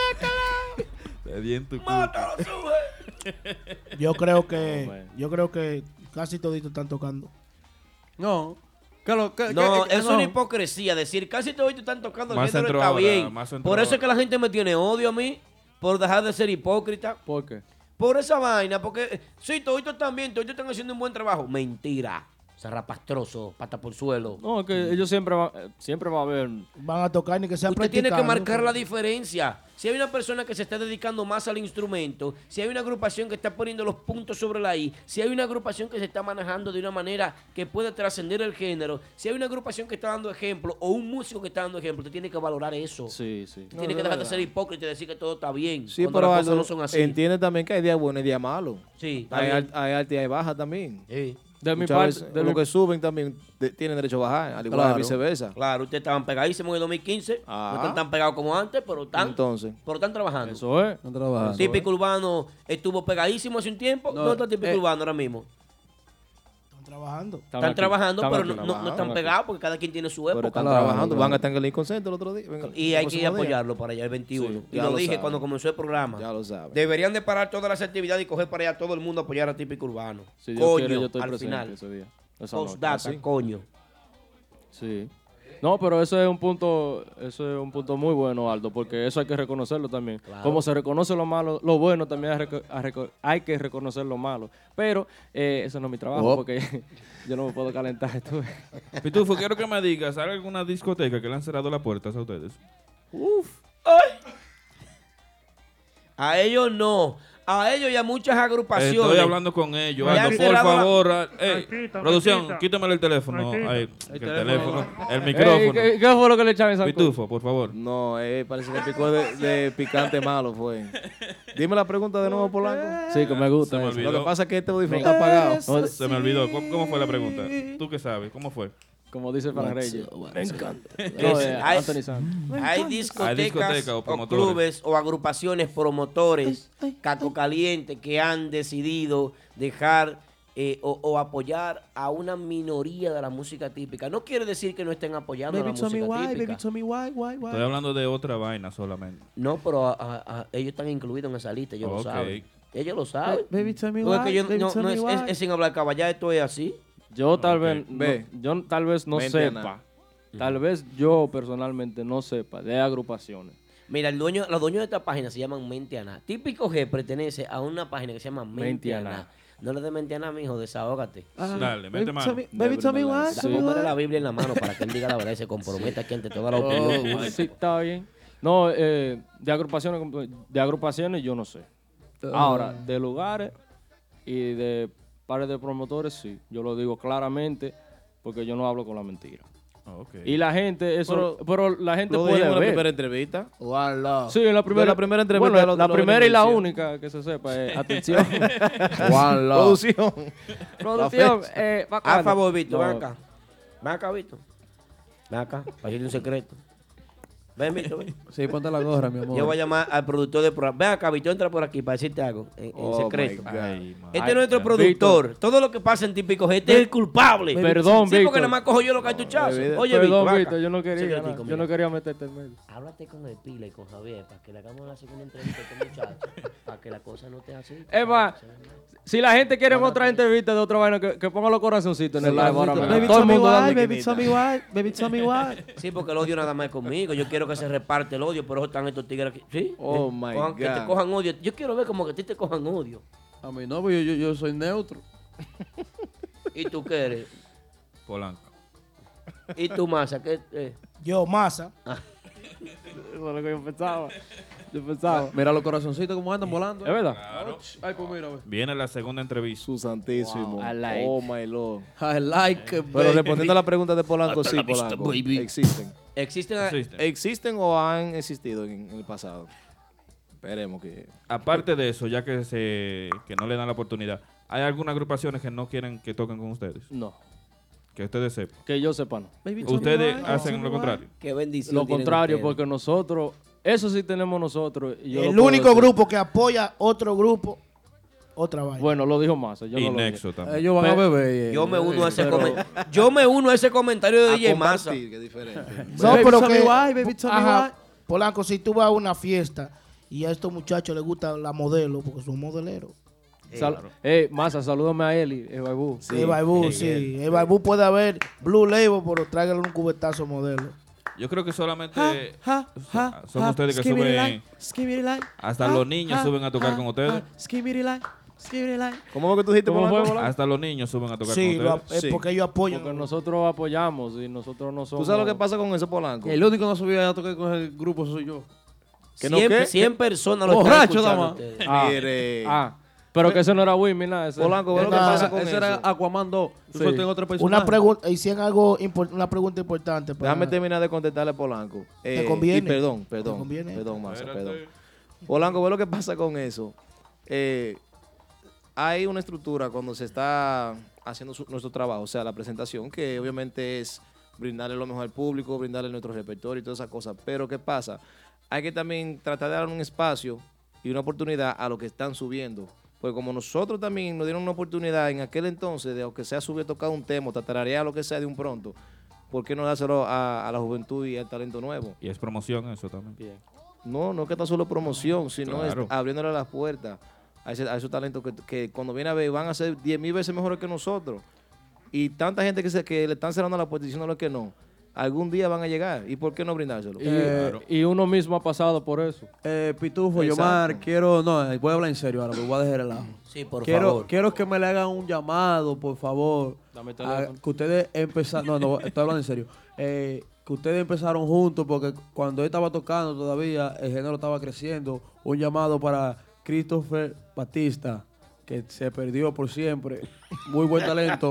Speaker 3: Te di en tu
Speaker 1: Mátalo,
Speaker 3: culo.
Speaker 5: Yo creo que, yo creo que casi toditos están tocando.
Speaker 4: No. Que lo, que,
Speaker 13: eh,
Speaker 2: No,
Speaker 5: que-
Speaker 2: es
Speaker 5: no.
Speaker 2: una hipocresía. Decir, casi todo te están tocando, el
Speaker 3: Más
Speaker 2: género
Speaker 3: entró
Speaker 2: está
Speaker 3: ahora,
Speaker 2: bien.
Speaker 3: más entró
Speaker 2: Por eso es que la gente me tiene odio a mí, por dejar de ser hipócrita.
Speaker 13: ¿Por qué?
Speaker 2: Por esa vaina, porque eh, sí, toditos también, toditos están haciendo un buen trabajo. Mentira. Zarrapastroso, pata por suelo. Mm.
Speaker 13: No, es que ellos siempre va, eh, siempre va a haber.
Speaker 5: Van a tocar ni que sea
Speaker 2: Usted tiene que
Speaker 5: practicando.
Speaker 2: marcar la diferencia. Si hay una persona que se está dedicando más al instrumento, si hay una agrupación que está poniendo los puntos sobre la I, si hay una agrupación que se está manejando de una manera que puede trascender el género, si hay una agrupación que está dando ejemplo o un músico que está dando ejemplo, usted tiene que valorar eso.
Speaker 13: Sí, sí.
Speaker 2: Usted tiene que dejar de ser hipócrita y decir que todo está bien.
Speaker 12: Sí,
Speaker 2: cuando
Speaker 12: pero
Speaker 2: las cosas
Speaker 12: Aldo,
Speaker 2: no son así.
Speaker 12: entiende también que hay días buenos y días malos.
Speaker 2: Sí, está
Speaker 12: hay,
Speaker 2: bien.
Speaker 12: al- hay alta y hay baja también.
Speaker 2: De mi
Speaker 12: Muchas
Speaker 2: parte-
Speaker 12: veces,
Speaker 2: de
Speaker 12: lo
Speaker 2: mi-
Speaker 12: que suben también de- tienen derecho a bajar, al igual que viceversa.
Speaker 2: Claro, ustedes estaban pegadísimos en el 2015.
Speaker 12: Ah.
Speaker 2: No están tan pegados como antes, pero están,
Speaker 12: Entonces.
Speaker 2: pero están trabajando. ¿eh?
Speaker 13: Eso es.
Speaker 12: trabajando.
Speaker 2: típico urbano estuvo pegadísimo hace un tiempo. No, está típico
Speaker 5: eh,
Speaker 2: urbano ahora mismo.
Speaker 5: Trabajando.
Speaker 2: Están, trabajando, pero no, no- no están
Speaker 12: Están
Speaker 2: pegados porque cada quien tiene su época.
Speaker 12: Pero están trabajando, van a estar en el Lincoln Center el otro día. venga,
Speaker 2: Y
Speaker 12: el
Speaker 2: hay que
Speaker 12: próximo día.
Speaker 2: apoyarlo para allá el 21.
Speaker 12: Sí,
Speaker 2: y
Speaker 12: ya
Speaker 2: lo,
Speaker 12: lo
Speaker 2: dije
Speaker 12: saben.
Speaker 2: cuando comenzó el programa.
Speaker 12: Ya lo saben.
Speaker 2: Deberían de parar todas las actividades y coger para allá todo el mundo a apoyar a Típico Urbano.
Speaker 13: Si Dios
Speaker 2: coño,
Speaker 13: quiere, yo estoy
Speaker 2: al
Speaker 13: presente
Speaker 2: final.
Speaker 13: ese día. Esa noche.
Speaker 2: Postdata,
Speaker 13: Ah, sí.
Speaker 2: coño.
Speaker 13: Sí. No, pero eso es un punto, eso es un punto muy bueno, Aldo, porque eso hay que reconocerlo también. Como se reconoce lo malo, lo bueno también hay, reco- hay reco- hay que reconocer lo malo. Pero eh, eso no es mi trabajo,
Speaker 3: Oh.
Speaker 13: porque yo no me puedo calentar. Esto.
Speaker 3: Pitufo, quiero que me digas, ¿hay alguna discoteca que le han cerrado las puertas a ustedes?
Speaker 2: Uf. ¡Ay! A ellos no. A ellos y a muchas agrupaciones.
Speaker 3: Estoy hablando con ellos.
Speaker 2: Le han
Speaker 3: Aldo, por
Speaker 2: cerrado la-
Speaker 3: favor. a- ey,
Speaker 2: Tranquila,
Speaker 3: producción,
Speaker 2: tranquila.
Speaker 3: quítamele el teléfono.
Speaker 12: Tranquila.
Speaker 3: Ay,
Speaker 12: El
Speaker 3: el
Speaker 12: teléfono.
Speaker 3: teléfono. El
Speaker 12: Ey,
Speaker 3: micrófono.
Speaker 12: ¿qué- qué fue lo que le echaron esa
Speaker 3: Pitufo, por favor.
Speaker 12: No, eh, parece que picó de, de picante malo fue. Dime la pregunta de nuevo, Polanco.
Speaker 13: Sí, que me gusta.
Speaker 3: Se me
Speaker 13: eso.
Speaker 3: olvidó.
Speaker 12: Lo que pasa es que este
Speaker 3: Me-
Speaker 12: audífono está apagado.
Speaker 3: No, se me olvidó. ¿Cómo, cómo fue la pregunta? ¿Tú qué sabes? ¿Cómo fue?
Speaker 13: Como dice para Reyes.
Speaker 2: oh,
Speaker 12: Me encanta.
Speaker 13: No, eh,
Speaker 2: hay,
Speaker 13: Anthony Santos.
Speaker 2: hay
Speaker 3: Hay
Speaker 2: discotecas
Speaker 3: discotecas o
Speaker 2: o,
Speaker 3: promotores.
Speaker 2: clubes o agrupaciones promotores, caco caliente, que han decidido dejar eh, o, o apoyar a una minoría de la música típica. No quiere decir que no estén apoyando a la
Speaker 9: Baby tell me
Speaker 2: música
Speaker 9: why,
Speaker 2: típica.
Speaker 9: baby tell me why, why, why.
Speaker 3: Estoy hablando de otra vaina solamente.
Speaker 2: No, pero a- a- a- ellos están incluidos en esa lista, ellos
Speaker 3: Ok.
Speaker 2: lo saben. Ellos lo saben.
Speaker 9: Ba- baby, tell me
Speaker 2: Porque es que
Speaker 9: why,
Speaker 2: yo-
Speaker 9: baby,
Speaker 2: no-
Speaker 9: tell
Speaker 2: no
Speaker 9: me
Speaker 2: es-
Speaker 9: why.
Speaker 2: es- es sin hablar caballá, esto es así.
Speaker 13: Yo tal vez, no-
Speaker 2: Ve.
Speaker 13: yo tal vez no
Speaker 2: Vente a
Speaker 13: sepa. Tal vez yo personalmente no sepa de agrupaciones.
Speaker 2: Mira, el dueño, los dueños de esta página se llaman Mentiana. Típico G pertenece a una página que se llama Mentiana.
Speaker 13: Mentiana.
Speaker 2: No le des Mentiana, mijo, desahógate.
Speaker 9: Ah, Dale, baby, mete mano. tell me- baby, tell me why,
Speaker 2: Da-
Speaker 9: tell me
Speaker 2: póngale
Speaker 9: why.
Speaker 2: la Biblia en la mano para que él diga la verdad y se comprometa aquí ante toda la opinión.
Speaker 13: Oh, sí, está bien. No, eh, de agrupaciones, como- de agrupaciones yo no sé. Ahora, de lugares y de pares de promotores, sí. Yo lo digo claramente porque yo no hablo con la mentira. Y la gente, eso, pero, la gente
Speaker 12: Ah, lo
Speaker 13: puede
Speaker 12: dijimos en la
Speaker 13: ver.
Speaker 12: primera entrevista.
Speaker 13: Sí, en la primera,
Speaker 12: la primera entrevista.
Speaker 13: bueno,
Speaker 12: lo-
Speaker 13: la
Speaker 12: lo
Speaker 13: primera y la
Speaker 12: venimos
Speaker 13: única que se sepa. eh, atención.
Speaker 12: diciendo. Producción.
Speaker 13: Producción,
Speaker 12: La fecha.
Speaker 13: eh, va
Speaker 2: A
Speaker 13: acabando.
Speaker 2: favor, Víctor,
Speaker 13: No.
Speaker 2: ven acá. Ven acá, Víctor. Ven acá, para decirte un secreto. Ven, Víctor, ven.
Speaker 4: Sí, ponte la gorra, mi amor.
Speaker 2: Yo voy a llamar al productor del programa. Ven acá, Víctor, entra por aquí para decirte algo en, en
Speaker 4: Oh,
Speaker 2: secreto.
Speaker 4: my God. Ay,
Speaker 2: este
Speaker 4: madre.
Speaker 2: es nuestro productor. Todo lo que pasa en Típico G, este es el culpable.
Speaker 13: Perdón,
Speaker 2: Sí,
Speaker 13: Víctor.
Speaker 2: porque nada más cojo yo los cartuchazos. Oye,
Speaker 13: Perdón,
Speaker 2: Víctor, ven acá.
Speaker 13: Víctor, yo no quería,
Speaker 2: Secretico,
Speaker 13: nada, yo
Speaker 2: mira.
Speaker 13: no quería meterte en medio.
Speaker 2: Háblate con el Pila y con Javier para que le hagamos la segunda entrevista a este muchacho. para que la cosa no esté así.
Speaker 13: Es más, si la gente quiere otra entrevista de otra vaina, que, que ponga los corazoncitos en el
Speaker 4: Sí,
Speaker 13: live
Speaker 4: sí,
Speaker 13: ahora
Speaker 4: sí.
Speaker 13: mismo.
Speaker 4: Baby,
Speaker 13: Todo el
Speaker 4: tell me
Speaker 13: mundo
Speaker 4: why,
Speaker 13: dando
Speaker 4: baby,
Speaker 13: quinita.
Speaker 4: tell me why, baby, tell me why.
Speaker 2: Sí, porque el odio nada más es conmigo. Yo quiero que se reparte el odio, por eso están estos tigres aquí. ¿Sí? Eh,
Speaker 12: Oh, my
Speaker 2: Cojan- Que te
Speaker 12: God.
Speaker 2: cojan odio. Yo quiero ver como que a ti te cojan odio.
Speaker 4: A mí no, porque yo, yo, yo soy neutro.
Speaker 2: ¿Y tú qué eres?
Speaker 3: Polanco.
Speaker 2: ¿Y tú, Masa? ¿Qué, eh?
Speaker 5: Yo, masa.
Speaker 13: Eso es lo que yo pensaba. Yo pensaba.
Speaker 4: Mira los corazoncitos como andan volando.
Speaker 13: Es verdad.
Speaker 4: Ay, pues mira, ve.
Speaker 3: Viene la segunda entrevista.
Speaker 12: Su santísimo.
Speaker 4: Wow, I like.
Speaker 12: Oh my lord.
Speaker 4: I like it,
Speaker 12: Pero
Speaker 4: baby.
Speaker 12: respondiendo a la pregunta de Polanco,
Speaker 4: Hasta
Speaker 12: sí,
Speaker 4: la vista,
Speaker 12: Polanco.
Speaker 4: baby.
Speaker 12: Existen.
Speaker 2: ¿Existen?
Speaker 12: Existen. o han existido en, en el pasado. Esperemos que.
Speaker 3: Aparte de eso, ya que se que no le dan la oportunidad, ¿hay algunas agrupaciones que no quieren que toquen con ustedes?
Speaker 13: No.
Speaker 3: Que ustedes sepan.
Speaker 13: Que yo sepa, no.
Speaker 3: Baby, tell me Ustedes why, hacen tell me lo why. contrario.
Speaker 2: Qué bendición
Speaker 13: Lo
Speaker 2: tienen
Speaker 13: contrario,
Speaker 2: ustedes.
Speaker 13: porque nosotros, eso sí tenemos nosotros. y yo lo
Speaker 5: El
Speaker 13: puedo
Speaker 5: único
Speaker 13: decir.
Speaker 5: grupo que apoya otro grupo, otra vaina.
Speaker 13: Bueno, lo dijo Massa. Yo
Speaker 3: Y
Speaker 13: no lo dije.
Speaker 3: Nexo
Speaker 5: también.
Speaker 4: Ellos van Eh, a
Speaker 13: Pero-
Speaker 4: beber.
Speaker 2: Yo me uno a ese
Speaker 13: pero-
Speaker 2: comentario. Yo me uno a ese comentario de
Speaker 5: A
Speaker 2: DJ Massa.
Speaker 5: compartir, No,
Speaker 4: No, Baby,
Speaker 5: pero
Speaker 4: tell
Speaker 5: que.
Speaker 4: me why, baby, tell me
Speaker 5: Ajá. Polanco, si tú vas a una fiesta y a estos muchachos les gusta la modelo, porque son modeleros.
Speaker 13: Sal- eh, Massa, salúdame a Eli, Eh, el Baibú.
Speaker 5: el Baibú, sí. El Baibú puede haber Blue Label, pero tráigale un cubetazo modelo.
Speaker 3: Yo creo que solamente son
Speaker 4: ah,
Speaker 5: ja,
Speaker 3: ustedes que
Speaker 5: skibidi
Speaker 3: suben.
Speaker 5: like,
Speaker 7: skibidi like,
Speaker 3: hasta
Speaker 7: ah,
Speaker 3: los niños
Speaker 7: ah,
Speaker 3: suben a tocar
Speaker 7: ah,
Speaker 3: con ustedes.
Speaker 7: Skibidi like, skibidi like.
Speaker 12: ¿Cómo que tú dijiste,
Speaker 13: ¿Cómo
Speaker 12: Polanco?
Speaker 13: fue, Polanco?
Speaker 3: Hasta los niños suben a tocar
Speaker 13: Sí,
Speaker 3: con
Speaker 13: lo
Speaker 3: ustedes.
Speaker 13: ap- es Sí. porque ellos
Speaker 5: apoyan.
Speaker 13: Porque nosotros apoyamos y nosotros no somos.
Speaker 12: ¿Tú sabes lo que pasa con eso, Polanco?
Speaker 4: El único que no subió a tocar con el grupo soy yo.
Speaker 12: ¿Que no Cien- qué? cien
Speaker 2: personas
Speaker 13: lo están
Speaker 4: Borracho,
Speaker 13: escuchando
Speaker 4: dama.
Speaker 13: ustedes. Ah, ah, pero que eso no era Wimmy, nada. ese-
Speaker 4: Polanco, ve lo que
Speaker 13: Nada.
Speaker 4: pasa con Ese era eso. Aquaman 2. Yo solo tengo otro
Speaker 5: Una pregunta, hicieron algo, impor- una pregunta importante. para-
Speaker 12: Déjame terminar de contestarle a Polanco.
Speaker 5: ¿Te
Speaker 12: Eh,
Speaker 5: conviene?
Speaker 12: y perdón,
Speaker 5: ¿Te
Speaker 12: perdón.
Speaker 5: conviene?
Speaker 12: Perdón, Massa,
Speaker 5: Espérate.
Speaker 12: perdón. Polanco, ve lo que pasa con eso. Eh, hay una estructura cuando se está haciendo su- nuestro trabajo, o sea, la presentación, que obviamente es brindarle lo mejor al público, brindarle nuestro repertorio y todas esas cosas. Pero, ¿qué pasa? Hay que también tratar de dar un espacio y una oportunidad a los que están subiendo. Pues como nosotros también nos dieron una oportunidad en aquel entonces de aunque sea subir a tocar un tema, o tatararear lo que sea de un pronto, ¿por qué no dárselo a, a la juventud y al talento nuevo?
Speaker 3: Y es promoción eso también.
Speaker 12: No, no es que está solo promoción, sino es
Speaker 3: Claro.
Speaker 12: abriéndole las puertas a, ese- a esos talentos que, que cuando viene a ver van a ser 10 mil veces mejores que nosotros. Y tanta gente que, se, que le están cerrando la puerta y diciéndole que no. Algún día van a llegar. ¿Y por qué no brindárselo?
Speaker 13: Y, Eh, y uno mismo ha pasado por eso.
Speaker 4: Eh, Pitufo,
Speaker 13: Exacto.
Speaker 4: Yomar, quiero. No, eh, voy a hablar en serio ahora, porque voy a dejar el ajo.
Speaker 2: Sí, por
Speaker 4: quiero,
Speaker 2: favor.
Speaker 4: Quiero que me le hagan un llamado, por favor.
Speaker 13: Dame
Speaker 4: a-
Speaker 13: teléfono.
Speaker 4: que ustedes empezaron. No, no, estoy hablando en serio. Eh, que ustedes empezaron juntos, porque cuando yo estaba tocando todavía, el género estaba creciendo. Un llamado para Christopher Batista, que se perdió por siempre. Muy buen talento.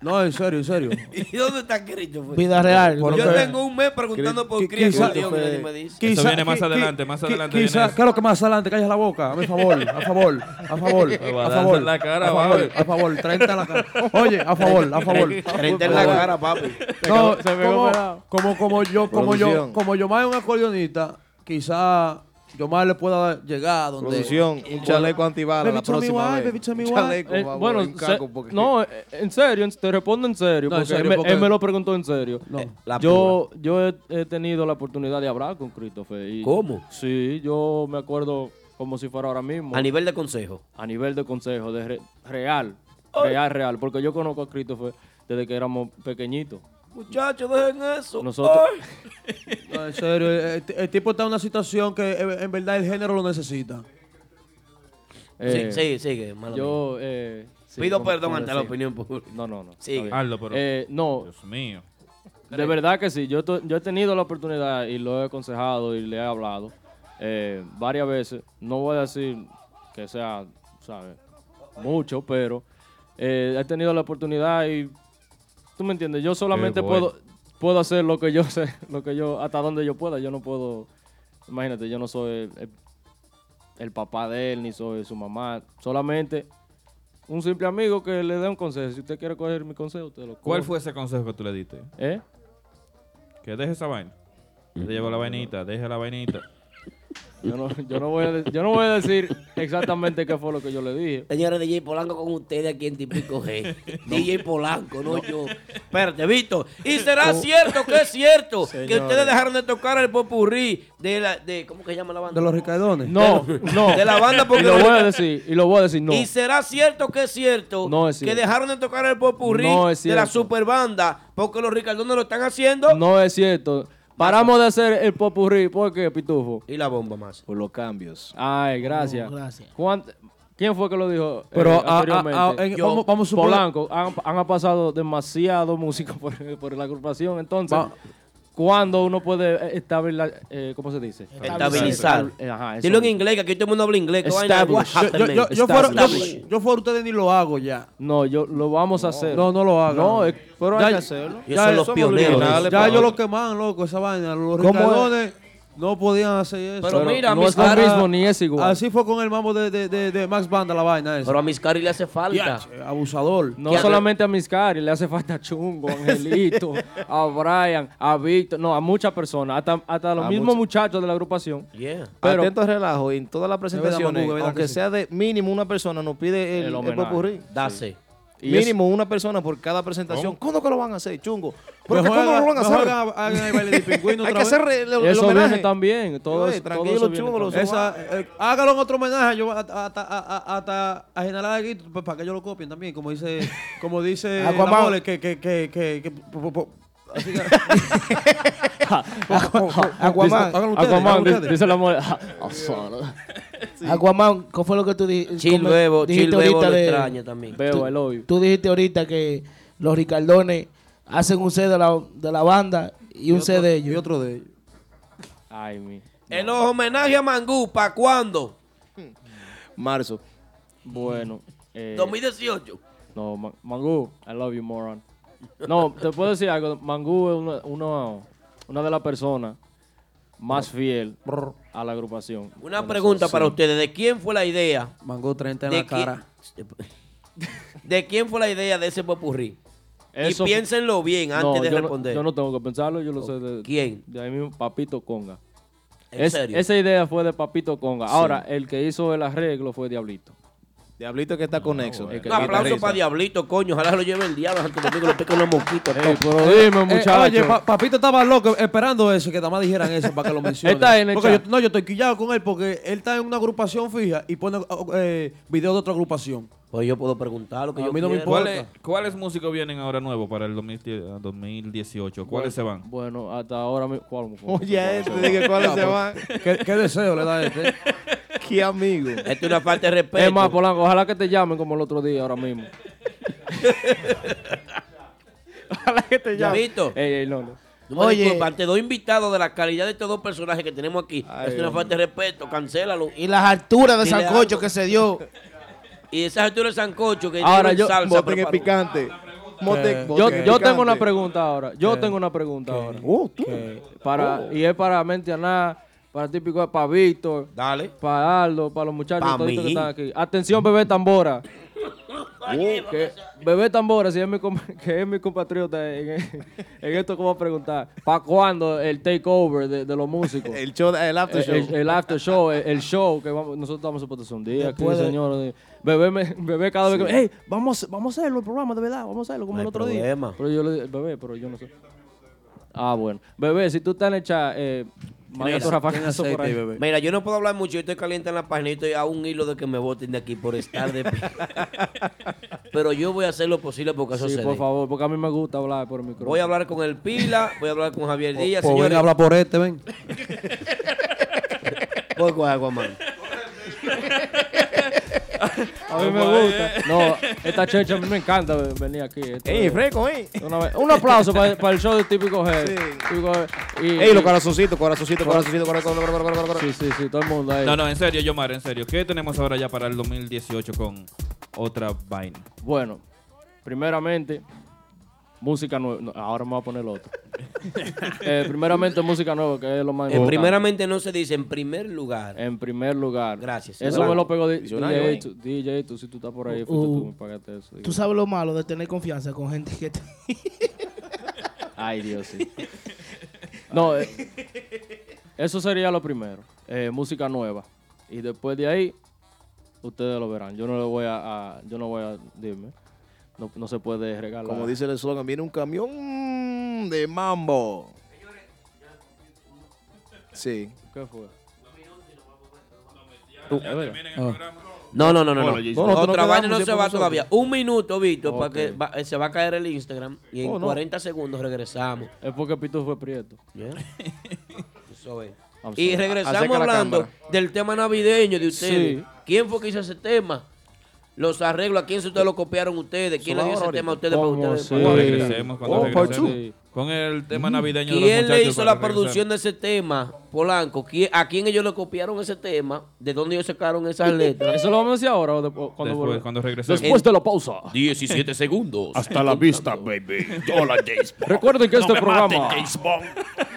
Speaker 4: No, en serio, en serio.
Speaker 2: ¿Y dónde está Christopher?
Speaker 4: Vida real. Por
Speaker 2: Yo
Speaker 4: lo que-
Speaker 2: tengo un mes preguntando por
Speaker 4: Qui-
Speaker 2: Cris
Speaker 4: quizá-
Speaker 2: Acordeón y nadie me dice.
Speaker 4: quizá-
Speaker 3: Eso viene más
Speaker 4: qui- qui-
Speaker 3: adelante, más
Speaker 4: qui-
Speaker 3: adelante
Speaker 4: Quizá,
Speaker 3: viene eso.
Speaker 4: claro que más adelante, callas la boca. A mi favor, a favor, a favor.
Speaker 3: Me va a
Speaker 4: A
Speaker 3: dar
Speaker 4: favor,
Speaker 3: en la cara,
Speaker 4: a favor,
Speaker 3: vale.
Speaker 4: a favor, 30 en la cara. Oye, a favor, a favor.
Speaker 2: Treinta en la
Speaker 4: Por favor.
Speaker 2: cara, papi.
Speaker 4: No,
Speaker 2: Se me
Speaker 4: como,
Speaker 2: quedó
Speaker 4: como, como yo, como yo,
Speaker 2: Producción.
Speaker 4: como yo más es un acordeonista, quizá yo más le pueda llegar a donde.
Speaker 12: Producción, un chaleco antibalas la
Speaker 4: Baby, tell me
Speaker 12: próxima
Speaker 4: why,
Speaker 12: vez.
Speaker 4: baby, tell me
Speaker 12: Un
Speaker 4: why.
Speaker 12: chaleco,
Speaker 13: Eh,
Speaker 12: por favor,
Speaker 13: bueno,
Speaker 12: un caco,
Speaker 13: se-
Speaker 12: porque-
Speaker 13: no, eh, en serio, en- te respondo en serio,
Speaker 4: No, en
Speaker 13: porque
Speaker 4: serio,
Speaker 13: él, me-
Speaker 4: porque-
Speaker 13: él me lo preguntó en serio. Eh,
Speaker 4: No.
Speaker 2: La
Speaker 13: yo yo he, he tenido la oportunidad de hablar con Christopher. y-
Speaker 2: ¿Cómo?
Speaker 13: Sí, yo me acuerdo como si fuera ahora mismo.
Speaker 2: A nivel de consejo.
Speaker 13: A nivel de consejo, de re- real, real, real, porque yo conozco a Christopher desde que éramos pequeñitos.
Speaker 2: Muchachos, dejen eso.
Speaker 13: Nosotros-
Speaker 4: No, en serio, eh, el, el tipo está en una situación que eh, en verdad el género lo necesita.
Speaker 13: Eh,
Speaker 2: Sí, sí, sigue, mala
Speaker 13: Yo
Speaker 2: mía.
Speaker 13: eh, sí,
Speaker 2: Pido
Speaker 13: como-
Speaker 2: perdón
Speaker 13: como
Speaker 2: ante la
Speaker 13: decía.
Speaker 2: opinión pública.
Speaker 13: No, no, no.
Speaker 2: Sigue.
Speaker 13: está bien.
Speaker 2: Hazlo, pero-
Speaker 13: Eh, no.
Speaker 3: Dios mío.
Speaker 13: De verdad que sí. Yo, to- yo he tenido la oportunidad y lo he aconsejado y le he hablado eh, varias veces. No voy a decir que sea, ¿sabes? Mucho, pero eh, he tenido la oportunidad y tú me entiendes. Yo solamente
Speaker 3: bueno.
Speaker 13: puedo puedo hacer lo que yo sé, lo que yo hasta donde yo pueda. Yo no puedo. Imagínate, yo no soy el- el papá de él, ni soy su mamá. Solamente un simple amigo que le dé un consejo. Si usted quiere coger mi consejo, usted lo coge.
Speaker 3: ¿Cuál fue ese consejo que tú le diste?
Speaker 13: ¿Eh?
Speaker 3: Que deje esa vaina. Te llevo la vainita, deja la vainita.
Speaker 13: Yo no, yo no voy a, de- yo no voy a decir exactamente qué fue lo que yo le dije.
Speaker 2: Señores, DJ Polanco con ustedes aquí en Típico G. DJ Polanco, no, yo. Espérate, Víctor. ¿Y será
Speaker 4: No.
Speaker 2: cierto que es cierto que
Speaker 4: Oh. Señores.
Speaker 2: ustedes dejaron de tocar el popurrí de la. De, ¿Cómo que se llama la banda?
Speaker 4: De los ricardones.
Speaker 13: No, no.
Speaker 2: De la banda porque
Speaker 13: Y lo
Speaker 2: los
Speaker 13: voy a
Speaker 2: rica-
Speaker 13: decir, y lo voy a decir, no.
Speaker 2: ¿Y será cierto que es cierto,
Speaker 13: No es
Speaker 2: que
Speaker 13: cierto.
Speaker 2: dejaron de tocar el popurrí
Speaker 13: No es
Speaker 2: de la
Speaker 13: cierto.
Speaker 2: superbanda porque los ricardones lo están haciendo?
Speaker 13: No es cierto. Paramos de hacer el popurrí, ¿por qué, Pitufo?
Speaker 2: Y la bomba más.
Speaker 12: Por los cambios.
Speaker 13: Ay, gracias.
Speaker 5: gracias.
Speaker 13: Juan, ¿Quién fue que lo dijo? eh,
Speaker 4: Pero, ah, ah,
Speaker 13: anteriormente?
Speaker 4: ah, en- vamos- vamos a suponer-
Speaker 13: Polanco, han, han pasado demasiado músicos por, por la agrupación. Entonces, ¿cuándo uno puede estabilizar? ¿Cómo se dice?
Speaker 2: Estabilizar.
Speaker 13: Eh, Ajá, eso
Speaker 2: Dilo en
Speaker 13: mismo.
Speaker 2: inglés, que aquí todo el mundo habla inglés. ¿Qué vaina?
Speaker 13: Establish.
Speaker 2: What happened,
Speaker 13: Yo- yo-
Speaker 2: man?
Speaker 13: yo- yo fuera- yo-
Speaker 2: Establish.
Speaker 4: Yo fuera ustedes ni lo hago ya.
Speaker 13: No, yo lo vamos a hacer.
Speaker 4: No, no lo hagan.
Speaker 13: No, eh, pero hay que hacerlo.
Speaker 4: ya somos originales, Ya ellos lo quemaban, loco, esa vaina. Los
Speaker 13: ¿Cómo es?
Speaker 4: ricardones no podían hacer eso.
Speaker 2: Pero Pero mira,
Speaker 13: no mis es lo caras- mismo ni es igual.
Speaker 4: Así fue con el mambo de, de, de, de Max Banda la vaina esa.
Speaker 2: Pero a mis caras le hace falta.
Speaker 4: Yache, abusador.
Speaker 13: No solamente a mis caras, le hace falta a Chungo, a Angelito, a Brian, a Víctor, no, a muchas personas, hasta, hasta los
Speaker 12: A
Speaker 13: mismos muchachos de la agrupación.
Speaker 12: Pero,
Speaker 13: Pero-
Speaker 12: Atento al relajo, en todas las
Speaker 13: verdad,
Speaker 12: presentaciones,
Speaker 13: Manuel, ¿verdad
Speaker 12: aunque
Speaker 13: que sí?
Speaker 12: sea de mínimo una persona, nos pide el,
Speaker 13: El
Speaker 12: el,
Speaker 13: homenaje.
Speaker 12: popurrí.
Speaker 2: Dase.
Speaker 13: Y
Speaker 12: mínimo una persona por cada presentación. ¿Cuándo que lo van a hacer, chungo? ¿Pero
Speaker 13: Mejor
Speaker 12: que cuándo
Speaker 13: haga-
Speaker 12: lo van a
Speaker 13: mejor
Speaker 12: hacer?
Speaker 13: haga- hagan el baile de pingüino
Speaker 12: Hay
Speaker 13: otra
Speaker 12: que
Speaker 13: vez.
Speaker 12: hacer el, el
Speaker 13: Eso viene
Speaker 12: homenaje.
Speaker 13: también, todo
Speaker 12: Oye,
Speaker 13: eso- todo
Speaker 12: tranquilo,
Speaker 13: eso viene
Speaker 12: chungo. lo
Speaker 13: también.
Speaker 12: suba-
Speaker 4: Esa, eh, hágalo en otro homenaje yo, a- a- hasta a, a- hasta a General Aguito, pues, para que ellos lo copien también, como dice, como dice
Speaker 12: Aquaman.
Speaker 4: Eh, la mole, que, que, que, que, que- po- po- po- así que-
Speaker 5: Aquaman.
Speaker 4: Háganlo ustedes, háganlo ustedes.
Speaker 13: dice la mole.
Speaker 5: Aquaman, ¿qué fue lo que tú di- come- dijiste?
Speaker 2: Chill Bebo, Chill Bebo lo
Speaker 5: de-
Speaker 2: extraña también.
Speaker 5: tú, Tú dijiste ahorita que los Ricardones hacen un set de la, de la banda y, un set de ellos. Y
Speaker 4: otro de ellos.
Speaker 13: Ay, mi.
Speaker 2: El homenaje a Mangú, ¿para cuándo?
Speaker 12: Marzo.
Speaker 13: Bueno. eh,
Speaker 2: 2018.
Speaker 13: No, Ma- Mangú, I love you, moron. No, te puedo decir algo. Mangú es una, una, una de las personas más fiel a la agrupación.
Speaker 2: Una pregunta para ustedes. ¿De quién fue la idea?
Speaker 4: Mango 30
Speaker 2: en la cara. ¿De quién fue la idea de ese popurrí?
Speaker 13: Eso-
Speaker 2: y piénsenlo bien antes
Speaker 13: No,
Speaker 2: de
Speaker 13: yo no-
Speaker 2: responder.
Speaker 13: yo no tengo que pensarlo, yo lo sé de.
Speaker 2: ¿Quién?
Speaker 13: De ahí mismo, Papito Conga.
Speaker 2: ¿En serio?
Speaker 13: Esa idea fue de Papito Conga.
Speaker 12: Sí.
Speaker 13: Ahora, el que hizo el arreglo fue Diablito.
Speaker 12: Diablito que está conexo.
Speaker 13: bueno.
Speaker 2: Un aplauso para Diablito, coño. Ojalá lo lleve el diablo. Santo Domingo lo pico en los mosquitos.
Speaker 13: Ey,
Speaker 2: todo.
Speaker 13: pero dime,
Speaker 4: Eh, oye, pa- papito estaba loco esperando eso, que nada más dijeran eso para que lo mencionen.
Speaker 13: Está en el
Speaker 4: Porque
Speaker 13: chat.
Speaker 4: yo- no, yo estoy quillado con él porque él está en una agrupación fija y pone eh, videos de otra agrupación.
Speaker 2: Pues yo puedo preguntar lo
Speaker 4: que yo quiera.
Speaker 3: ¿Cuáles, ¿Cuáles músicos vienen ahora nuevos para el 2010 2018? ¿Cuáles se van?
Speaker 13: Bueno, hasta ahora. mi- ¿cuál- cuál-
Speaker 12: Oye,
Speaker 13: cuál-
Speaker 12: este, de que cuáles se
Speaker 13: Ah,
Speaker 12: van.
Speaker 4: ¿Qué, qué deseo le da este?
Speaker 12: Qué amigo.
Speaker 2: Esto es una falta de respeto.
Speaker 13: Es más, Polanco, ojalá que te llamen como el otro día ahora mismo. ojalá que te llamen.
Speaker 2: Diablito.
Speaker 13: Ey, ey, Eh, no, no.
Speaker 2: Tú me disculpas, ante dos invitados de la calidad de estos dos personajes que tenemos aquí. es una
Speaker 5: Dios
Speaker 2: falta de respeto, cancélalo.
Speaker 5: Y las alturas de
Speaker 2: Dile
Speaker 5: Sancocho
Speaker 2: algo.
Speaker 5: que se dio.
Speaker 2: Y esas alturas de sancocho que
Speaker 13: Ahora
Speaker 2: tienen
Speaker 13: yo-
Speaker 2: salsa
Speaker 13: boten
Speaker 2: preparada.
Speaker 13: el picante. Mote- yo, yo tengo una pregunta ahora. Yo tengo una pregunta ahora.
Speaker 12: Uh,
Speaker 13: Para, Y es para Mentianá, para típico, para Víctor, para Aldo, para los muchachos
Speaker 2: Pa'
Speaker 13: toditos que
Speaker 2: mí.
Speaker 13: están aquí. Ah, Atención, bebé tambora. Que- bebé tambora, si es mi, com- que es mi compatriota en, en esto, ¿cómo preguntar? ¿Para cuándo el takeover de, de los músicos? Eh,
Speaker 12: El show, el after show.
Speaker 13: El, el after show, eh, el, el show que vamos- nosotros estamos supuestos un día aquí,
Speaker 12: Después de-
Speaker 13: señor. eh. Bebé, me- bebé cada vez
Speaker 12: Sí.
Speaker 13: que. ¡Ey! Ah, Vamos, vamos a hacerlo el programa, de verdad, vamos a hacerlo como
Speaker 2: No hay
Speaker 13: el otro
Speaker 2: problema.
Speaker 13: día. Pero yo le dije, bebé, pero yo no sé. Ah, bueno. Bebé, si tú estás en el chat, eh, manda tu rafacazo por ahí.
Speaker 2: Mira, yo no puedo hablar mucho, yo estoy caliente en la página y estoy a un hilo de que me voten de aquí por estar de pie. Pero yo voy a hacer lo posible porque eso
Speaker 13: Sí,
Speaker 2: se
Speaker 13: por
Speaker 2: dé.
Speaker 13: favor, porque a mí me gusta hablar por el micrófono.
Speaker 2: Voy a hablar con el Pila, voy a hablar con Javier Díaz,
Speaker 4: Pues ven,
Speaker 2: señores.
Speaker 4: habla por este, ven.
Speaker 2: Voy con Aquaman.
Speaker 13: A mí me gusta. No, esta checha a mí me encanta venir aquí. Esto
Speaker 12: Ey,
Speaker 13: es-
Speaker 12: fresco, ey.
Speaker 13: Una vez- un aplauso para, para el show de típico G. Típico G. Y-
Speaker 12: Ey, los
Speaker 13: y-
Speaker 12: corazoncitos, corazoncitos, corazoncitos, corazoncitos, corazoncitos, corazoncitos.
Speaker 13: Sí, sí, sí, todo el mundo ahí.
Speaker 3: No, no, en serio, Yomar, en serio. ¿Qué tenemos ahora ya para el 2018 con otra vaina?
Speaker 13: Bueno, primeramente, música nueva. No, ahora me voy a poner el otro. Eh, primeramente, música nueva, que es lo más
Speaker 2: En
Speaker 13: importante.
Speaker 2: primeramente no se dice, en primer lugar.
Speaker 13: En primer lugar.
Speaker 2: Gracias.
Speaker 13: Eso
Speaker 2: Blanco.
Speaker 13: me lo pegó di-
Speaker 2: Visionario,
Speaker 13: DJ,
Speaker 2: ¿eh?
Speaker 13: tú, DJ, tú, si tú estás por ahí, fuiste
Speaker 5: Uh,
Speaker 13: tú, me pagaste eso.
Speaker 5: Tú sabes lo malo de tener confianza con gente que te...
Speaker 13: Ay, Dios, sí. No, eh, eso sería lo primero. eh, música nueva. Y después de ahí, ustedes lo verán. Yo no le voy a, a- yo no voy a, dime, no, no se puede regalar.
Speaker 12: eh, Como dice el eslogan, viene un camión mm, de mambo. Sí.
Speaker 13: ¿Qué fue?
Speaker 4: Ah.
Speaker 2: No, no, no, no. no.
Speaker 12: Bueno, Jason. No, no, tú no
Speaker 2: Otra vaina
Speaker 12: quedamos
Speaker 2: no se va
Speaker 12: siempre
Speaker 2: todavía.
Speaker 12: nosotros.
Speaker 2: Un minuto, Vito,
Speaker 13: Ok.
Speaker 2: para que va- eh, se va a caer el Instagram y en
Speaker 13: Oh, no.
Speaker 2: 40 segundos regresamos.
Speaker 13: Es porque Pito fue prieto.
Speaker 2: Eso es. Y
Speaker 12: Acerca
Speaker 2: regresamos
Speaker 12: la
Speaker 2: hablando
Speaker 12: cámara.
Speaker 2: del tema navideño de ustedes.
Speaker 12: Sí.
Speaker 2: ¿Quién fue que hizo ese tema? Los arreglos, ¿a quién se ustedes lo copiaron ustedes? ¿Quién le dio ese
Speaker 12: Ahorita.
Speaker 2: tema a ustedes para
Speaker 12: ¿Cómo
Speaker 2: ustedes?
Speaker 12: así?
Speaker 3: Cuando regresemos, cuando
Speaker 12: Oh,
Speaker 3: regresemos.
Speaker 12: Pachu.
Speaker 3: Con el tema navideño de los
Speaker 2: ¿Quién le
Speaker 3: muchachos
Speaker 2: hizo
Speaker 3: para
Speaker 2: la
Speaker 3: regresar.
Speaker 2: producción de ese tema, Polanco? ¿Qui- ¿A quién ellos le copiaron ese tema? ¿De dónde ellos sacaron esas letras?
Speaker 13: ¿Eso lo vamos a decir ahora o después, cuando
Speaker 2: Después,
Speaker 13: volvemos?
Speaker 2: cuando regresemos.
Speaker 13: Después de la pausa.
Speaker 2: 17 segundos.
Speaker 13: Hasta la vista,
Speaker 16: baby. Hola, James Bond.
Speaker 13: Recuerden que
Speaker 16: No
Speaker 13: este
Speaker 16: me
Speaker 13: programa-
Speaker 16: maten, James Bond.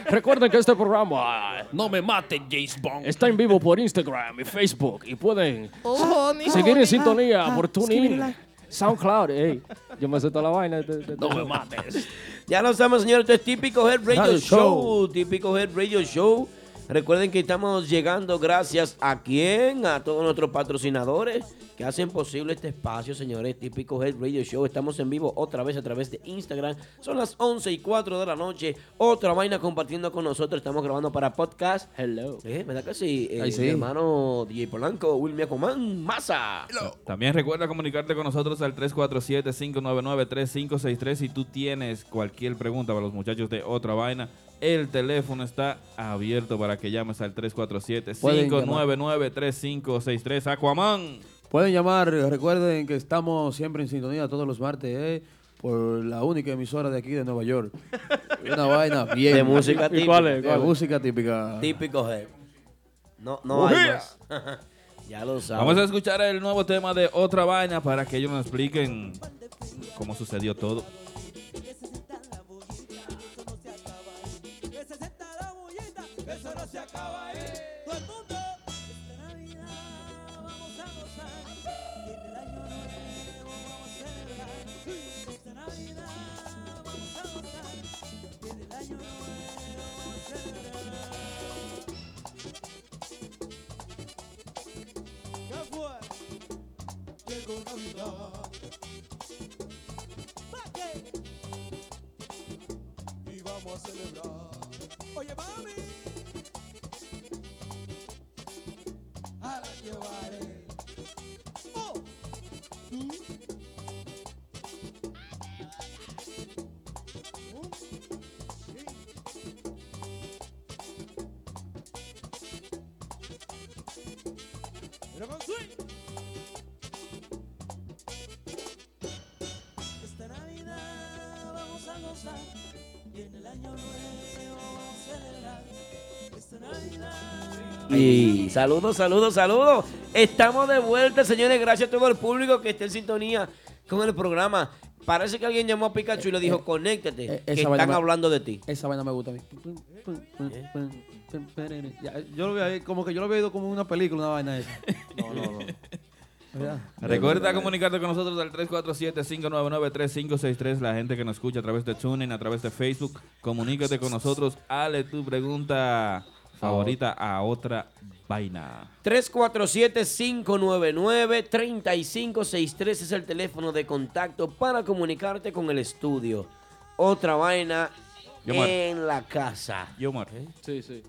Speaker 13: Recuerden que este programa
Speaker 16: No me maten, James Bond.
Speaker 13: está en vivo por Instagram y Facebook y pueden
Speaker 16: Oh, honey,
Speaker 13: seguir
Speaker 16: honey.
Speaker 13: en sintonía
Speaker 16: Ah,
Speaker 13: por
Speaker 16: ah, skibidi
Speaker 13: TuneIn,
Speaker 16: like.
Speaker 13: SoundCloud. Ey, yo me sé toda la vaina. No
Speaker 2: me mates. Ya lo sabemos, señores. Esto es Típico Head Radio,
Speaker 13: Radio
Speaker 2: Show.
Speaker 13: Show.
Speaker 2: Típico Head Radio Show. Recuerden que estamos llegando gracias a quién? A todos nuestros patrocinadores que hacen posible este espacio, señores. Típico Head Radio Show. Estamos en vivo otra vez a través de Instagram. Son las 11 y 4 de la noche. Otra vaina compartiendo con nosotros. Estamos grabando para podcast. Hello. ¿Verdad que sí? Eh,
Speaker 3: Ay, sí.
Speaker 2: Mi hermano DJ Polanco, Wilmia Comán, Masa.
Speaker 3: También recuerda comunicarte con nosotros al 347-599-3563 si tú tienes cualquier pregunta para los muchachos de Otra Vaina. El teléfono está abierto para que llames al
Speaker 4: Pueden
Speaker 3: 347-599-3563. Aquaman.
Speaker 4: Pueden llamar, recuerden que estamos siempre en sintonía todos los martes eh, por la única emisora de aquí de Nueva York. Una vaina bien.
Speaker 2: De música ¿Y cuál es? típica. ¿Cuál es?
Speaker 4: De música típica.
Speaker 2: Típico Head. No, no hay
Speaker 3: Ujía.
Speaker 2: más. ya lo sabes.
Speaker 3: Vamos a escuchar el nuevo tema de Otra Vaina para que ellos nos expliquen cómo sucedió todo.
Speaker 11: Eso no se acaba ¿eh? ahí. Todo el mundo. Esta Navidad vamos a gozar. Y en el año nuevo vamos a celebrar. Esta Navidad vamos a gozar. Y en el año nuevo vamos a celebrar. ¿Qué fue? Llegó Navidad. ¿Pa' qué? Y vamos a celebrar. Oye, mami. A la llevaré. Oh. Mm. Oh. Sí. Mira, Mansuí. Esta Navidad vamos a gozar. Y en el año nuevo vamos a celebrar esta Navidad.
Speaker 2: Y saludos, saludos, saludos. Estamos de vuelta, señores. Gracias a todo el público que está en sintonía con el programa. Parece que alguien llamó a Pikachu y le dijo, conéctate,
Speaker 4: Eh,
Speaker 2: que
Speaker 4: esa
Speaker 2: están
Speaker 4: vaina me-
Speaker 2: hablando de ti.
Speaker 4: Esa vaina me gusta a mí.
Speaker 2: Eh.
Speaker 4: Ya, Yo lo veo ahí, como que yo lo veo como una película, una vaina esa. No, no, no.
Speaker 3: Recuerda comunicarte con nosotros al 347-599-3563. La gente que nos escucha a través de TuneIn, a través de Facebook, comunícate con nosotros. Hale tu pregunta favorita a otra vaina.
Speaker 2: 347-599-3563 es el teléfono de contacto para comunicarte con el estudio. Otra vaina
Speaker 13: Yomar.
Speaker 2: en la casa.
Speaker 13: Sí, sí.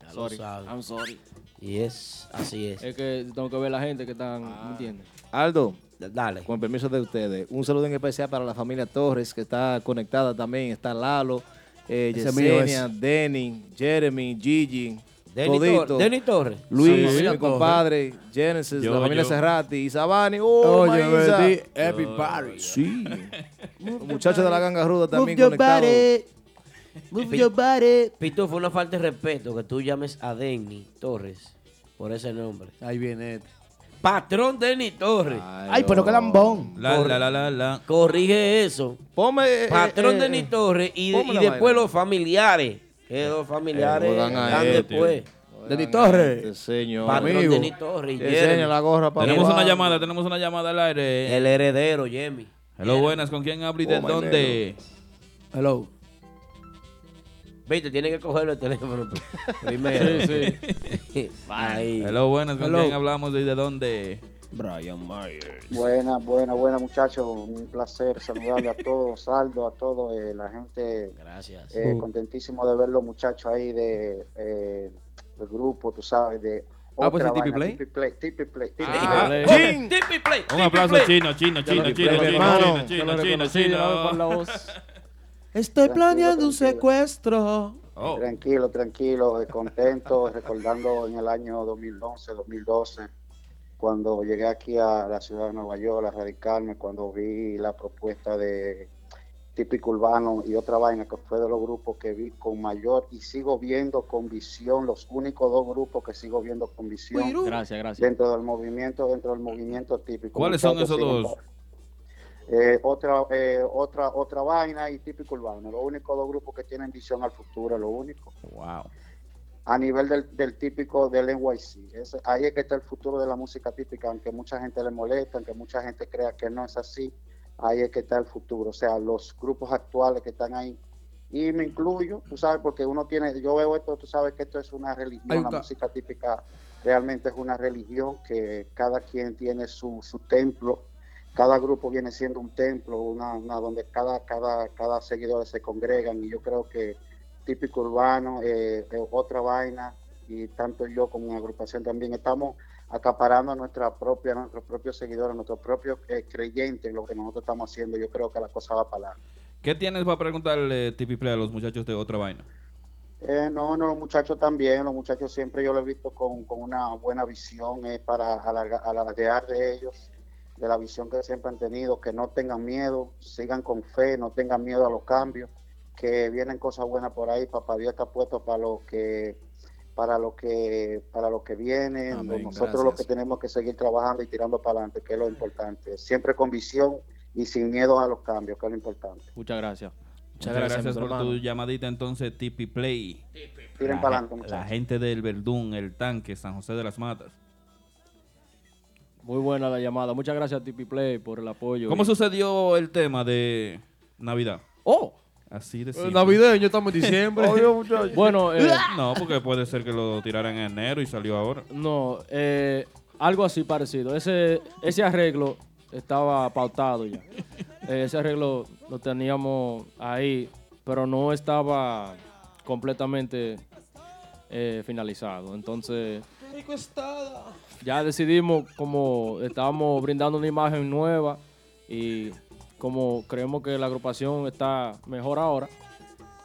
Speaker 2: Ya
Speaker 13: Sorry.
Speaker 2: lo sabes.
Speaker 13: I'm sorry.
Speaker 2: Yes, así es.
Speaker 13: Es que tengo que ver la gente que están, ¿me entiendes?
Speaker 12: Aldo.
Speaker 2: Dale.
Speaker 12: Con permiso de ustedes. Un saludo en especial para la familia Torres, que está conectada también. Está Lalo, eh,
Speaker 4: Ese mío
Speaker 12: Yesenia, Denny, Jeremy, Gigi.
Speaker 2: Denny
Speaker 12: todito.
Speaker 2: Tor- Denny Torres.
Speaker 12: Luis,
Speaker 4: Sí,
Speaker 12: mi
Speaker 4: Torres.
Speaker 12: compadre, Genesis,
Speaker 4: Yo,
Speaker 12: la familia
Speaker 4: yo.
Speaker 12: Serrati, Isabani, oh,
Speaker 4: Oye,
Speaker 12: Maísa.
Speaker 4: me di everybody.
Speaker 12: Sí. Los muchachos de la ganga ruda también
Speaker 2: your
Speaker 12: conectados.
Speaker 2: body.
Speaker 12: Move
Speaker 2: Pi-
Speaker 12: your
Speaker 2: Pito, fue una falta de respeto que tú llames a Denny Torres por ese nombre.
Speaker 4: Ahí viene.
Speaker 2: Patrón Denny Torres. Ay,
Speaker 5: pero qué lambón.
Speaker 3: La, la, la, la, la.
Speaker 2: Corrige eso.
Speaker 12: Ponme.
Speaker 2: Patrón
Speaker 5: eh,
Speaker 2: Denny
Speaker 5: eh,
Speaker 2: Torres y,
Speaker 5: ponme
Speaker 2: y
Speaker 5: la
Speaker 2: después los familiares. Que los familiares
Speaker 12: Eh, jodan a
Speaker 2: están
Speaker 12: este.
Speaker 2: después.
Speaker 4: Denny Torres.
Speaker 12: señor.
Speaker 2: Patrón
Speaker 12: Amigo.
Speaker 2: Denny Torres.
Speaker 12: Te enseña la gorra para
Speaker 3: Tenemos
Speaker 12: abajo.
Speaker 3: una llamada, tenemos una llamada al aire.
Speaker 2: El heredero, Jimmy.
Speaker 3: Hello, buenas. ¿Con quién hablo y de
Speaker 2: Oh, my
Speaker 3: dónde?
Speaker 4: Hello.
Speaker 2: Viste, tiene que cogerlo el teléfono pr- primero.
Speaker 3: Sí,
Speaker 2: sí. Ahí.
Speaker 3: Hello, buenas. ¿Con
Speaker 2: Hello.
Speaker 3: quién hablamos y de dónde? Brian Myers.
Speaker 17: Buena, buena, buena muchachos, un placer saludarle a todos, Aldo, a todos, eh, la gente.
Speaker 2: Gracias.
Speaker 17: eh,
Speaker 2: Uh.
Speaker 17: Contentísimo de ver los muchachos ahí de, eh, del grupo, tú sabes, de...
Speaker 3: Ah, pues,
Speaker 17: otra
Speaker 3: el Tipi
Speaker 17: vaina,
Speaker 3: Play.
Speaker 17: Tipi Play, Tipi Play, Tipi
Speaker 3: Ah,
Speaker 17: Play.
Speaker 3: Play.
Speaker 17: Oye,
Speaker 2: Tipi Play,
Speaker 3: Un aplauso chino, chino,
Speaker 17: Te lo pues,
Speaker 3: chino, chino,
Speaker 17: recuerdo,
Speaker 3: chino,
Speaker 17: hermano.
Speaker 3: chino, chino, chino.
Speaker 4: Estoy planeando un secuestro.
Speaker 3: Oh.
Speaker 17: Tranquilo, tranquilo, eh, contento, recordando en el año 2011, 2012, cuando llegué aquí a la ciudad de Nueva York a radicarme, cuando vi la propuesta de típico urbano y otra vaina que fue de los grupos que vi con mayor y sigo viendo con visión, los únicos dos grupos que sigo viendo con visión.
Speaker 13: Uirú. Gracias, gracias.
Speaker 17: Dentro del movimiento, dentro del movimiento típico.
Speaker 3: ¿Cuáles son
Speaker 17: Muchachos,
Speaker 3: esos
Speaker 17: sigan
Speaker 3: dos?
Speaker 17: eh, otra, eh, otra, otra vaina y típico urbano. Los únicos dos grupos que tienen visión al futuro, lo único.
Speaker 3: Wow.
Speaker 17: A nivel del, del típico del NYC. Ese- ahí es que está el futuro de la música típica, aunque mucha gente le molesta, aunque mucha gente crea que no es así. Ahí es que está el futuro. O sea, los grupos actuales que están ahí. Y me incluyo, tú sabes, porque uno tiene, yo veo esto, tú sabes que esto es una
Speaker 4: Hay
Speaker 17: religión,
Speaker 4: un
Speaker 17: la
Speaker 4: ca-
Speaker 17: música típica realmente es una religión que cada quien tiene su, su templo cada grupo viene siendo un templo, una, una donde cada, cada, cada seguidor se congregan y yo creo que típico urbano, eh, eh, otra vaina y tanto yo como una agrupación también estamos acaparando a nuestra propia, a nuestros propios seguidores, a nuestros propios eh, creyentes en lo que nosotros estamos haciendo. Yo creo que la cosa va para adelante.
Speaker 3: ¿Qué tienes para preguntarle, Tipi Play, a los muchachos de otra vaina?
Speaker 17: Eh, no, no, los muchachos también, los muchachos siempre yo los he visto con, con una buena visión eh, para alargar, alardear de ellos, de la visión que siempre han tenido, que no tengan miedo, sigan con fe, no tengan miedo a los cambios, que vienen cosas buenas por ahí, papá Dios está puesto para lo que para lo que para lo que viene,
Speaker 18: Amén,
Speaker 17: nosotros lo que
Speaker 18: gracias.
Speaker 17: tenemos que seguir trabajando y tirando para adelante, que es lo importante, siempre con visión y sin miedo a los cambios, que es lo importante.
Speaker 13: Muchas gracias.
Speaker 3: Muchas gracias, por tu llamadita entonces, Tipi Play.
Speaker 17: Tiren
Speaker 3: La
Speaker 17: para
Speaker 3: gen-
Speaker 17: adelante,
Speaker 3: La
Speaker 17: muchachos.
Speaker 3: gente del Verdún, el tanque, San José de las Matas.
Speaker 13: Muy buena la llamada. Muchas gracias, Tipi Play, por el apoyo.
Speaker 3: ¿Cómo
Speaker 13: Y-
Speaker 3: sucedió el tema de Navidad?
Speaker 13: ¡Oh!
Speaker 3: Así de
Speaker 13: Eh,
Speaker 3: simple.
Speaker 4: navideño, estamos en diciembre. Obvio, muchacho.
Speaker 13: Bueno, eh,
Speaker 3: no, porque puede ser que lo tiraran en enero y salió ahora.
Speaker 13: No, eh, algo así parecido. Ese, ese arreglo estaba pautado ya. Eh, ese arreglo lo teníamos ahí, pero no estaba completamente eh, finalizado. Entonces, ya decidimos como estábamos brindando una imagen nueva y como creemos que la agrupación está mejor ahora,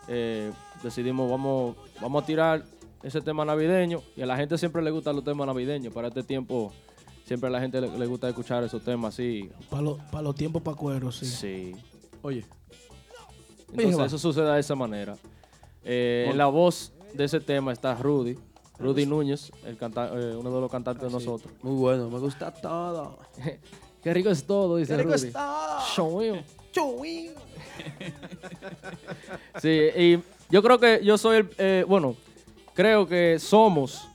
Speaker 13: eh, decidimos vamos, vamos a tirar ese tema navideño y a la gente siempre le gustan los temas navideños. Para este tiempo siempre a la gente le, le gusta escuchar esos temas así.
Speaker 5: Para los tiempos para cueros, sí.
Speaker 13: Sí.
Speaker 4: Oye.
Speaker 13: Entonces
Speaker 5: Mija.
Speaker 13: eso sucede de esa manera. Eh,
Speaker 5: Bueno.
Speaker 13: en la voz de ese tema está Rudy. Rudy Núñez, el canta- eh, uno de los cantantes de nosotros.
Speaker 4: Ah, Muy bueno, me gusta todo.
Speaker 13: Qué rico es todo, dice
Speaker 4: Qué rico
Speaker 13: Rudy.
Speaker 4: es todo.
Speaker 13: Showeo. Sí, y yo creo que yo soy el, eh, bueno, creo que somos,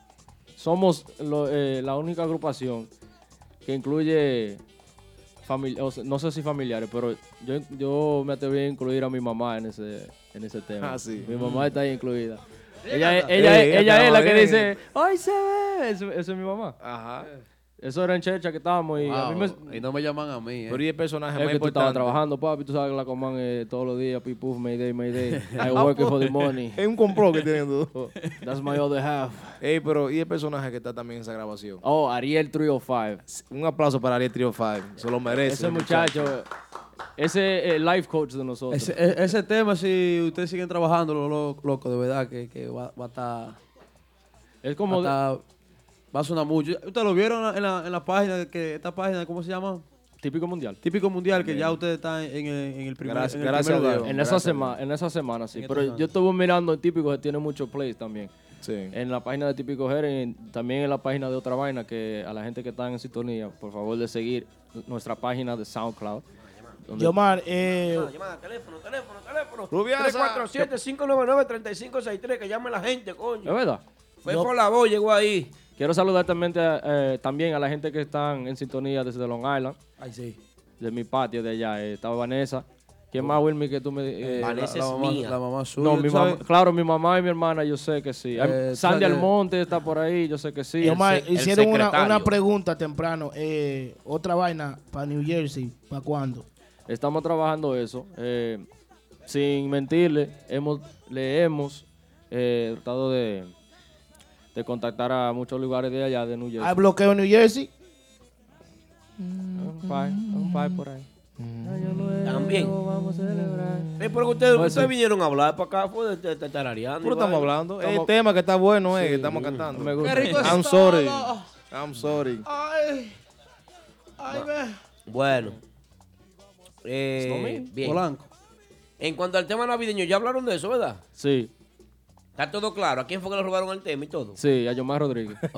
Speaker 13: somos lo- eh, la única agrupación que incluye, famili- o sea, no sé si familiares, pero yo, yo me atreví a incluir a mi mamá en ese, en ese tema.
Speaker 12: Ah, sí.
Speaker 13: Mi mamá
Speaker 12: Mm.
Speaker 13: está ahí incluida.
Speaker 12: Ella
Speaker 13: Ella, es-
Speaker 12: canta.
Speaker 13: ella es-
Speaker 12: Ella
Speaker 13: ella es la
Speaker 12: canta
Speaker 13: que
Speaker 12: bien.
Speaker 13: dice, ¡Ay, se ve! Eso, eso es mi mamá. Ajá. Eso era en Checha que estábamos y a mí me,
Speaker 4: Wow, Y no me llaman a mí, eh.
Speaker 13: Pero y el personaje es que tú estabas trabajando, papi. Tú sabes que la coman eh, todos los días. Pipuf, Mayday, Mayday. I work for the money.
Speaker 12: Es un complot que tienen dos.
Speaker 13: That's my other half.
Speaker 12: Ey, pero ¿y el personaje que está también en esa grabación?
Speaker 13: Oh, Ariel Trio 5.
Speaker 12: Un aplauso para Ariel oh Trio 5. Se lo merece.
Speaker 13: Ese
Speaker 12: el
Speaker 13: muchacho, ese eh, life coach de nosotros.
Speaker 4: Ese, e- ese tema, si ustedes siguen trabajando, lo, lo- loco, de verdad, que, que va, va a estar.
Speaker 13: Es como
Speaker 4: Va a, estar- va a sonar mucho. ¿Ustedes lo vieron en la, en la página? que Esta página, ¿cómo se llama?
Speaker 13: Típico Mundial.
Speaker 4: Típico Mundial, que ya ustedes están en, el- en el primer,
Speaker 13: Gracias-
Speaker 4: en el
Speaker 13: gracias
Speaker 4: primer
Speaker 13: a
Speaker 4: lugar.
Speaker 13: Dios. En esa, semana, en esa semana, sí.
Speaker 4: En esta
Speaker 13: Pero
Speaker 4: semana.
Speaker 13: yo estuve mirando el típico que tiene muchos plays también. En la página de Típico Jerez, también en la página de otra vaina, que a la gente que está en sintonía, por favor de seguir nuestra página de SoundCloud. donde-
Speaker 5: Yomar, eh,
Speaker 2: Ah, Llamada, teléfono, teléfono, teléfono.
Speaker 5: Rubiasa.
Speaker 2: 347-599-3563, que llame la gente, coño.
Speaker 13: Es verdad.
Speaker 2: Fue por la voz, llegó ahí.
Speaker 13: Quiero saludar también, a- eh, también a la gente que están en sintonía desde Long Island.
Speaker 4: Ay, sí.
Speaker 13: De mi patio de allá. eh, estaba Vanessa. ¿Quién más, Wilmy, que tú me... eh,
Speaker 4: Eh, la, la mamá, La mamá suya.
Speaker 13: No, mi
Speaker 4: ¿tú sabes?
Speaker 13: mamá- claro, mi mamá y mi hermana, yo sé que sí.
Speaker 4: Eh,
Speaker 13: Sandy
Speaker 4: tú sabes-
Speaker 13: Almonte está por ahí, yo sé que sí.
Speaker 5: Yomar, hicieron una, una pregunta temprano. eh, otra vaina para New Jersey. ¿Para cuándo?
Speaker 13: Estamos trabajando eso. eh, sin mentirle, hemos, le hemos eh, tratado de, de contactar a muchos lugares de allá,
Speaker 5: Ah,
Speaker 13: de New Jersey.
Speaker 5: ¿Hay bloqueo en New Jersey?
Speaker 13: Un pie, un pie por ahí.
Speaker 2: También.
Speaker 7: Vamos a celebrar.
Speaker 2: Eh, pero ustedes,
Speaker 12: Puede
Speaker 2: ustedes
Speaker 12: ser.
Speaker 2: vinieron a hablar para acá, fue de- de- de tarareando.
Speaker 12: Pero
Speaker 2: y
Speaker 12: estamos
Speaker 2: vaina.
Speaker 12: hablando. Es el tema que está bueno, eh, que estamos cantando. Me
Speaker 2: gusta. Qué rico es
Speaker 12: I'm sorry.
Speaker 2: todo.
Speaker 12: I'm sorry.
Speaker 5: Ay, ay, ve.
Speaker 2: Bueno. Eh,
Speaker 12: Lo mismo.
Speaker 2: bien.
Speaker 12: Polanco.
Speaker 2: En cuanto al tema navideño, ya hablaron de eso, ¿verdad?
Speaker 13: Sí,
Speaker 2: Está todo claro. ¿A quién fue que le robaron el tema y todo?
Speaker 13: sí, a Yomar Rodríguez.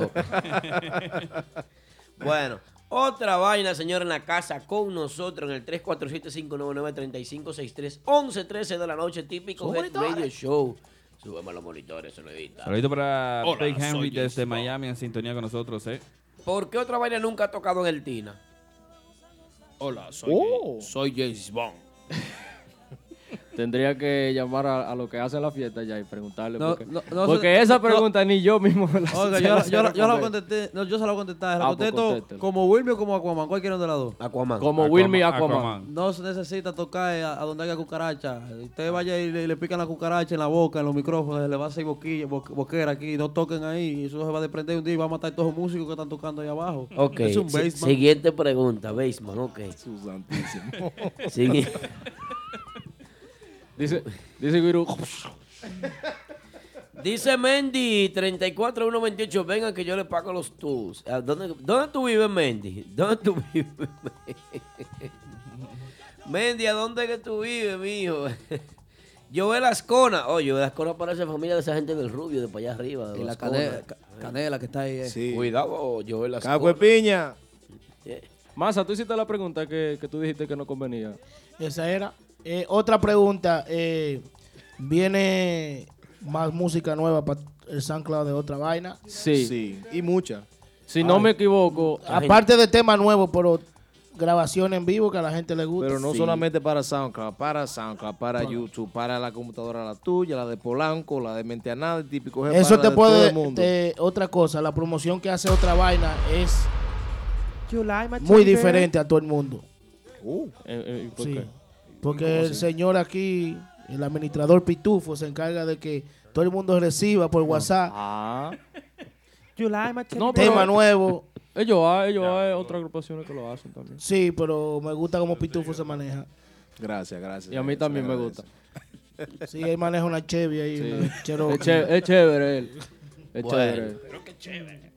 Speaker 2: Bueno, otra vaina, señor, en la casa con nosotros en el 347-599-3563, 11-13 de la noche, típico Head Radio Show. Súbeme los monitores, señorita.
Speaker 3: Saludito para
Speaker 2: Hola,
Speaker 3: Big Henry
Speaker 2: soy
Speaker 3: desde Miami en sintonía con nosotros, ¿eh?
Speaker 2: ¿Por qué otra vaina nunca ha tocado en el Tina?
Speaker 16: Hola, soy,
Speaker 13: Oh.
Speaker 16: soy James Bond.
Speaker 13: Tendría que llamar a, a lo que hace la fiesta ya y preguntarle.
Speaker 4: No,
Speaker 13: porque
Speaker 4: no, no,
Speaker 13: porque
Speaker 4: se-
Speaker 13: esa
Speaker 4: no.
Speaker 13: pregunta ni yo mismo la
Speaker 4: Oiga,
Speaker 13: se la
Speaker 4: yo, yo,
Speaker 13: sé
Speaker 4: yo, la
Speaker 13: responder.
Speaker 4: contesté, no, yo se la contesté, la
Speaker 13: Ah, pues
Speaker 4: contesto
Speaker 13: contéstela.
Speaker 4: como Wilmy o como Aquaman, cualquiera de las dos.
Speaker 2: Aquaman.
Speaker 13: Como Wilmy y Aquaman.
Speaker 4: No se necesita tocar a, a donde haya cucaracha. Usted vaya y le, le pican la cucaracha en la boca, en los micrófonos, le va a hacer boquilla, bo- boquera aquí, no toquen ahí, y eso se va a desprender un día y va a matar a todos los músicos que están tocando ahí abajo.
Speaker 2: Ok,
Speaker 4: Es un
Speaker 2: si-
Speaker 4: basement.
Speaker 2: siguiente pregunta, Baseman, ok. Su
Speaker 12: santísimo.
Speaker 13: Dice, dice Guiru.
Speaker 2: Dice Mendy 34128, vengan que yo le pago los tours. Ah, ¿Dónde, dónde tú vives, Mendy? ¿Dónde tú vives? Mendy, ¿a dónde que tú vives, mijo? Joel Ascona. Oye, Joel Ascona parece familia de esa gente del rubio, de para allá arriba. de
Speaker 4: Y
Speaker 2: los
Speaker 4: la
Speaker 2: Ascona.
Speaker 4: canela, ca- canela que está ahí. eh.
Speaker 2: Cuidado, Joel Ascona.
Speaker 12: Caco de piña.
Speaker 13: Masa, Eh, tú hiciste la pregunta que, que tú dijiste que no convenía.
Speaker 5: Esa era. Eh, otra pregunta. eh, ¿Viene más música nueva para el SoundCloud de otra vaina?
Speaker 13: Sí.
Speaker 12: Y mucha.
Speaker 13: Si no
Speaker 5: Ay.
Speaker 13: me equivoco.
Speaker 5: Aparte de temas nuevos, pero grabación en vivo que a la gente le gusta.
Speaker 12: Pero no
Speaker 5: Sí.
Speaker 12: solamente para SoundCloud, para SoundCloud, para YouTube, para la computadora la tuya, la de Polanco, la de Mente a Nada, el típico jefe,
Speaker 5: Eso
Speaker 12: para la
Speaker 5: te
Speaker 12: de todo
Speaker 5: puede.
Speaker 12: el mundo.
Speaker 5: te- otra cosa, la promoción que hace otra vaina es
Speaker 7: July, my
Speaker 5: muy
Speaker 7: teddy bear.
Speaker 5: diferente a todo el mundo.
Speaker 16: Uh.
Speaker 13: Eh, ¿por
Speaker 5: Sí.
Speaker 13: qué?
Speaker 5: Porque
Speaker 13: ¿Cómo
Speaker 5: el
Speaker 13: así?
Speaker 5: señor aquí, el administrador Pitufo, se encarga de que todo el mundo reciba
Speaker 13: Ah.
Speaker 5: por WhatsApp
Speaker 7: July, my teddy
Speaker 13: No,
Speaker 7: bear.
Speaker 5: tema nuevo.
Speaker 13: Ellos hay, Ah, ellos hay otras agrupaciones que lo hacen también.
Speaker 5: Sí, pero me gusta cómo Pitufo se maneja.
Speaker 12: Gracias, gracias.
Speaker 13: Y a mí
Speaker 12: se
Speaker 13: también me
Speaker 12: agradece.
Speaker 13: gusta.
Speaker 5: Sí, él maneja una Chevy ahí.
Speaker 13: Sí.
Speaker 5: una Cherokee.
Speaker 13: Es, chévere, es chévere él. Es
Speaker 2: Bueno.
Speaker 13: chévere. él.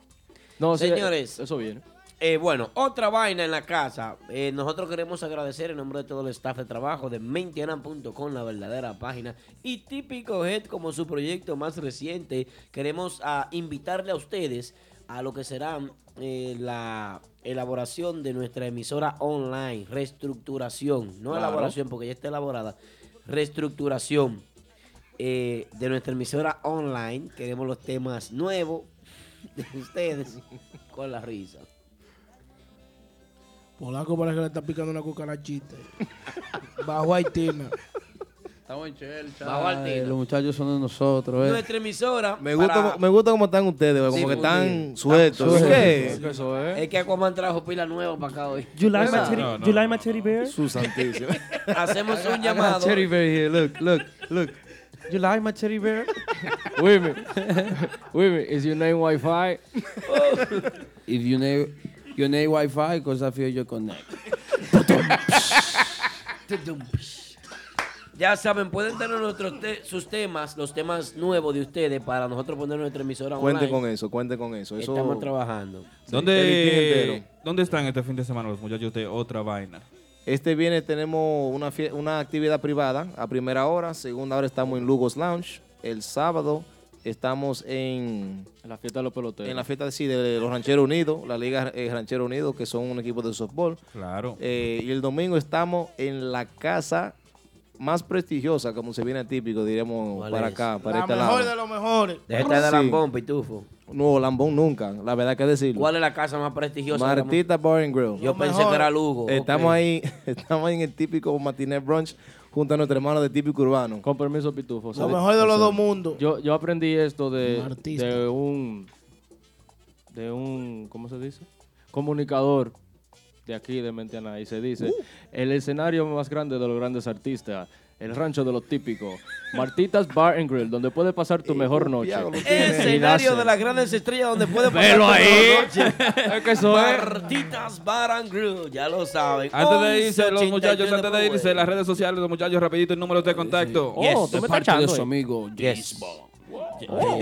Speaker 13: No, sí,
Speaker 2: Señores.
Speaker 13: eso viene.
Speaker 2: Eh, bueno, otra vaina en la casa. Eh, nosotros queremos agradecer en nombre de todo el staff de trabajo de mentianan.com, la verdadera página, y Típico Head como su proyecto más reciente. Queremos ah, invitarle a ustedes a lo que será eh, la elaboración de nuestra emisora online, reestructuración, no
Speaker 13: Claro.
Speaker 2: elaboración porque ya está elaborada, reestructuración eh, de nuestra emisora online. Queremos los temas nuevos de ustedes con la risa.
Speaker 5: Polanco parece que le está picando una cucarachita. Bajo Haitiana.
Speaker 4: Estamos en Chelcha.
Speaker 2: Bajo al
Speaker 4: Ay,
Speaker 2: tiro.
Speaker 4: Los muchachos son de nosotros. eh.
Speaker 2: Nuestra emisora.
Speaker 12: Me gusta,
Speaker 2: para-
Speaker 12: como- me gusta cómo están ustedes, como
Speaker 2: Sí,
Speaker 12: que
Speaker 2: muy
Speaker 12: están
Speaker 2: bien.
Speaker 12: sueltos.
Speaker 2: Estamos
Speaker 12: ¿Qué?
Speaker 2: sueltos. Es que Aquaman trajo pila nueva para acá hoy.
Speaker 7: July,
Speaker 2: No,
Speaker 7: my
Speaker 2: no,
Speaker 7: teddy-
Speaker 2: no, no.
Speaker 7: July, my teddy bear.
Speaker 12: Su santísimo.
Speaker 2: Hacemos un
Speaker 7: I got
Speaker 2: llamado.
Speaker 7: cherry
Speaker 12: bear here. Look, look, look.
Speaker 7: July, my teddy bear.
Speaker 13: Women. Women, is your name Wi-Fi?
Speaker 4: Oh. If you need, you need Wi-Fi, because I feel you connect.
Speaker 2: Ya saben, pueden tener nuestros te- sus temas, los temas nuevos de ustedes para nosotros poner nuestra emisora
Speaker 12: Cuente
Speaker 2: online.
Speaker 12: con eso, cuente con eso. eso
Speaker 2: Estamos trabajando.
Speaker 3: ¿Dónde, ¿Dónde están este fin de semana los muchachos de Otra Vaina?
Speaker 12: Este viernes tenemos una, fie- una actividad privada a primera hora, segunda hora estamos en Lugos Lounge, el sábado estamos en...
Speaker 13: la fiesta de los peloteros.
Speaker 12: En la fiesta sí, de los Rancheros Unidos, la Liga eh, Ranchero Unidos, que son un equipo de softball. Eh,
Speaker 3: Claro.
Speaker 12: y el domingo estamos en la casa más prestigiosa, como se viene típico, diríamos,
Speaker 2: ¿Cuál
Speaker 12: para
Speaker 2: es?
Speaker 12: acá, para
Speaker 5: La
Speaker 12: este
Speaker 5: mejor
Speaker 12: lado.
Speaker 5: de los mejores.
Speaker 2: Deja estar de
Speaker 12: Sí.
Speaker 2: lambón, pitufo.
Speaker 12: No, Lambón nunca, la verdad que decirlo.
Speaker 2: ¿Cuál es la casa más prestigiosa?
Speaker 12: Martita Bar and Grill.
Speaker 2: Yo Lo pensé mejor. que era Lugo,
Speaker 12: Estamos
Speaker 2: ok.
Speaker 12: ahí, estamos ahí en el típico matiné brunch junto a nuestro hermano de típico urbano.
Speaker 13: Con permiso, Pitufo.
Speaker 5: Lo mejor de los dos mundos.
Speaker 13: Yo, yo aprendí esto de,
Speaker 5: Un artista.
Speaker 13: de un de un ¿cómo se dice? comunicador
Speaker 5: Uh.
Speaker 13: de aquí de Mentiana y se dice el escenario más grande de los grandes artistas el rancho de los típicos. Martitas Bar and Grill, donde puedes pasar tu mejor noche.
Speaker 2: Escenario de las grandes estrellas donde puede pasar
Speaker 13: Velo
Speaker 2: toda la
Speaker 13: ahí.
Speaker 2: noche.
Speaker 13: Es que eso es.
Speaker 2: Martitas Bar and Grill, ya lo saben.
Speaker 3: Antes de irse, los
Speaker 2: 11.83
Speaker 3: muchachos,
Speaker 2: de
Speaker 3: antes de irse, las redes sociales, los muchachos, rapidito, el número de contacto.
Speaker 2: Oh, Yes. tú me
Speaker 3: De
Speaker 2: estás
Speaker 3: parte
Speaker 2: echando,
Speaker 3: de su
Speaker 2: eh.
Speaker 3: amigo,
Speaker 2: Yes.
Speaker 3: Gisbo.
Speaker 2: Oh.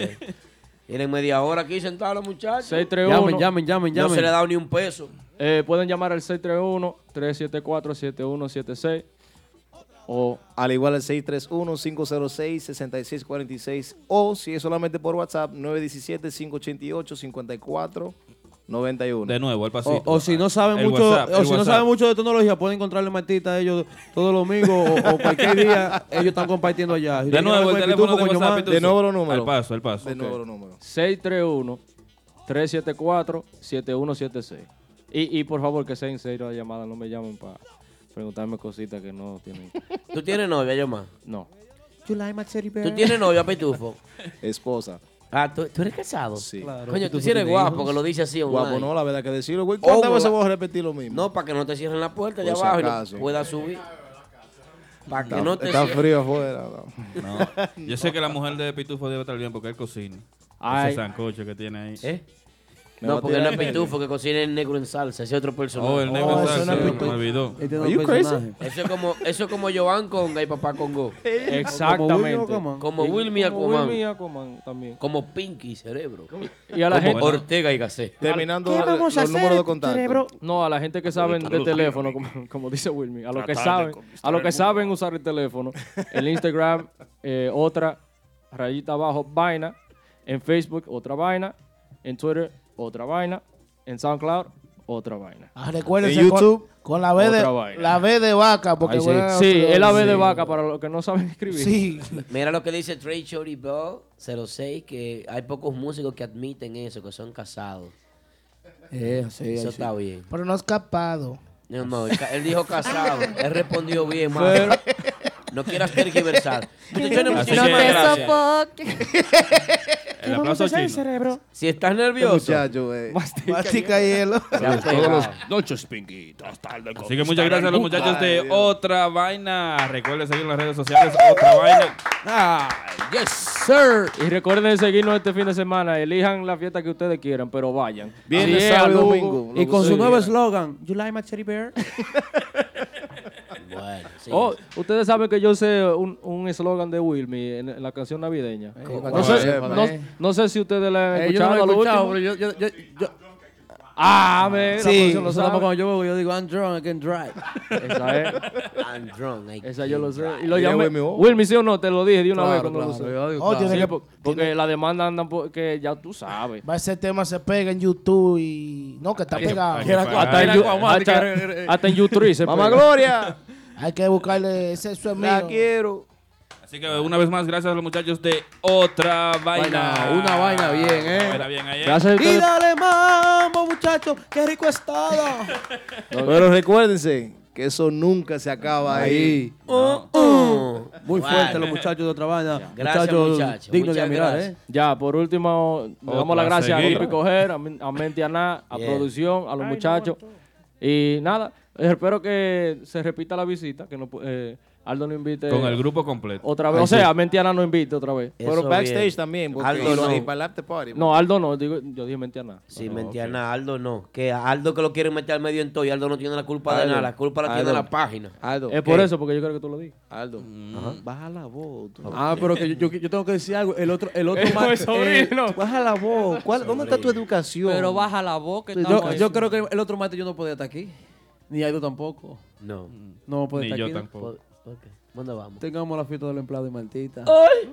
Speaker 2: Tienen media hora aquí sentados los muchachos.
Speaker 13: 631.
Speaker 2: Llamen, llamen, llamen, No llamen. se le ha dado ni un peso.
Speaker 13: Eh, pueden llamar al 631-374-7176.
Speaker 12: O al igual al 631-506-6646. O si es solamente por WhatsApp, 917-588-5491.
Speaker 3: De nuevo, al
Speaker 12: pasito.
Speaker 4: O, o si no saben
Speaker 12: El
Speaker 4: mucho,
Speaker 12: WhatsApp, el
Speaker 4: o si no
Speaker 12: WhatsApp.
Speaker 4: saben mucho de tecnología, pueden encontrarle Martita a ellos todos los domingos o, o cualquier día ellos están compartiendo allá. Si
Speaker 3: De
Speaker 4: tienen
Speaker 3: nuevo,
Speaker 4: algo
Speaker 3: el
Speaker 4: con
Speaker 3: teléfono de
Speaker 4: Pituco,
Speaker 3: WhatsApp.
Speaker 4: Coño Man,
Speaker 3: Pituzo. Al paso, al paso.
Speaker 12: De nuevo los números.
Speaker 13: 631-374-7176. Y, y por favor, que sea en serio la llamada, no me llamen para preguntarme cositas que no tienen.
Speaker 2: ¿Tú tienes novia, yo más?
Speaker 13: No.
Speaker 7: You like my teddy bear.
Speaker 2: ¿Tú tienes novia, Pitufo?
Speaker 12: Esposa.
Speaker 2: Ah, ¿tú, tú eres casado? Sí.
Speaker 12: Claro.
Speaker 2: Coño, tú
Speaker 12: Pitufo
Speaker 2: sí eres
Speaker 12: tiene
Speaker 2: guapo,
Speaker 12: hijos.
Speaker 2: que lo dice así
Speaker 12: Guapo,
Speaker 2: online.
Speaker 12: no, la verdad que decirlo,
Speaker 4: Oh,
Speaker 12: güey. ¿Cuántas veces voy a
Speaker 2: repetir lo mismo? No, para que no te cierren la puerta de
Speaker 12: Por si
Speaker 2: abajo y
Speaker 12: acaso.
Speaker 2: no puedas subir. Para que
Speaker 12: Está-
Speaker 2: no te
Speaker 12: está
Speaker 2: cierren.
Speaker 12: frío afuera,
Speaker 3: No. Yo sé que la mujer de Pitufo debe estar bien porque él cocina.
Speaker 2: Ay.
Speaker 3: Ese sancocho que tiene ahí.
Speaker 2: ¿Eh? No, porque no es pitufo que cocina el negro en salsa, ese es otro personaje.
Speaker 3: Oh, el negro en salsa, me olvidó.
Speaker 4: Este no es Are you personaje.
Speaker 2: Eso es como, eso es como Joan Conga y Papá Congo.
Speaker 13: Exactamente.
Speaker 2: Como
Speaker 13: Y-
Speaker 2: Wilmy
Speaker 13: como
Speaker 2: Aquaman.
Speaker 13: Wilmy y Aquaman también.
Speaker 2: Como Pinky Cerebro.
Speaker 13: Y a la
Speaker 2: Como
Speaker 13: gente-
Speaker 2: Ortega y Gasset.
Speaker 13: Al- No, a la gente que saben de
Speaker 2: Traducir,
Speaker 13: teléfono, como, como dice Wilmy, a los que
Speaker 16: Tratar de
Speaker 13: saben,
Speaker 16: conquistar
Speaker 13: a los
Speaker 16: el
Speaker 13: que saben usar el teléfono, el Instagram, eh, otra rayita abajo, vaina, en Facebook, otra vaina, en Twitter, otra vaina, en SoundCloud, otra vaina.
Speaker 5: Ah, recuérdense
Speaker 13: En
Speaker 5: con-
Speaker 13: YouTube,
Speaker 5: Con, la B
Speaker 13: otra
Speaker 5: de,
Speaker 13: vaina.
Speaker 5: la B de vaca, porque
Speaker 13: Ahí sí,
Speaker 5: bueno,
Speaker 13: Sí,
Speaker 5: otro-
Speaker 13: es la B de
Speaker 5: sí.
Speaker 13: vaca para los que no saben escribir.
Speaker 5: Sí.
Speaker 2: Mira lo que dice Trey Shorty Bell 06, que hay pocos músicos que admiten eso, que son casados.
Speaker 4: Eh, así,
Speaker 2: eso
Speaker 4: así.
Speaker 2: está bien.
Speaker 5: Pero no ha escapado.
Speaker 2: No, no, él ca- él dijo casado. Él respondió bien, mano.
Speaker 5: Pero-
Speaker 2: No quieras tergiversar. Muchachones,
Speaker 5: No
Speaker 2: muchísimas
Speaker 5: te
Speaker 2: gracias.
Speaker 3: El aplauso chino.
Speaker 7: cerebro.
Speaker 2: Si estás nervioso.
Speaker 5: Mastica hielo.
Speaker 2: Ya te
Speaker 3: Todos
Speaker 2: va.
Speaker 3: los-
Speaker 16: Noches, Pinky. Hasta el
Speaker 3: Así que muchas gracias a los muchachos de
Speaker 16: Ay, Dios.
Speaker 3: Otra Vaina. Recuerden seguir en las redes sociales Otra Vaina.
Speaker 13: yes, sir. Y recuerden seguirnos este fin de semana. Elijan la fiesta que ustedes quieran, pero vayan.
Speaker 12: Viernes,
Speaker 13: Si es a
Speaker 12: sábado y
Speaker 13: Lugo,
Speaker 12: domingo,
Speaker 7: Y con su
Speaker 13: ustedes
Speaker 7: nuevo
Speaker 13: quieran.
Speaker 7: eslogan, You like my teddy bear.
Speaker 13: Oh, ustedes saben que yo sé un un eslogan de Wilmy en en la canción navideña.
Speaker 7: cuando
Speaker 13: No sé,
Speaker 7: sepa,
Speaker 13: no-
Speaker 7: eh.
Speaker 13: no sé si ustedes la han
Speaker 7: Eh, yo no
Speaker 13: escuchado.
Speaker 7: lo he
Speaker 13: a lo
Speaker 7: escuchado,
Speaker 13: último.
Speaker 7: pero yo- yo- yo- yo-
Speaker 13: Ah, me, la
Speaker 7: Sí,
Speaker 13: producción lo
Speaker 7: eso nada más
Speaker 13: sabe.
Speaker 7: cuando yo bebo, yo digo, I'm drunk, I can drive.
Speaker 13: Esa es.
Speaker 2: I'm drunk, I
Speaker 13: Esa yo lo sé.
Speaker 2: can't
Speaker 13: Y lo
Speaker 2: drive. Mira,
Speaker 13: llamé.
Speaker 2: Wilmy, oh.
Speaker 13: Wilmy, sí o no, te lo dije de una
Speaker 5: Claro,
Speaker 13: vez. cuando lo
Speaker 5: claro,
Speaker 13: usé.
Speaker 5: yo digo, Oh, claro. tiene
Speaker 13: Sí,
Speaker 5: que-
Speaker 13: po- porque la demanda anda po- que ya tú sabes.
Speaker 5: Ese tema se pega en YouTube y. No, que está
Speaker 13: Hay que-
Speaker 5: pegado.
Speaker 13: hay que Era- pagar. hasta en Era Yu- Guamán, hasta- que era- era- hasta en YouTube se
Speaker 5: Mamá
Speaker 13: pega.
Speaker 5: Gloria. Hay que buscarle ese eso es mío.
Speaker 12: La quiero.
Speaker 3: Así que una vez más, gracias a los muchachos de Otra Vaina.
Speaker 4: una vaina bien, ¿eh?
Speaker 3: Vaina bien ahí, ¿eh?
Speaker 7: Y dale, mambo, muchacho, qué rico estaba.
Speaker 12: Pero recuérdense que eso nunca se acaba ahí.
Speaker 4: Ahí.
Speaker 7: Uh,
Speaker 4: Muy
Speaker 7: Bueno.
Speaker 4: fuerte los muchachos de otra vaina. Muchachos dignos de admirar, ¿eh?
Speaker 13: Ya, por último, le
Speaker 4: Otra,
Speaker 13: damos las gracias a
Speaker 4: seguir.
Speaker 13: Grupo Coger, a, Min- a Mentiana, a
Speaker 4: Yeah.
Speaker 13: producción, a los muchachos. Y nada, eh, espero que se repita la visita, que no, pu- eh, Aldo nos invite.
Speaker 3: Con el grupo completo.
Speaker 13: Otra vez.
Speaker 3: Ay,
Speaker 13: o sea,
Speaker 3: sí.
Speaker 13: a Mentiana nos invite otra vez.
Speaker 12: Pero Eso backstage bien. también, porque- y lo- y para el after party,
Speaker 13: No, Aldo no, digo, yo dije Mentiana.
Speaker 12: Ah,
Speaker 2: Sí, Mentiana, Aldo no. Que a Aldo que lo quieren meter al medio en todo y Aldo no tiene la culpa de
Speaker 13: Aldo,
Speaker 2: nada. La culpa la tiene
Speaker 13: Aldo.
Speaker 2: la página.
Speaker 12: Aldo.
Speaker 13: Es por eso, porque yo creo que tú lo digas.
Speaker 12: Aldo.
Speaker 3: Mm,
Speaker 13: Ajá.
Speaker 12: Baja la voz. tú.
Speaker 4: Ah, pero que yo, yo- yo tengo que decir algo. El otro, el otro
Speaker 12: Eh,
Speaker 4: ma-
Speaker 12: pues, sobrino.
Speaker 4: baja la voz. ¿Cuál- ¿Dónde está tu educación?
Speaker 7: Pero baja la voz, que
Speaker 4: Yo,
Speaker 7: estamos-
Speaker 4: yo creo que el otro martes yo no podía estar aquí. Ni Aido tampoco.
Speaker 2: No.
Speaker 3: mm.
Speaker 4: No
Speaker 7: pues,
Speaker 4: podía
Speaker 2: Ni
Speaker 4: estar
Speaker 2: yo
Speaker 4: aquí. ¿no?
Speaker 2: tampoco. Ok. ¿Dónde vamos?
Speaker 4: Tengamos la fiesta del empleado de Martita.
Speaker 7: Oh.
Speaker 2: ¡Ay!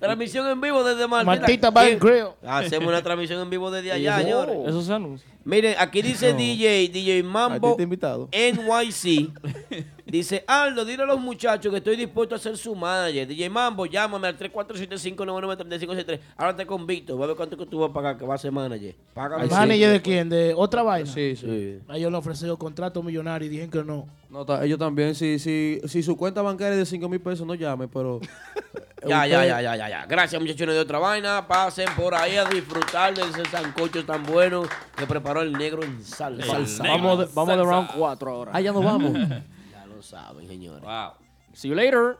Speaker 2: Transmisión en vivo desde Martita.
Speaker 4: Martita Bar and Grill.
Speaker 2: Hacemos una transmisión en vivo desde allá,
Speaker 13: eso-
Speaker 2: señores.
Speaker 13: eso se anuncia.
Speaker 2: Miren, aquí dice
Speaker 13: No.
Speaker 2: DJ, DJ Mambo
Speaker 13: te he
Speaker 2: NYC. Dice, Aldo, dile a los muchachos que estoy dispuesto a ser su manager. DJ Mambo, llámame al 3475-993573. Ahora te convicto. Va a ver cuánto que tú vas a pagar, que va a ser manager. Págame.
Speaker 5: ¿El manager de quién? ¿De otra vaina?
Speaker 4: Sí,
Speaker 2: sí.
Speaker 5: A ellos le ofrecieron contrato millonario y dijeron que no.
Speaker 4: No, ta- ellos también, si, si, si su cuenta bancaria es de 5 mil pesos, no llame, pero.
Speaker 2: Ya, ya, ya, ya, ya, ya. Gracias, muchachones de otra vaina. Pasen por ahí a disfrutar de ese sancocho tan bueno que preparó el negro en salsa.
Speaker 13: El Salsa. negro Vamos de- en vamos de salsa. round cuatro ahora.
Speaker 2: Ah,
Speaker 13: Ah, ya nos vamos.
Speaker 2: ya lo saben, señores.
Speaker 3: Wow.
Speaker 13: See you later.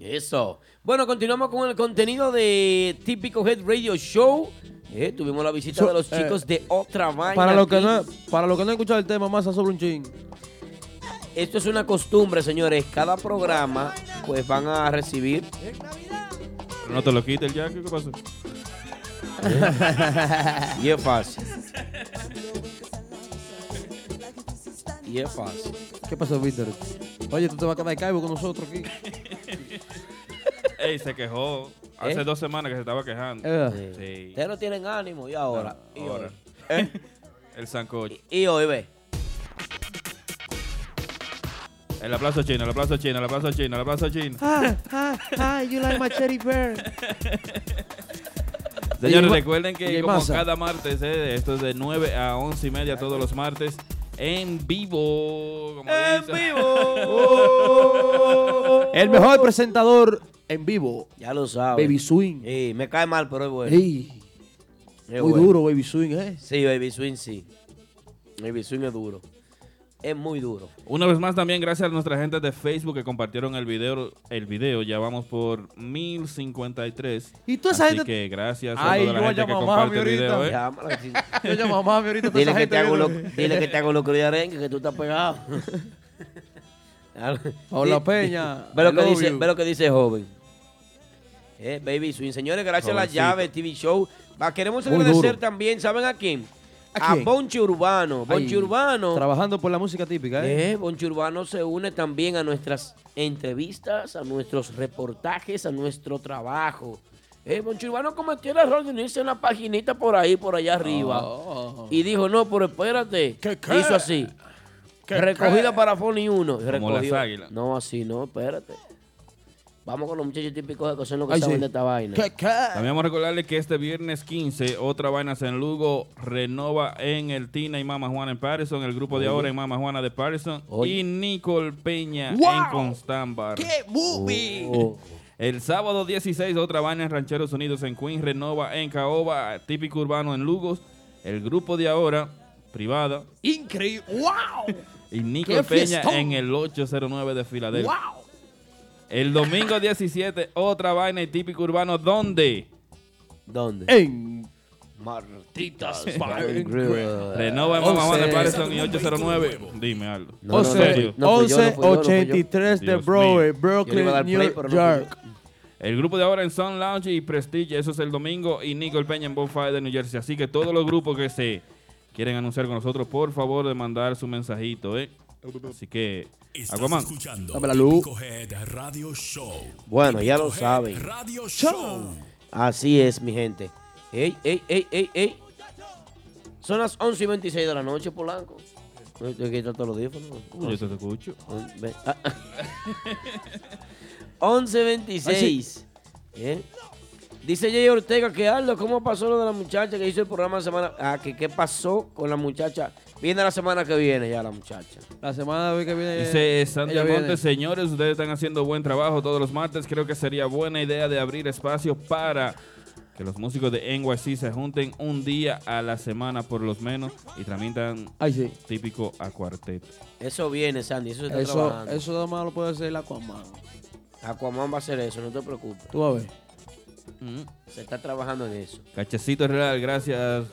Speaker 2: Eso. Bueno, continuamos con el contenido de Típico Head Radio Show. Eh, tuvimos la visita
Speaker 4: So-
Speaker 2: de los chicos
Speaker 4: eh,
Speaker 2: de Otra Vaina.
Speaker 4: Para los que
Speaker 2: aquí.
Speaker 4: no, para los que no han escuchado el tema, más sobre un ching.
Speaker 2: Esto es una costumbre, señores. Cada programa, pues van a recibir.
Speaker 3: No te lo quite el jack, ¿qué pasó?
Speaker 2: y es fácil. Y es fácil.
Speaker 4: ¿Qué pasó, Víctor? Oye, tú te vas a quedar caibo con nosotros aquí.
Speaker 3: Ey, se quejó. Hace
Speaker 2: ¿Eh?
Speaker 3: dos semanas que se estaba quejando.
Speaker 2: Eh.
Speaker 3: Sí.
Speaker 2: Ustedes no tienen ánimo. Y ahora. ¿Eh? y
Speaker 3: Ahora.
Speaker 2: hoy.
Speaker 3: El sancocho.
Speaker 2: Y hoy, ve.
Speaker 3: El aplauso chino, el aplauso chino, el aplauso chino, el aplauso chino.
Speaker 7: Ah, ah, ah, you like my cherry bear.
Speaker 2: Ah,
Speaker 3: Señores,
Speaker 7: Y-
Speaker 3: recuerden
Speaker 7: y
Speaker 3: que
Speaker 7: hay
Speaker 3: como
Speaker 7: masa.
Speaker 3: cada martes, eh, esto es de 9 a 11 y media todos los martes, en vivo. como dice.
Speaker 4: El mejor presentador en vivo.
Speaker 2: Ya lo sabes.
Speaker 4: Baby Swing.
Speaker 2: Sí, me cae mal, pero es bueno.
Speaker 4: Ey,
Speaker 2: Es
Speaker 4: muy
Speaker 2: bueno.
Speaker 4: duro, Baby Swing, ¿eh?
Speaker 2: Sí, Baby Swing sí. Baby Swing es duro. Es muy duro.
Speaker 3: Una vez más también gracias a nuestra gente de Facebook que compartieron el video, el video ya vamos por 1053.
Speaker 4: Y toda esa
Speaker 3: Así
Speaker 4: gente-
Speaker 3: que gracias a
Speaker 4: Ay,
Speaker 3: toda la
Speaker 4: yo
Speaker 3: gente que
Speaker 4: llamo a mami
Speaker 3: comparte el
Speaker 4: ahorita.
Speaker 3: video. ¿eh?
Speaker 2: Llámala, sí.
Speaker 4: Yo llamo a mami ahorita, toda
Speaker 2: Dile
Speaker 4: esa
Speaker 2: que,
Speaker 4: gente
Speaker 2: te hago lo,
Speaker 4: viene.
Speaker 2: dile que te hago lo de arenque, que tú estás pegado.
Speaker 4: Paula
Speaker 2: Di-
Speaker 4: Peña,
Speaker 2: Ve lo,
Speaker 4: I
Speaker 2: que
Speaker 4: love
Speaker 2: dice,
Speaker 4: you.
Speaker 2: ve lo que dice joven. Eh, baby Swing. Señores, gracias
Speaker 4: Jovencito.
Speaker 2: a la llave TV Show. Va, queremos
Speaker 4: Muy
Speaker 2: agradecer
Speaker 4: duro.
Speaker 2: también, ¿saben a quién?
Speaker 4: ¿A
Speaker 2: A,
Speaker 4: quién?
Speaker 2: Bonchi Urbano.
Speaker 4: Ay,
Speaker 2: Bonchi Urbano.
Speaker 4: Trabajando por la música típica, ¿eh?
Speaker 2: Eh, Bonchi Urbano se une también a nuestras entrevistas, a nuestros reportajes, a nuestro trabajo. Eh, Bonchi Urbano cometió el error de unirse a una paginita por ahí, por allá arriba.
Speaker 3: Oh.
Speaker 4: Ah.
Speaker 2: Y dijo, no, pero espérate. Hizo así.
Speaker 3: ¿Qué,
Speaker 2: Recogida
Speaker 3: qué?
Speaker 2: para Fony 1.
Speaker 3: Como las águilas.
Speaker 2: No, así no, espérate. Vamos con los muchachos típicos de que son los que
Speaker 3: Ay,
Speaker 2: saben
Speaker 3: sí.
Speaker 2: de esta vaina.
Speaker 3: También vamos a recordarle que este viernes 15, otra vaina en Lugo, renova en el Tina y Mama Juana en Patterson, el grupo de
Speaker 2: Oye.
Speaker 3: ahora en Mama Juana de Patterson
Speaker 2: Oye.
Speaker 3: y Nicole Peña
Speaker 2: ¡Wow!
Speaker 3: en Constambar.
Speaker 2: ¡Qué movie! Oh.
Speaker 3: El sábado 16, otra vaina en Rancheros Unidos en Queens, renova en Caoba, típico urbano en Lugos, el grupo de ahora, privada,
Speaker 11: Increíble. ¡Wow!
Speaker 3: y Nicole
Speaker 11: ¡Qué
Speaker 3: Peña
Speaker 11: fiestón!
Speaker 3: en el 809 de Filadelfia.
Speaker 11: ¡Wow!
Speaker 3: El domingo 17, otra vaina y típico urbano, ¿dónde?
Speaker 2: ¿Dónde?
Speaker 4: En
Speaker 2: Martitas
Speaker 3: Bar and
Speaker 2: Grill.
Speaker 3: Renova en Mamá Juan de
Speaker 2: Once.
Speaker 3: Patterson y 809. Dime algo.
Speaker 2: No, no, no, no fui- no fui yo, no fui yo, no fui yo.
Speaker 4: 1183 de Broadway, Brooklyn, New York.
Speaker 3: El grupo de ahora en Sun Lounge y Prestige, eso es el domingo, y Nicole Peña en Bonfire de New Jersey. Así que todos los grupos que se quieren anunciar con nosotros, por favor, de mandar su mensajito, ¿eh? Así que,
Speaker 1: Estás
Speaker 3: Aquaman.
Speaker 1: escuchando
Speaker 2: Dame la luz.
Speaker 1: Típico Head Radio Show.
Speaker 2: Bueno, ya
Speaker 1: Típico
Speaker 2: lo
Speaker 1: Head
Speaker 2: saben.
Speaker 1: Radio Show.
Speaker 2: Así es, mi gente. Ey, ey, ey, ey, ey. Son las 11 y 26 de la noche, Polanco. Uy, te quitas todos los audífonos.
Speaker 3: Uy, yo te escucho.
Speaker 2: Un- ve- ah, ah. 11.26.
Speaker 3: Ah,
Speaker 2: ¿Eh? Dice Jay Ortega que Aldo, ¿cómo pasó lo de la muchacha que hizo el programa la semana? Ah, que qué pasó con la muchacha. Viene la semana que viene ya la muchacha.
Speaker 4: La semana que viene.
Speaker 3: Dice Sandy
Speaker 4: ella viene.
Speaker 3: Almonte, señores, ustedes están haciendo buen trabajo todos los martes. Creo que sería buena idea de abrir espacio para que los músicos de NYC se junten un día a la semana por lo menos y transmitan típico a cuarteto.
Speaker 2: Eso viene, Sandy. Eso se está
Speaker 4: Eso,
Speaker 2: trabajando.
Speaker 4: eso nada más lo puede hacer el Aquaman.
Speaker 2: Aquaman va a hacer eso, no te preocupes. Mm.
Speaker 4: Tú vas a ver.
Speaker 2: Se está trabajando en eso.
Speaker 3: Cachecito Real, gracias.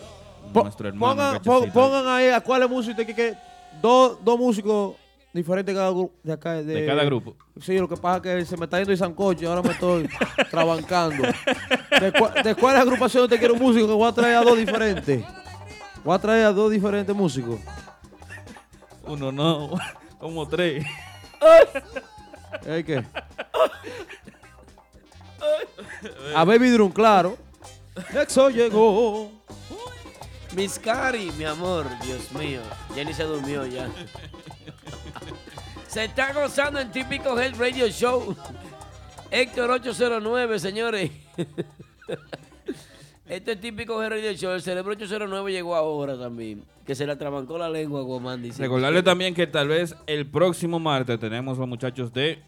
Speaker 3: nuestro hermano.
Speaker 4: Pongan,
Speaker 3: Cachecito.
Speaker 4: pon- pongan ahí a cuáles músicos usted quiere. que- Dos, dos músicos diferentes de cada, gru- de, acá, de,
Speaker 3: De cada grupo.
Speaker 4: Sí, lo que pasa es que se me está yendo el sancocho y ahora me estoy trabancando. ¿De, cua- de cuáles agrupaciones usted quiere un músico? Que voy a traer a dos diferentes. Voy a traer a dos diferentes músicos.
Speaker 3: Uno no, como tres.
Speaker 4: ¿Eh, qué? A Baby Drum, claro. Eso llegó.
Speaker 2: Mis Cari, mi amor, Dios mío. Jenny se durmió ya. se está gozando en típico Head Radio Show. Héctor 809, señores. Esto es típico Head Radio Show. El cerebro 809 llegó ahora también. Que se le atrabancó la lengua, Guamán. Dice.
Speaker 3: Recordarle también que tal vez el próximo martes tenemos los muchachos de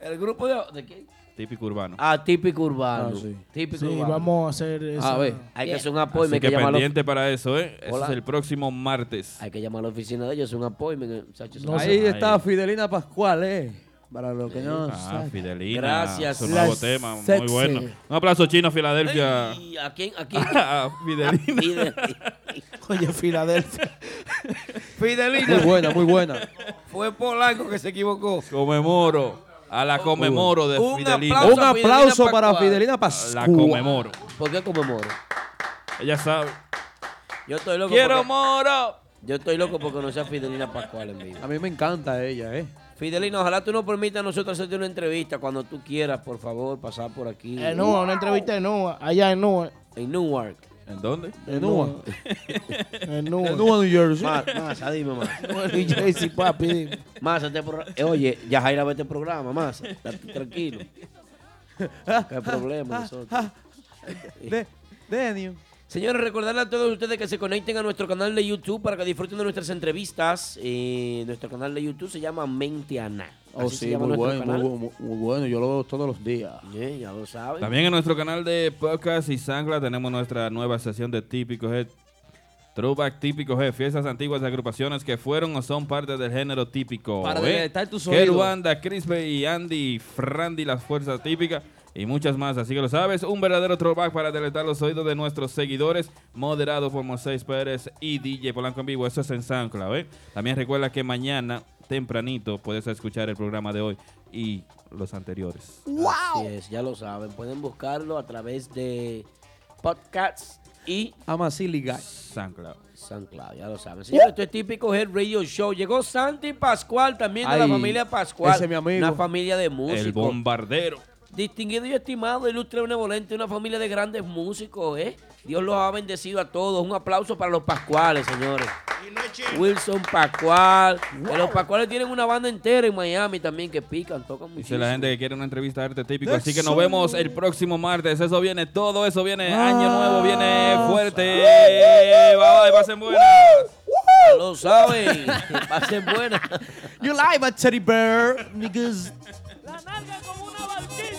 Speaker 2: El grupo de. ¿De quién?
Speaker 3: Típico Urbano.
Speaker 2: Ah, típico urbano. Típico
Speaker 5: Sí,
Speaker 2: urbano.
Speaker 5: vamos a hacer esa-
Speaker 2: A ver. Hay que hacer un
Speaker 3: Así
Speaker 2: apoyo.
Speaker 3: que, pendiente para eso, ¿eh? Eso
Speaker 2: Hola.
Speaker 3: es el próximo martes.
Speaker 2: Hay que llamar a la oficina de ellos, es un appointment. eh, muchachos.
Speaker 4: ahí está Fidelina Pascual, eh.
Speaker 7: Para los que no
Speaker 3: Ah,
Speaker 7: saben.
Speaker 3: Fidelina.
Speaker 2: Gracias.
Speaker 3: Su nuevo
Speaker 2: Las
Speaker 3: tema, muy
Speaker 2: sexy.
Speaker 3: bueno. Un aplauso chino a Filadelfia.
Speaker 2: Ey, ¿a quién? ¿A quién?
Speaker 3: A Fidelina.
Speaker 5: Oye, Filadelfia.
Speaker 2: Fidelina.
Speaker 3: Muy buena, muy buena.
Speaker 2: Fue Polanco que se equivocó.
Speaker 3: Comemoro. A la Comemoro de
Speaker 2: Un
Speaker 3: Fidelina.
Speaker 2: aplauso a
Speaker 3: Un
Speaker 2: Fidelina
Speaker 3: aplauso
Speaker 2: Pascual.
Speaker 3: para Fidelina Pascual. La Comemoro.
Speaker 2: ¿Por qué Comemoro?
Speaker 3: Ella sabe.
Speaker 2: Yo estoy loco.
Speaker 3: Quiero
Speaker 2: moro. Yo estoy loco por conocer a Fidelina Pascual en vivo. A mí me encanta ella, ¿eh? Fidelina, ojalá tú nos permitas a nosotros hacerte una entrevista cuando tú quieras, por favor, pasar por aquí.
Speaker 5: En Nua, una entrevista en Nua, allá en Nua.
Speaker 2: En Newark.
Speaker 3: ¿En dónde?
Speaker 5: En Nua. En Nua.
Speaker 2: Ma- Masa, dime,
Speaker 5: Nua,
Speaker 2: Masa.
Speaker 5: New Jersey, papi, dime.
Speaker 2: Masa, te pro- eh, oye, ya Jaira ve este programa, Masa. Estate tranquilo.
Speaker 4: Ah,
Speaker 2: Qué problema nosotros.
Speaker 7: De, Denio.
Speaker 2: Señores, recordarle a todos ustedes que se conecten a nuestro canal de YouTube para que disfruten de nuestras entrevistas. Eh, nuestro canal de YouTube se llama Mente Ana.
Speaker 4: Oh,
Speaker 2: Así se
Speaker 4: sí,
Speaker 2: llama
Speaker 4: muy
Speaker 2: nuestro
Speaker 4: bueno, muy,
Speaker 2: canal.
Speaker 4: bu- muy- muy bueno. Yo lo veo todos los días.
Speaker 2: Sí, ya lo saben.
Speaker 3: También en nuestro canal de podcast y Sangla tenemos nuestra nueva sesión de típicos Head. Throwback típico Head, fiestas antiguas de agrupaciones que fueron o son parte del género típico.
Speaker 7: Para deleitar tus oídos.
Speaker 3: Keruanda, Crispe y Andy, Frandy, las fuerzas típicas y muchas más. Así que lo sabes, un verdadero throwback para deletar los oídos de nuestros seguidores, moderado por Moisés Pérez y DJ Polanco en vivo. Eso es en SoundCloud, ¿eh? También recuerda que mañana, tempranito, puedes escuchar el programa de hoy y los anteriores.
Speaker 2: Así es, ya lo saben. Pueden buscarlo a través de podcasts y
Speaker 7: Amacili Guy.
Speaker 3: SoundCloud.
Speaker 2: SoundCloud, ya lo saben.
Speaker 4: ¡Uh!
Speaker 3: Uh.
Speaker 2: Señores, esto es típico Head Radio Show. Llegó Santi Pascual también de la
Speaker 3: Ay,
Speaker 2: familia Pascual.
Speaker 3: ese es mi amigo.
Speaker 2: Una familia de
Speaker 3: El
Speaker 2: músicos.
Speaker 3: bombardero.
Speaker 2: Distinguido y estimado, ilustre, benevolente, una familia de grandes músicos, ¿eh? Dios los ha bendecido a todos. Un aplauso para los Pascuales, señores. Wilson Pascual. Que los Pascuales tienen una banda entera en Miami también que pican, tocan
Speaker 3: Dice
Speaker 2: muchísimo.
Speaker 3: la gente que quiere una entrevista de arte típico.
Speaker 2: De
Speaker 3: Así que
Speaker 2: eso.
Speaker 3: nos vemos el próximo martes. Eso viene todo, eso viene año nuevo, viene fuerte. Bye, bye, pasen buenas.
Speaker 2: Lo saben. Pasen buenas.
Speaker 7: You lie, my teddy bear, niggas.
Speaker 11: La nalga como una barquilla.